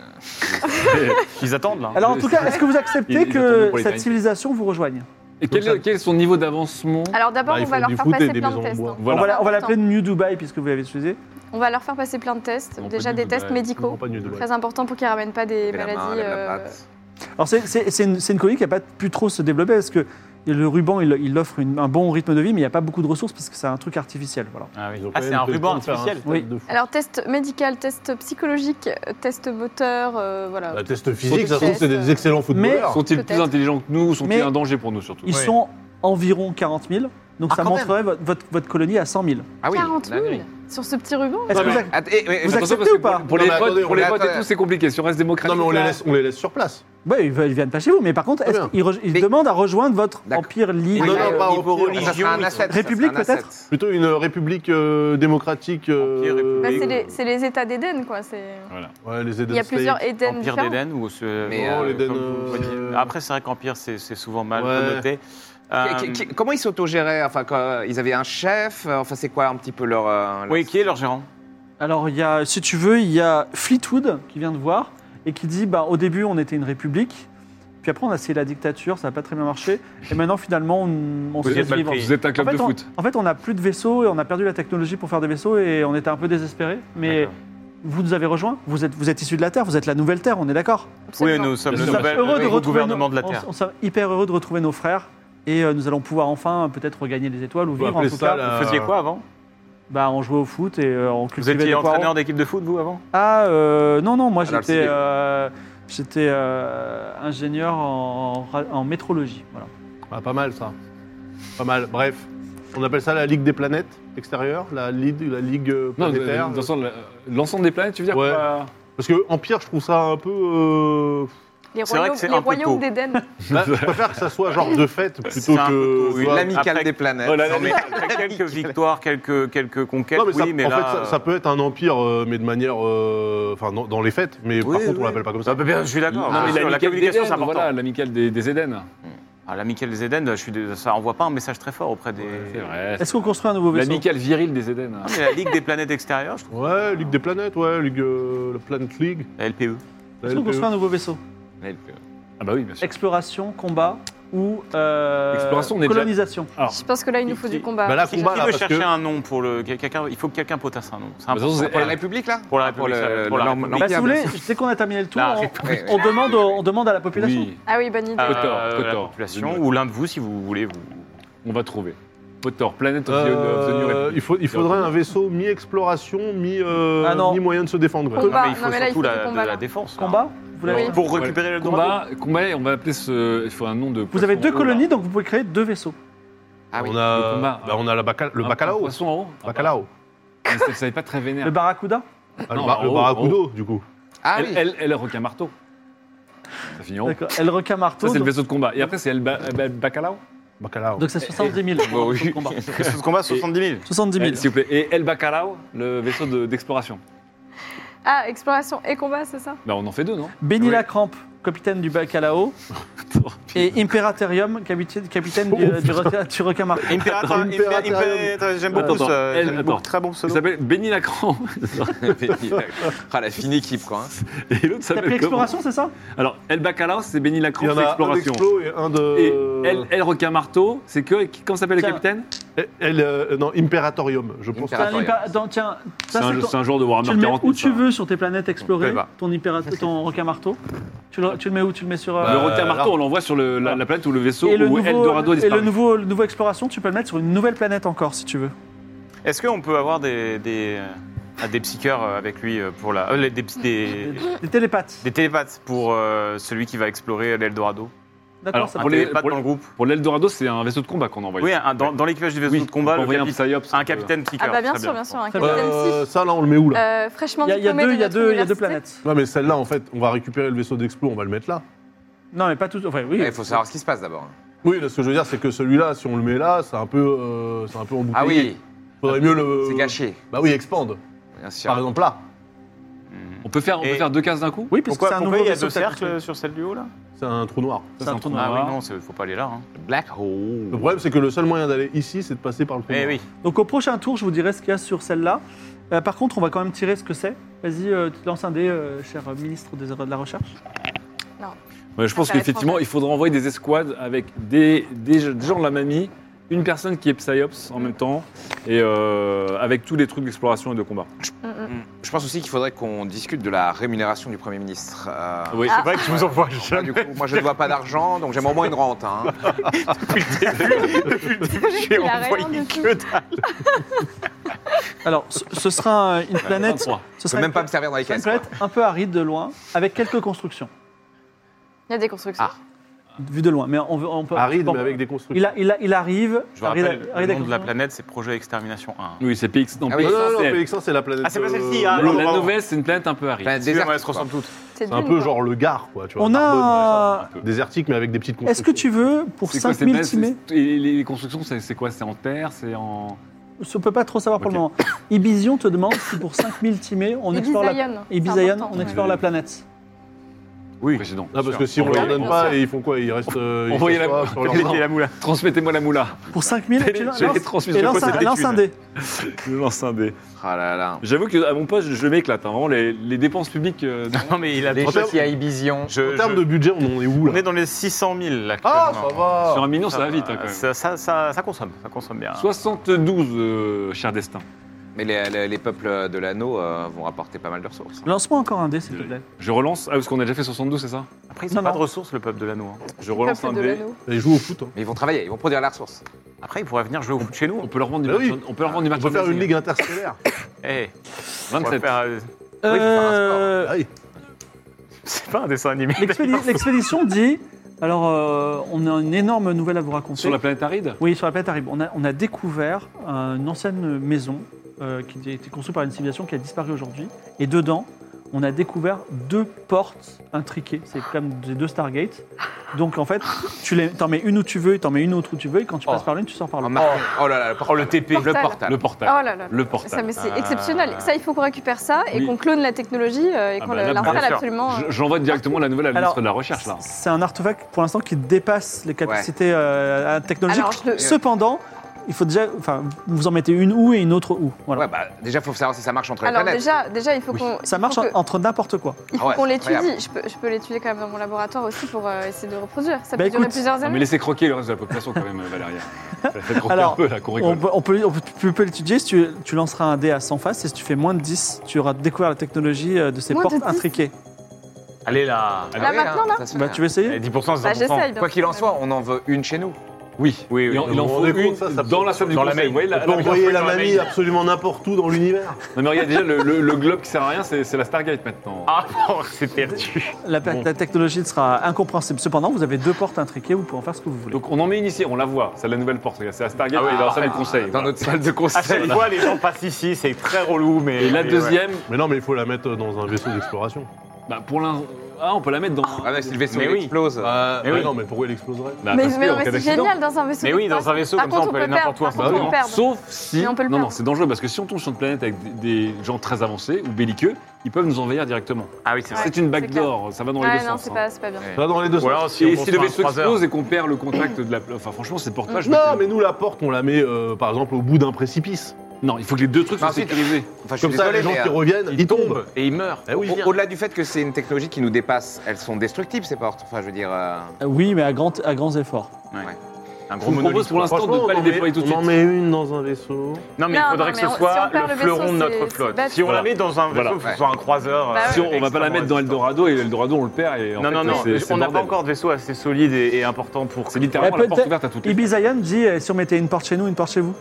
C: Ils attendent, là.
B: Alors, en tout cas, est-ce que vous acceptez
E: Ils- ils attendent
B: que
E: pour les
B: cette
E: Thaïs.
B: civilisation vous rejoigne
E: Et quel,
F: ça-
E: est- quel est son niveau d'avancement
A: Alors d'abord,
F: Bah, ils
A: on va
F: font
A: leur
F: du
A: faire
F: foot et
A: passer
F: des
A: plein
F: maisons
A: de
F: en
A: tests.
F: bois.
A: hein.
E: Voilà.
B: On va la- on va l'appeler
A: Important.
B: New Dubai puisque vous l'avez utilisé.
A: On va leur faire passer plein de tests.
E: Non,
A: Déjà
E: pas
A: des
E: du tout,
A: tests
E: ouais.
F: Non,
A: médicaux.
F: pas de New Dubai.
A: Très important pour qu'ils ramènent pas des
D: lève la main,
A: maladies.
D: lève la
A: euh,
D: patte.
B: Alors c'est- c'est c'est une, c'est une colonie qui n'a pas pu trop se développer parce que le ruban, il, il offre une- un bon rythme de vie, mais il n'y a pas beaucoup de ressources parce que c'est un truc artificiel. Voilà.
C: Ah, oui.
F: Ils ont quand
C: Ah, c'est
F: même
C: un
F: pris le
C: ruban
F: temps de faire un
C: artificiel.
B: Oui.
F: stade de foot.
A: Alors test médical, test psychologique, euh, test moteur, euh, voilà.
F: Bah, test physique, ça se trouve, c'est des excellents footballeurs.
E: Sont-ils plus
A: Peut-être.
E: intelligents que nous ou sont-ils
B: Mais-
E: un danger pour nous surtout
B: Ils
C: Ouais.
B: sont environ 40 000, donc
D: Ah,
B: ça
D: quand
B: montrerait vo- votre, votre colonie à 100 000.
D: Ah oui,
A: 40 000
D: dinguerie.
A: sur ce petit ruban.
B: Est-ce que
E: mais-
B: vous ac-
D: Att- eh, eh,
B: Vous
D: eh,
E: Attention,
B: acceptez
E: parce que
B: ou pas
E: pour- Pour
F: Non,
E: les
F: mais
E: votes,
F: attendez,
E: pour
F: on
E: les
F: est-
E: votes et
D: attends.
E: tout, c'est compliqué. Si on reste démocratique,
F: Non, mais on les
E: là-
F: laisse, on les laisse sur place.
B: Ouais, ils veulent- ils viennent pas chez vous, mais par contre, est-ce
F: Très
B: qu'ils re- ils
D: Mais-
B: demandent à rejoindre votre
D: D'accord.
B: empire libre
D: Oui,
F: Non,
D: mais,
F: non,
D: euh,
F: pas
C: niveau
F: au
C: religieux,
D: ça sera un
C: ils sont-
D: asset, ça, c'est
B: République,
D: un
B: peut-être
D: asset.
F: Plutôt une république euh, démocratique. euh,
C: Empire, république.
A: Bah,
C: Oui,
A: c'est
C: oui,
A: les,
C: oui.
A: c'est les états d'Éden, quoi. c'est-
F: Ouais, les
A: Il y a plusieurs Éden
C: Empire
A: différents.
C: d'Éden ou ce.
D: Mais,
C: euh,
D: euh,
F: l'Éden,
C: comme vous le
F: euh,
C: voyez. Après, c'est vrai qu'Empire, c'est c'est souvent mal
F: Ouais.
C: connoté. Euh,
D: Qui- qui- qui- Comment ils s'autogéraient Enfin, quand- ils avaient un chef euh, Enfin, c'est quoi un petit peu leur. euh, leur-
C: Oui, qui est leur gérant
B: Alors, il y a, si tu veux, il y a Fleetwood qui vient de voir et qui dit bah, au début, on était une république. Puis après, on a essayé la dictature, ça n'a pas très bien marché. Et maintenant, finalement, on, on se
C: Vous y êtes
B: laisse
C: mal
B: vivre.
C: pris.
E: Vous êtes un
B: En
E: club
B: fait,
E: de
B: on,
E: foot.
B: en fait, on n'a plus de vaisseaux et on a perdu la technologie pour faire des vaisseaux et on était un peu désespérés. Mais
C: D'accord.
B: vous nous avez rejoints, vous êtes, vous êtes issus de la Terre, vous êtes la nouvelle Terre, on est d'accord
C: Oui,
A: absolument.
C: nous sommes
E: Nous
C: le
E: sommes
C: nouvel-
B: heureux de
C: nouveau
B: retrouver
C: gouvernement
B: nos-
C: de la
B: on-
C: Terre.
B: On, sommes hyper heureux de retrouver nos frères et euh, nous allons pouvoir enfin euh, peut-être regagner les étoiles ou
F: On peut
B: vivre en
F: appeler
B: tout
F: ça
B: cas.
F: la-
C: Vous faisiez quoi avant
B: Bah, on jouait au foot et euh, on
C: Vous
B: cultivait
C: étiez
B: des poireaux.
C: entraîneur d'équipe de foot, vous, avant
B: Ah euh, non non, moi
D: Ah, là, le
B: j'étais
D: CD.
B: euh, j'étais euh, ingénieur en, ra- en métrologie. Voilà.
F: Ah, pas mal ça. Pas mal. Bref, on appelle ça la Ligue des planètes extérieures, la Ligue, la ligue euh,
E: Non,
F: planétaire.
E: dans l'ensemble- l'ensemble des planètes, tu veux dire
F: Ouais.
C: Euh,
E: pas-
F: Parce que Empire, je trouve ça un peu. euh,
A: Les
C: C'est vrai
A: royaumes,
C: que c'est
A: les
C: un peu
A: royaumes
C: tôt.
A: d'EDN.
F: bah, je préfère que ça soit genre de fête plutôt
C: C'est un peu
F: que.
C: tôt, oui.
F: tu vois.
D: L'amicale
C: Après-
D: des planètes.
C: Non, mais après quelques victoires, quelques, quelques conquêtes,
F: Non, mais ça-
C: oui, mais
F: en
C: là...
F: fait, ça, ça peut être un empire, euh, mais de manière. euh, Enfin, dans, dans les fêtes, mais par
C: Oui,
F: contre,
C: oui.
F: on l'appelle pas comme ça.
C: Ah, bah, bien, je suis d'accord.
E: Non,
C: Bien
E: mais
C: sûr, la
E: l'amicale des
C: communication,
E: Éden,
C: c'est important.
E: Voilà, l'amicale des, des Éden.
C: Ah, L'amicale des Éden, je suis dé- ça envoie pas un message très fort auprès des...
E: C'est vrai.
B: Est-ce qu'on construit un nouveau vaisseau
E: L'amicale virile des Éden.
C: Mais La Ligue des planètes extérieures, je trouve.
F: Ouais, Ligue des planètes, ouais, Ligue. euh, la Planet League.
C: La E. LPE.
F: la
B: Est-ce qu'on
F: LPE.
B: construit un nouveau vaisseau
E: Ah, bah oui, bien sûr.
B: Exploration, combat ou euh,
E: Exploration, on est déjà-
B: colonisation
A: Je pense que là, il nous faut du combat.
F: Bah là,
C: Qui,
F: combat,
C: qui
F: là,
C: veut
F: parce
C: chercher
F: que.
C: un nom pour le... quelqu'un- Il faut que quelqu'un potasse un nom. C'est
E: Bah, de toute
C: important.
E: façon,
D: Pour la
E: c'est-
D: République, là
C: Pour la
D: Ah,
C: République, ça va être pour la
D: l'em-
B: Bah,
C: République.
B: si
D: l'empire,
B: vous voulez,
D: bien sûr.
B: dès qu'on a terminé le tour,
C: La
B: on,
C: République.
B: on demande, au- on demande à la population.
E: Oui,
A: Ah oui, bonne idée.
C: Euh,
E: Kotor,
C: la
E: Kotor.
C: population, ou l'un de vous, si vous voulez. Vous...
E: on va trouver. Potor, Planet of the- of the New
F: Euh,
E: Republic.
F: il, faut, il faudrait un vaisseau mi-exploration, mi, euh,
B: Ah non.
F: mi-moyen de se défendre. quoi.
A: Combat.
C: Non, mais il
A: non,
C: faut
A: mais là, il
C: surtout
A: faut
C: la,
A: du
C: de
A: combat,
C: la
A: là.
C: défense. là.
B: Combat vous, l'avez-
A: Oui.
C: Pour
E: Ouais.
C: récupérer le droit.
E: Combat, combat, on va appeler ce. Il faut un nom de.
B: vous avez deux colonies, donc vous pouvez créer deux vaisseaux.
D: Ah oui.
F: On a,
E: Le Ah, combat.
F: bah, on a la bacal- le bacalao.
E: Poisson en haut.
F: Bacalao.
E: Ah, bah, mais c'est- Ça n'est pas très vénère.
B: Le Barracuda
F: Ah,
E: Non,
F: le, bar-
E: en
F: le
E: haut,
F: barracudo, du coup.
D: Ah
E: elle,
D: oui.
E: elle, elle, requin marteau. Ça finit en haut.
B: D'accord. El requin marteau.
E: Ça, c'est le
B: donc-
E: vaisseau de combat. Et après, c'est El, Ba- El Bacalao.
F: Bacalao.
B: donc c'est 70 000.
D: Bon,
B: pour le
D: oui.
B: combat.
C: Ce combat, 70 000.
B: 70 000.
E: Eh, S'il vous plaît. Et El Bacalao, le vaisseau de- d'exploration.
A: Ah, exploration et combat, c'est ça
E: bah, on en fait deux, non
B: Benny Lacrampe, capitaine du Bacalao. et Imperatorium, capitaine, capitaine du,
E: Oh,
B: du requin- du requin marteau.
C: Impérator,
F: Impératorium.
C: Impératorium. J'aime
E: Attends,
C: beaucoup
E: attends.
C: ça.
E: Elle-
C: J'aime
E: attends.
C: beaucoup. Très bon
E: Il
C: pseudo.
E: s'appelle Benny Lacran.
D: ah, la fine équipe, quoi. hein.
E: Et l'autre
B: T'as pris
E: s'appelle. comment
B: exploration, c'est ça
E: Alors, El Bacalao, c'est Benny
F: Il y
E: Lacran,
F: en
E: c'est
F: a un
E: exploration.
F: d'explo et un de.
E: Et El, El Requin Marteau, c'est que. qui- Comment s'appelle le
B: Tiens.
E: capitaine
F: Elle- elle, euh, non, Imperatorium, je
D: Impératorium.
F: pense.
B: T'as un
D: Imperatorium.
B: hyper- dans- Tiens,
E: C'est
B: ça
E: un,
B: c'est ton-
E: c'est un genre de
B: Tu
E: Warhammer
B: le mets
E: 40.
B: où tu
E: ça.
B: veux sur tes planètes explorées,
D: Ouais, bah.
B: ton, hyper- ton requin marteau. Tu le, tu le mets où Tu le mets sur. euh,
E: Le
F: Bah,
E: requin marteau,
F: là.
E: on l'envoie sur le- la, la planète où le vaisseau
B: et le
E: où
B: nouveau, euh,
E: Eldorado a
B: et le
E: disparu.
B: nouveau, le nouveau exploration, tu peux le mettre sur une nouvelle planète encore si tu veux.
C: Est-ce qu'on peut avoir des, des, euh, des psycheurs euh, avec lui euh, pour la. euh, les- des, des,
B: Des télépathes.
C: des télépathes pour euh, celui qui va explorer l'Eldorado
B: D'accord,
E: Alors,
B: ça
C: Un
E: pour
B: peut-
E: les-
C: télépathe
E: pour
C: dans le groupe
E: Pour l'Eldorado, c'est un vaisseau de combat qu'on envoie.
C: Oui, un- dans, dans l'équipage du vaisseau de combat, le
E: envoyer un
C: capi-
E: psyops. euh,
C: un capitaine psycheur.
A: Ah bah bien
C: très
A: sûr, bien sûr, un
B: Très
A: capitaine
F: Euh,
A: si.
F: ça, là, on le met où, là
A: Euh, fraîchement
B: Il y a, il y a
A: diplômé
B: deux,
A: de
B: il y a
A: notre
B: deux, il y a deux
A: université.
B: planètes.
F: Non, mais celle-là, en fait, on va récupérer le vaisseau d'explo, on va le mettre là.
B: Non, mais pas tout. Enfin, oui.
D: Eh, Il faut savoir ce qui se passe d'abord.
F: Oui, là, ce que je veux dire, c'est que celui-là, si on le met là, c'est un peu, euh, c'est un peu embouteillé.
D: Ah oui,
F: Faudrait mieux le.
D: c'est gâché,
F: Bah oui, expand.
D: bien sûr.
F: Par exemple là,
E: On peut faire, on peut
C: Et-
E: faire deux cases d'un coup
B: Oui, parce que
C: Pourquoi,
B: c'est un
C: pourquoi
B: nouveau
C: il y a
B: vaisseau que
C: deux
B: t'as construit.
C: cercles euh, sur celle du haut là
F: c'est un trou noir.
B: C'est un trou
E: Ah
C: Ah
B: noir.
C: oui, non, c'est- faut pas aller là. hein.
D: Black hole.
F: Le problème, c'est que le seul moyen d'aller ici, c'est de passer par le trou
C: Eh
F: noir.
C: oui.
B: Donc au prochain tour, je vous dirai ce qu'il y a sur celle-là. Euh, par contre, on va quand même tirer ce que c'est. Vas-y, euh, tu lances un dé, euh, cher euh, ministre des- de la Recherche.
E: Ouais, Je pense
A: Ça va
E: qu'effectivement,
A: être
E: il faudra envoyer des escouades avec des, des, des gens de la mamie, une personne qui est psyops en même temps, et euh, avec tous les trucs d'exploration et de combat.
A: Mm, mm.
D: Je pense aussi qu'il faudrait qu'on discute de la rémunération du Premier ministre. Euh,
E: Oui,
A: Ah.
C: vrai que tu nous envoies
D: moi, du coup, moi, je ne vois pas d'argent, donc j'aimerais au moins une rente. hein.
C: J'ai
A: Il a rien
C: envoyé
A: du tout.
C: que dalle.
B: Alors, ce, ce sera euh, une
E: Ah,
B: planète.
E: 23.
B: Ce
D: Je peux
B: sera
D: même
B: une
D: pas me servir dans les
B: C'est une
D: caisses.
B: planète un peu aride de loin, avec quelques constructions,
A: Il y a des constructions.
D: Ah.
B: vues de loin. Mais on veut, on peut.
F: Aride,
B: bon,
F: mais avec des constructions.
B: Il, a- il, a- il arrive.
C: Je vous
B: arrive-
C: rappelle,
B: arrive
C: le nom
B: avec-
C: de la planète, c'est Projet Extermination 1.
E: Oui, c'est PX. Non,
D: Ah oui,
E: PX,
F: Non, non, non,
E: c'est-
F: Pélixin, c'est la planète.
C: Ah, c'est pas
F: euh,
C: celle-ci, ah,
F: le-
C: pardon.
E: la nouvelle, c'est une planète un peu aride.
D: Planète
C: Excusez-moi,
D: déserte,
C: elles se
D: quoi.
C: ressemblent toutes.
A: C'est
F: C'est un
A: d'une,
F: peu
A: quoi.
F: genre le Gard, quoi. Tu vois,
B: On
F: Narbonne, ouais,
B: a.
E: un peu.
F: ça. désertique, mais avec des petites
B: Est-ce
F: constructions.
B: que tu veux, pour
E: C'est quoi, c'est
B: 5000
E: pas- c'est-
B: timés,
E: Et les constructions, c'est c'est quoi C'est en terre C'est en.
B: on peut pas trop savoir pour le moment. Ibizion te demande si pour 5000 timés, on explore la
A: Ibizaïon.
B: Ibizaïon, on
E: ouais.
B: explore la planète.
E: Oui. Précédent.
F: Ah, parce que si on
E: Envoyez-
F: leur donne pas, ils font quoi Ils restent. euh, ils
E: Envoyez la-
F: s'assoient sur leur
E: Envoyez
F: banc.
E: la moula. Transmettez-moi la moula.
B: Pour 5000, tu lances,
E: Je les transmets
B: et
E: de
B: lance
E: quoi,
B: un,
E: c'est des
B: lance un
E: thunes.
B: dé.
E: Je lance un dé.
D: Ah là là.
E: J'avoue que à mon poste, je, je m'éclate. hein. Vraiment, les, les dépenses publiques. euh,
C: Non, mais il a
D: Les
C: trop-
D: choses à Ibizion.
C: Je-
F: En termes
C: je-
F: de budget, on en est où
C: On est
F: là
C: dans les 600 000 là.
F: Ah,
C: actuellement.
F: ça va
E: sur un million, ça, va vite hein, quand même.
C: Ça, ça, ça, ça consomme, ça consomme bien.
E: 72, euh, cher destin.
D: Mais les, les- les peuples de l'anneau euh, vont rapporter pas mal de ressources.
B: Lance-moi encore un dé, s'il te plaît.
E: Je relance. Ah, parce qu'on a déjà fait 72, c'est ça
C: Après, ils n'ont
B: Non,
C: pas
B: non.
C: de ressources, le peuple de l'anneau. hein.
E: Je relance
A: Peuple
E: un
A: de
E: dé.
A: l'anneau.
F: Ils jouent au foot. hein.
D: Mais ils vont travailler, ils vont produire la ressource.
C: Après, ils pourraient venir jouer au foot chez nous.
E: On peut leur vendre du
F: Bah oui.
E: merchan- On peut leur vendre du
F: On peut faire une
C: hein.
E: merchandising.
F: ligue interstellaire.
C: Eh, on va
E: 27.
C: faire, euh,
D: faut faire un sport.
B: Euh,
F: Ah oui.
C: C'est pas un dessin animé.
B: l'expédi- L'expédition dit. Alors, euh, on a une énorme nouvelle à vous raconter.
E: hein, Sur la planète aride
B: Oui, sur la planète Arib, on a, on a découvert une ancienne maison euh, qui a été construite par une civilisation qui a disparu aujourd'hui. Et dedans, on a découvert deux portes intriquées. C'est comme des deux Stargate. Donc en fait, tu les, t'en mets une où tu veux, et t'en mets une autre où tu veux, et quand tu
D: Oh.
B: passes par l'une, tu sors par
D: Oh,
B: l'autre.
D: Marc- oh là là, le portal.
C: le TP.
D: Le
A: Portal.
D: portal.
E: Le
A: Oh
E: portal.
A: là là.
E: Le
A: Ça,
E: portal.
A: mais c'est
C: Ah.
A: exceptionnel. Ça, il faut qu'on récupère ça et
E: Oui.
A: qu'on clone la technologie euh, et
E: Ah
A: qu'on
E: bah
A: le-
E: là, bien
A: l'installe
C: sûr.
A: absolument.
E: Je-
A: euh,
E: J'envoie directement la nouvelle à la
B: Alors,
E: ministre de la Recherche, là.
B: C'est un artefact pour l'instant qui dépasse les capacités euh, technologiques.
A: Alors, je le-
B: Cependant, il faut déjà, enfin, vous en mettez une où et une autre où. Voilà.
D: Ouais, bah, déjà, faut savoir si ça marche entre les
A: Alors
D: planètes.
A: déjà, déjà, il faut qu'on.
B: Ça
A: il faut
B: marche
A: que-
B: en- entre n'importe quoi.
A: Il faut
D: Ah ouais,
A: qu'on
D: c'est
A: l'étudie.
D: incroyable.
A: Je peux, je peux l'étudier quand même dans mon laboratoire aussi pour euh, essayer de le reproduire. Ça
B: Bah
A: peut durer
B: écoute,
A: plusieurs
E: Non, mais
A: années.
E: laissez croquer le reste de la population, quand même, euh, Valéria. Faites croquer
B: Alors,
E: un peu, là, qu'on
B: On
E: rigole.
B: peut, on peut- on peut- tu peux l'étudier si tu, tu lanceras un dé à 100 faces et si tu fais moins de 10, tu auras découvert la technologie euh, de ces
A: Moins de
B: portes
A: 10?
B: intriquées.
C: Allez là.
D: Ah
A: Là,
D: oui,
A: maintenant,
D: hein,
A: là
D: ça se
B: Bah,
D: fait.
B: tu veux essayer
C: Eh, 10%,
A: Bah,
C: 100%.
A: j'essaye. bien
D: Quoi
A: sûr.
D: qu'il en soit, on en veut une chez nous.
E: Oui,
C: Oui, oui.
E: il en, il en
F: Vous vous
E: faut
F: rendez compte,
E: une
F: ça, ça
E: dans
F: peut-
E: la somme du
C: dans la
E: conseil.
C: mail.
E: Vous voyez,
F: On peut envoyer
C: fouille
F: la
C: dans la
F: mamie
C: mail.
F: absolument n'importe où dans l'univers.
E: Non mais regarde déjà le, le- le globe qui sert à rien, c'est c'est la Stargate maintenant.
C: Ah non, c'est perdu.
B: La, pe- la technologie ne sera incompréhensible. Cependant, vous avez deux portes intriquées, vous pouvez en faire ce que vous voulez.
E: Donc on en met une ici, on la voit, c'est la nouvelle porte. regarde, C'est la Stargate
C: Ah oui,
E: qui est dans la salle
C: parfait.
E: du conseil.
D: Dans
E: voilà.
D: notre salle de
C: À
D: conseil.
C: chaque fois, les gens passent ici, c'est très relou, mais.
E: Et la
C: mais
E: deuxième,
F: Mais non, mais il faut la mettre dans un vaisseau d'exploration.
E: bah, pour l'un, ah on peut la mettre dans.
D: Ah, mais si le vaisseau
C: Mais oui. Bah,
D: explose.
F: Mais
C: Eh oui.
F: Ah non, mais pourquoi elle exploserait
E: Bah,
A: mais
E: parce
A: mais
E: que
A: non,
E: en
A: mais
E: cas
A: c'est
E: d'accident-
A: génial dans un vaisseau.
C: Mais oui, dans un vaisseau
A: Par
C: comme ça,
A: contre,
C: on peut aller
A: perdre,
C: n'importe où.
A: par contre, on peut
E: non.
A: perdre.
E: Sauf si.
A: Mais on peut le
E: non, non,
A: perdre.
E: c'est dangereux parce que si on tombe sur une planète avec des des gens très avancés ou belliqueux, ils peuvent nous envahir directement.
C: Ah oui, c'est vrai.
E: C'est une
A: c'est clair.
E: backdoor, ça va dans les
A: Ouais,
E: deux
A: non,
E: sens.
A: c'est
E: hein.
A: pas, c'est pas bien.
D: Ouais.
F: Ça va dans les deux
C: Ou
F: sens.
C: alors, si,
E: Et
C: on se
E: si le
C: fait un
E: vaisseau
C: croiseur.
E: explose et qu'on perd le contact de la. Enfin, franchement, c'est
A: Mm.
E: portage.
F: Non, mais nous, la porte, on la met, euh, par exemple, au bout d'un précipice.
E: Non, il faut que les deux trucs
D: Bah,
E: soient
D: ensuite,
E: sécurisés.
D: Enfin, je suis
F: Comme ça,
D: désolé,
F: les gens
D: mais,
F: qui
D: euh,
F: reviennent, ils tombent.
C: et il meurt.
F: Eh oui,
D: au-
F: viens.
D: Au-delà du fait que c'est une technologie qui nous dépasse, elles sont destructibles ces portes. Enfin, je veux dire. euh,
B: Euh, Oui, mais à, grand, à grands efforts.
C: Un
E: Je
C: gros
E: vous propose
C: monolithe.
E: pour l'instant de
F: Franchement,
E: ne pas
F: on en
E: les
F: met-
E: déployer tout de
F: On en
E: suite.
F: met une dans un vaisseau.
C: Non, mais il
A: Non,
C: faudrait
A: non,
C: que
A: mais
C: ce
A: on- si
C: soit
A: on perd
C: le
A: le vaisseau,
C: fleuron de notre
A: c'est-
C: flotte.
A: c'est bête.
C: Si on la
E: Voilà.
C: met dans un vaisseau,
E: Voilà.
C: il faut que ce soit un croiseur.
A: Bah
C: euh,
E: Si on, on va pas la
C: extrêmement
E: mettre dans
C: résistant.
E: Eldorado et Eldorado on le perd et en
C: Non,
E: fait,
C: non, non,
E: c'est- c'est
C: on n'a pas
E: bordel.
C: encore de vaisseau assez solide et, et important pour.
E: C'est littéralement
B: Eh,
E: la porte
B: peut-être-
E: ouverte à toutes les.
B: Ibizayan dit euh, si on mettait une porte chez nous, une porte chez vous.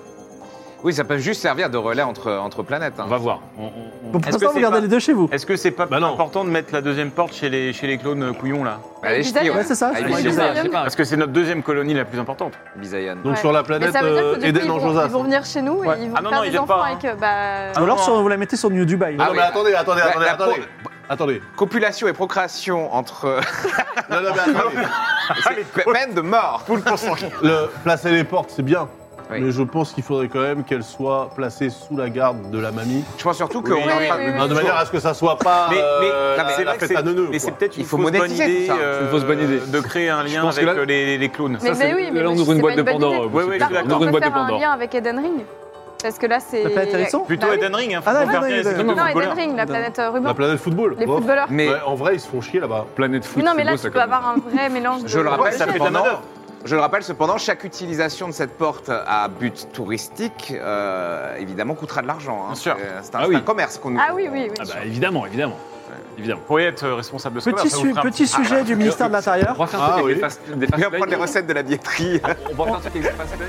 D: Oui, ça peut juste servir de relais entre, entre planètes. hein.
E: On va voir. On- on- on-
B: Bon, pour
C: Est-ce que
B: l'instant, vous
C: c'est
B: gardez
C: pas- Ah,
B: les deux chez vous.
C: Est-ce que c'est pas
F: Bah non.
C: important de mettre la deuxième porte chez les, chez les clones euh, couillons là
D: Allez, je dis,
B: Ouais, c'est ça.
D: Ah,
B: c'est
D: il
B: moi,
D: est
C: Je sais
B: Ibizayan.
C: pas, je sais pas. Parce que c'est notre deuxième colonie la plus importante.
D: Bisaïan.
F: Donc
A: Ouais.
F: sur la
A: Mais
F: planète
A: ça veut dire que
F: euh,
A: du coup,
F: Eden
A: ils
F: en
A: vont,
F: Josas.
A: ils vont venir chez nous
B: Ouais.
A: et ils vont
C: Ah non,
A: faire
C: non, ils
A: des
C: viennent
A: enfants
C: pas, hein.
A: avec. euh, Bah...
B: Ou alors, si on vous la mettez sur New Dubai.
F: Ah non,
D: oui.
F: mais attendez, attendez,
D: La-
F: attendez,
D: la
F: attendez.
D: pro-
F: Attendez.
D: Copulation et procréation entre.
F: Non, non, mais attendez.
D: c'est peine de mort.
F: Le- placer les portes, c'est bien.
D: Oui.
F: Mais je pense qu'il faudrait quand même qu'elles soient placées sous la garde de la mamie.
D: Je pense surtout qu'on
C: Oui,
D: est en
A: oui,
D: train
A: oui,
D: de-
A: oui.
F: Non, de manière à ce que ça soit pas
C: Mais- mais-
F: euh,
D: non, mais
F: la-
D: c'est
F: la
C: vrai que
F: fête à neuneux.
C: Mais Ah, c'est
F: quoi.
C: peut-être
D: Il
C: une
D: faut
C: fausse bonne
D: monétiser tout
C: idée.
D: ça.
C: euh,
E: Une fausse bonne idée.
C: De créer un
E: Je
C: lien
E: pense
C: avec
E: que là-
C: euh, les, les clones.
A: Mais, mais
E: Ça, c'est-
A: oui, mais
E: là, on
A: oui,
E: ouvre une
A: c'est
E: boîte
A: pas
E: de
A: bonne
E: Pandore,
A: idée.
E: ouais,
C: ouais, ouais,
A: Par
C: je suis
A: contre,
C: d'accord.
A: on
E: Ouvre une
A: peut
E: boîte de
A: faire un
E: Pandore.
A: lien avec Eden Ring. Parce que là, c'est.
B: La planète Hérisson
C: Plutôt
A: Bah oui.
C: Eden Ring, hein, faut
B: Ah non,
C: faire
B: Eden
C: bien,
B: Ring,
C: c'est
B: Eden
C: comme
B: Ring.
C: un
A: Non, Eden
C: footballeur.
A: Ring, la
B: Eden.
A: planète euh, ruban.
F: La planète football.
A: Les
F: Bof.
A: footballeurs.
D: Mais
F: Ouais, en vrai, ils se font chier là-bas.
E: Planète foot.
A: Oui, non, mais
E: c'est
A: là,
E: beau,
A: tu
E: ça,
A: peux
E: quand même.
A: avoir un vrai mélange de.
D: Je le rappelle,
C: Ouais, ça fait de la
D: cependant-
C: manœuvre.
D: Je le rappelle cependant, chaque utilisation de cette porte à but touristique, euh, évidemment, coûtera de l'argent. hein.
C: Bien sûr.
D: C'est c'est un,
E: Ah
D: c'est
E: oui.
D: un commerce qu'on nous.
A: Ah oui, oui, oui.
E: Ah bah évidemment, évidemment. Évidemment. Ah,
C: Vous pourriez être euh, responsable de ce
B: Petit,
C: commerce, ça
B: su-
C: vous ferait un
B: petit sujet du ministère de
E: On
B: l'Intérieur.
E: va faire un
F: Ah,
E: truc avec
F: oui.
E: des fast- des
D: On va
E: fast
D: prendre les
E: lane.
D: recettes de la billetterie.
E: On va faire un truc avec des fast lane.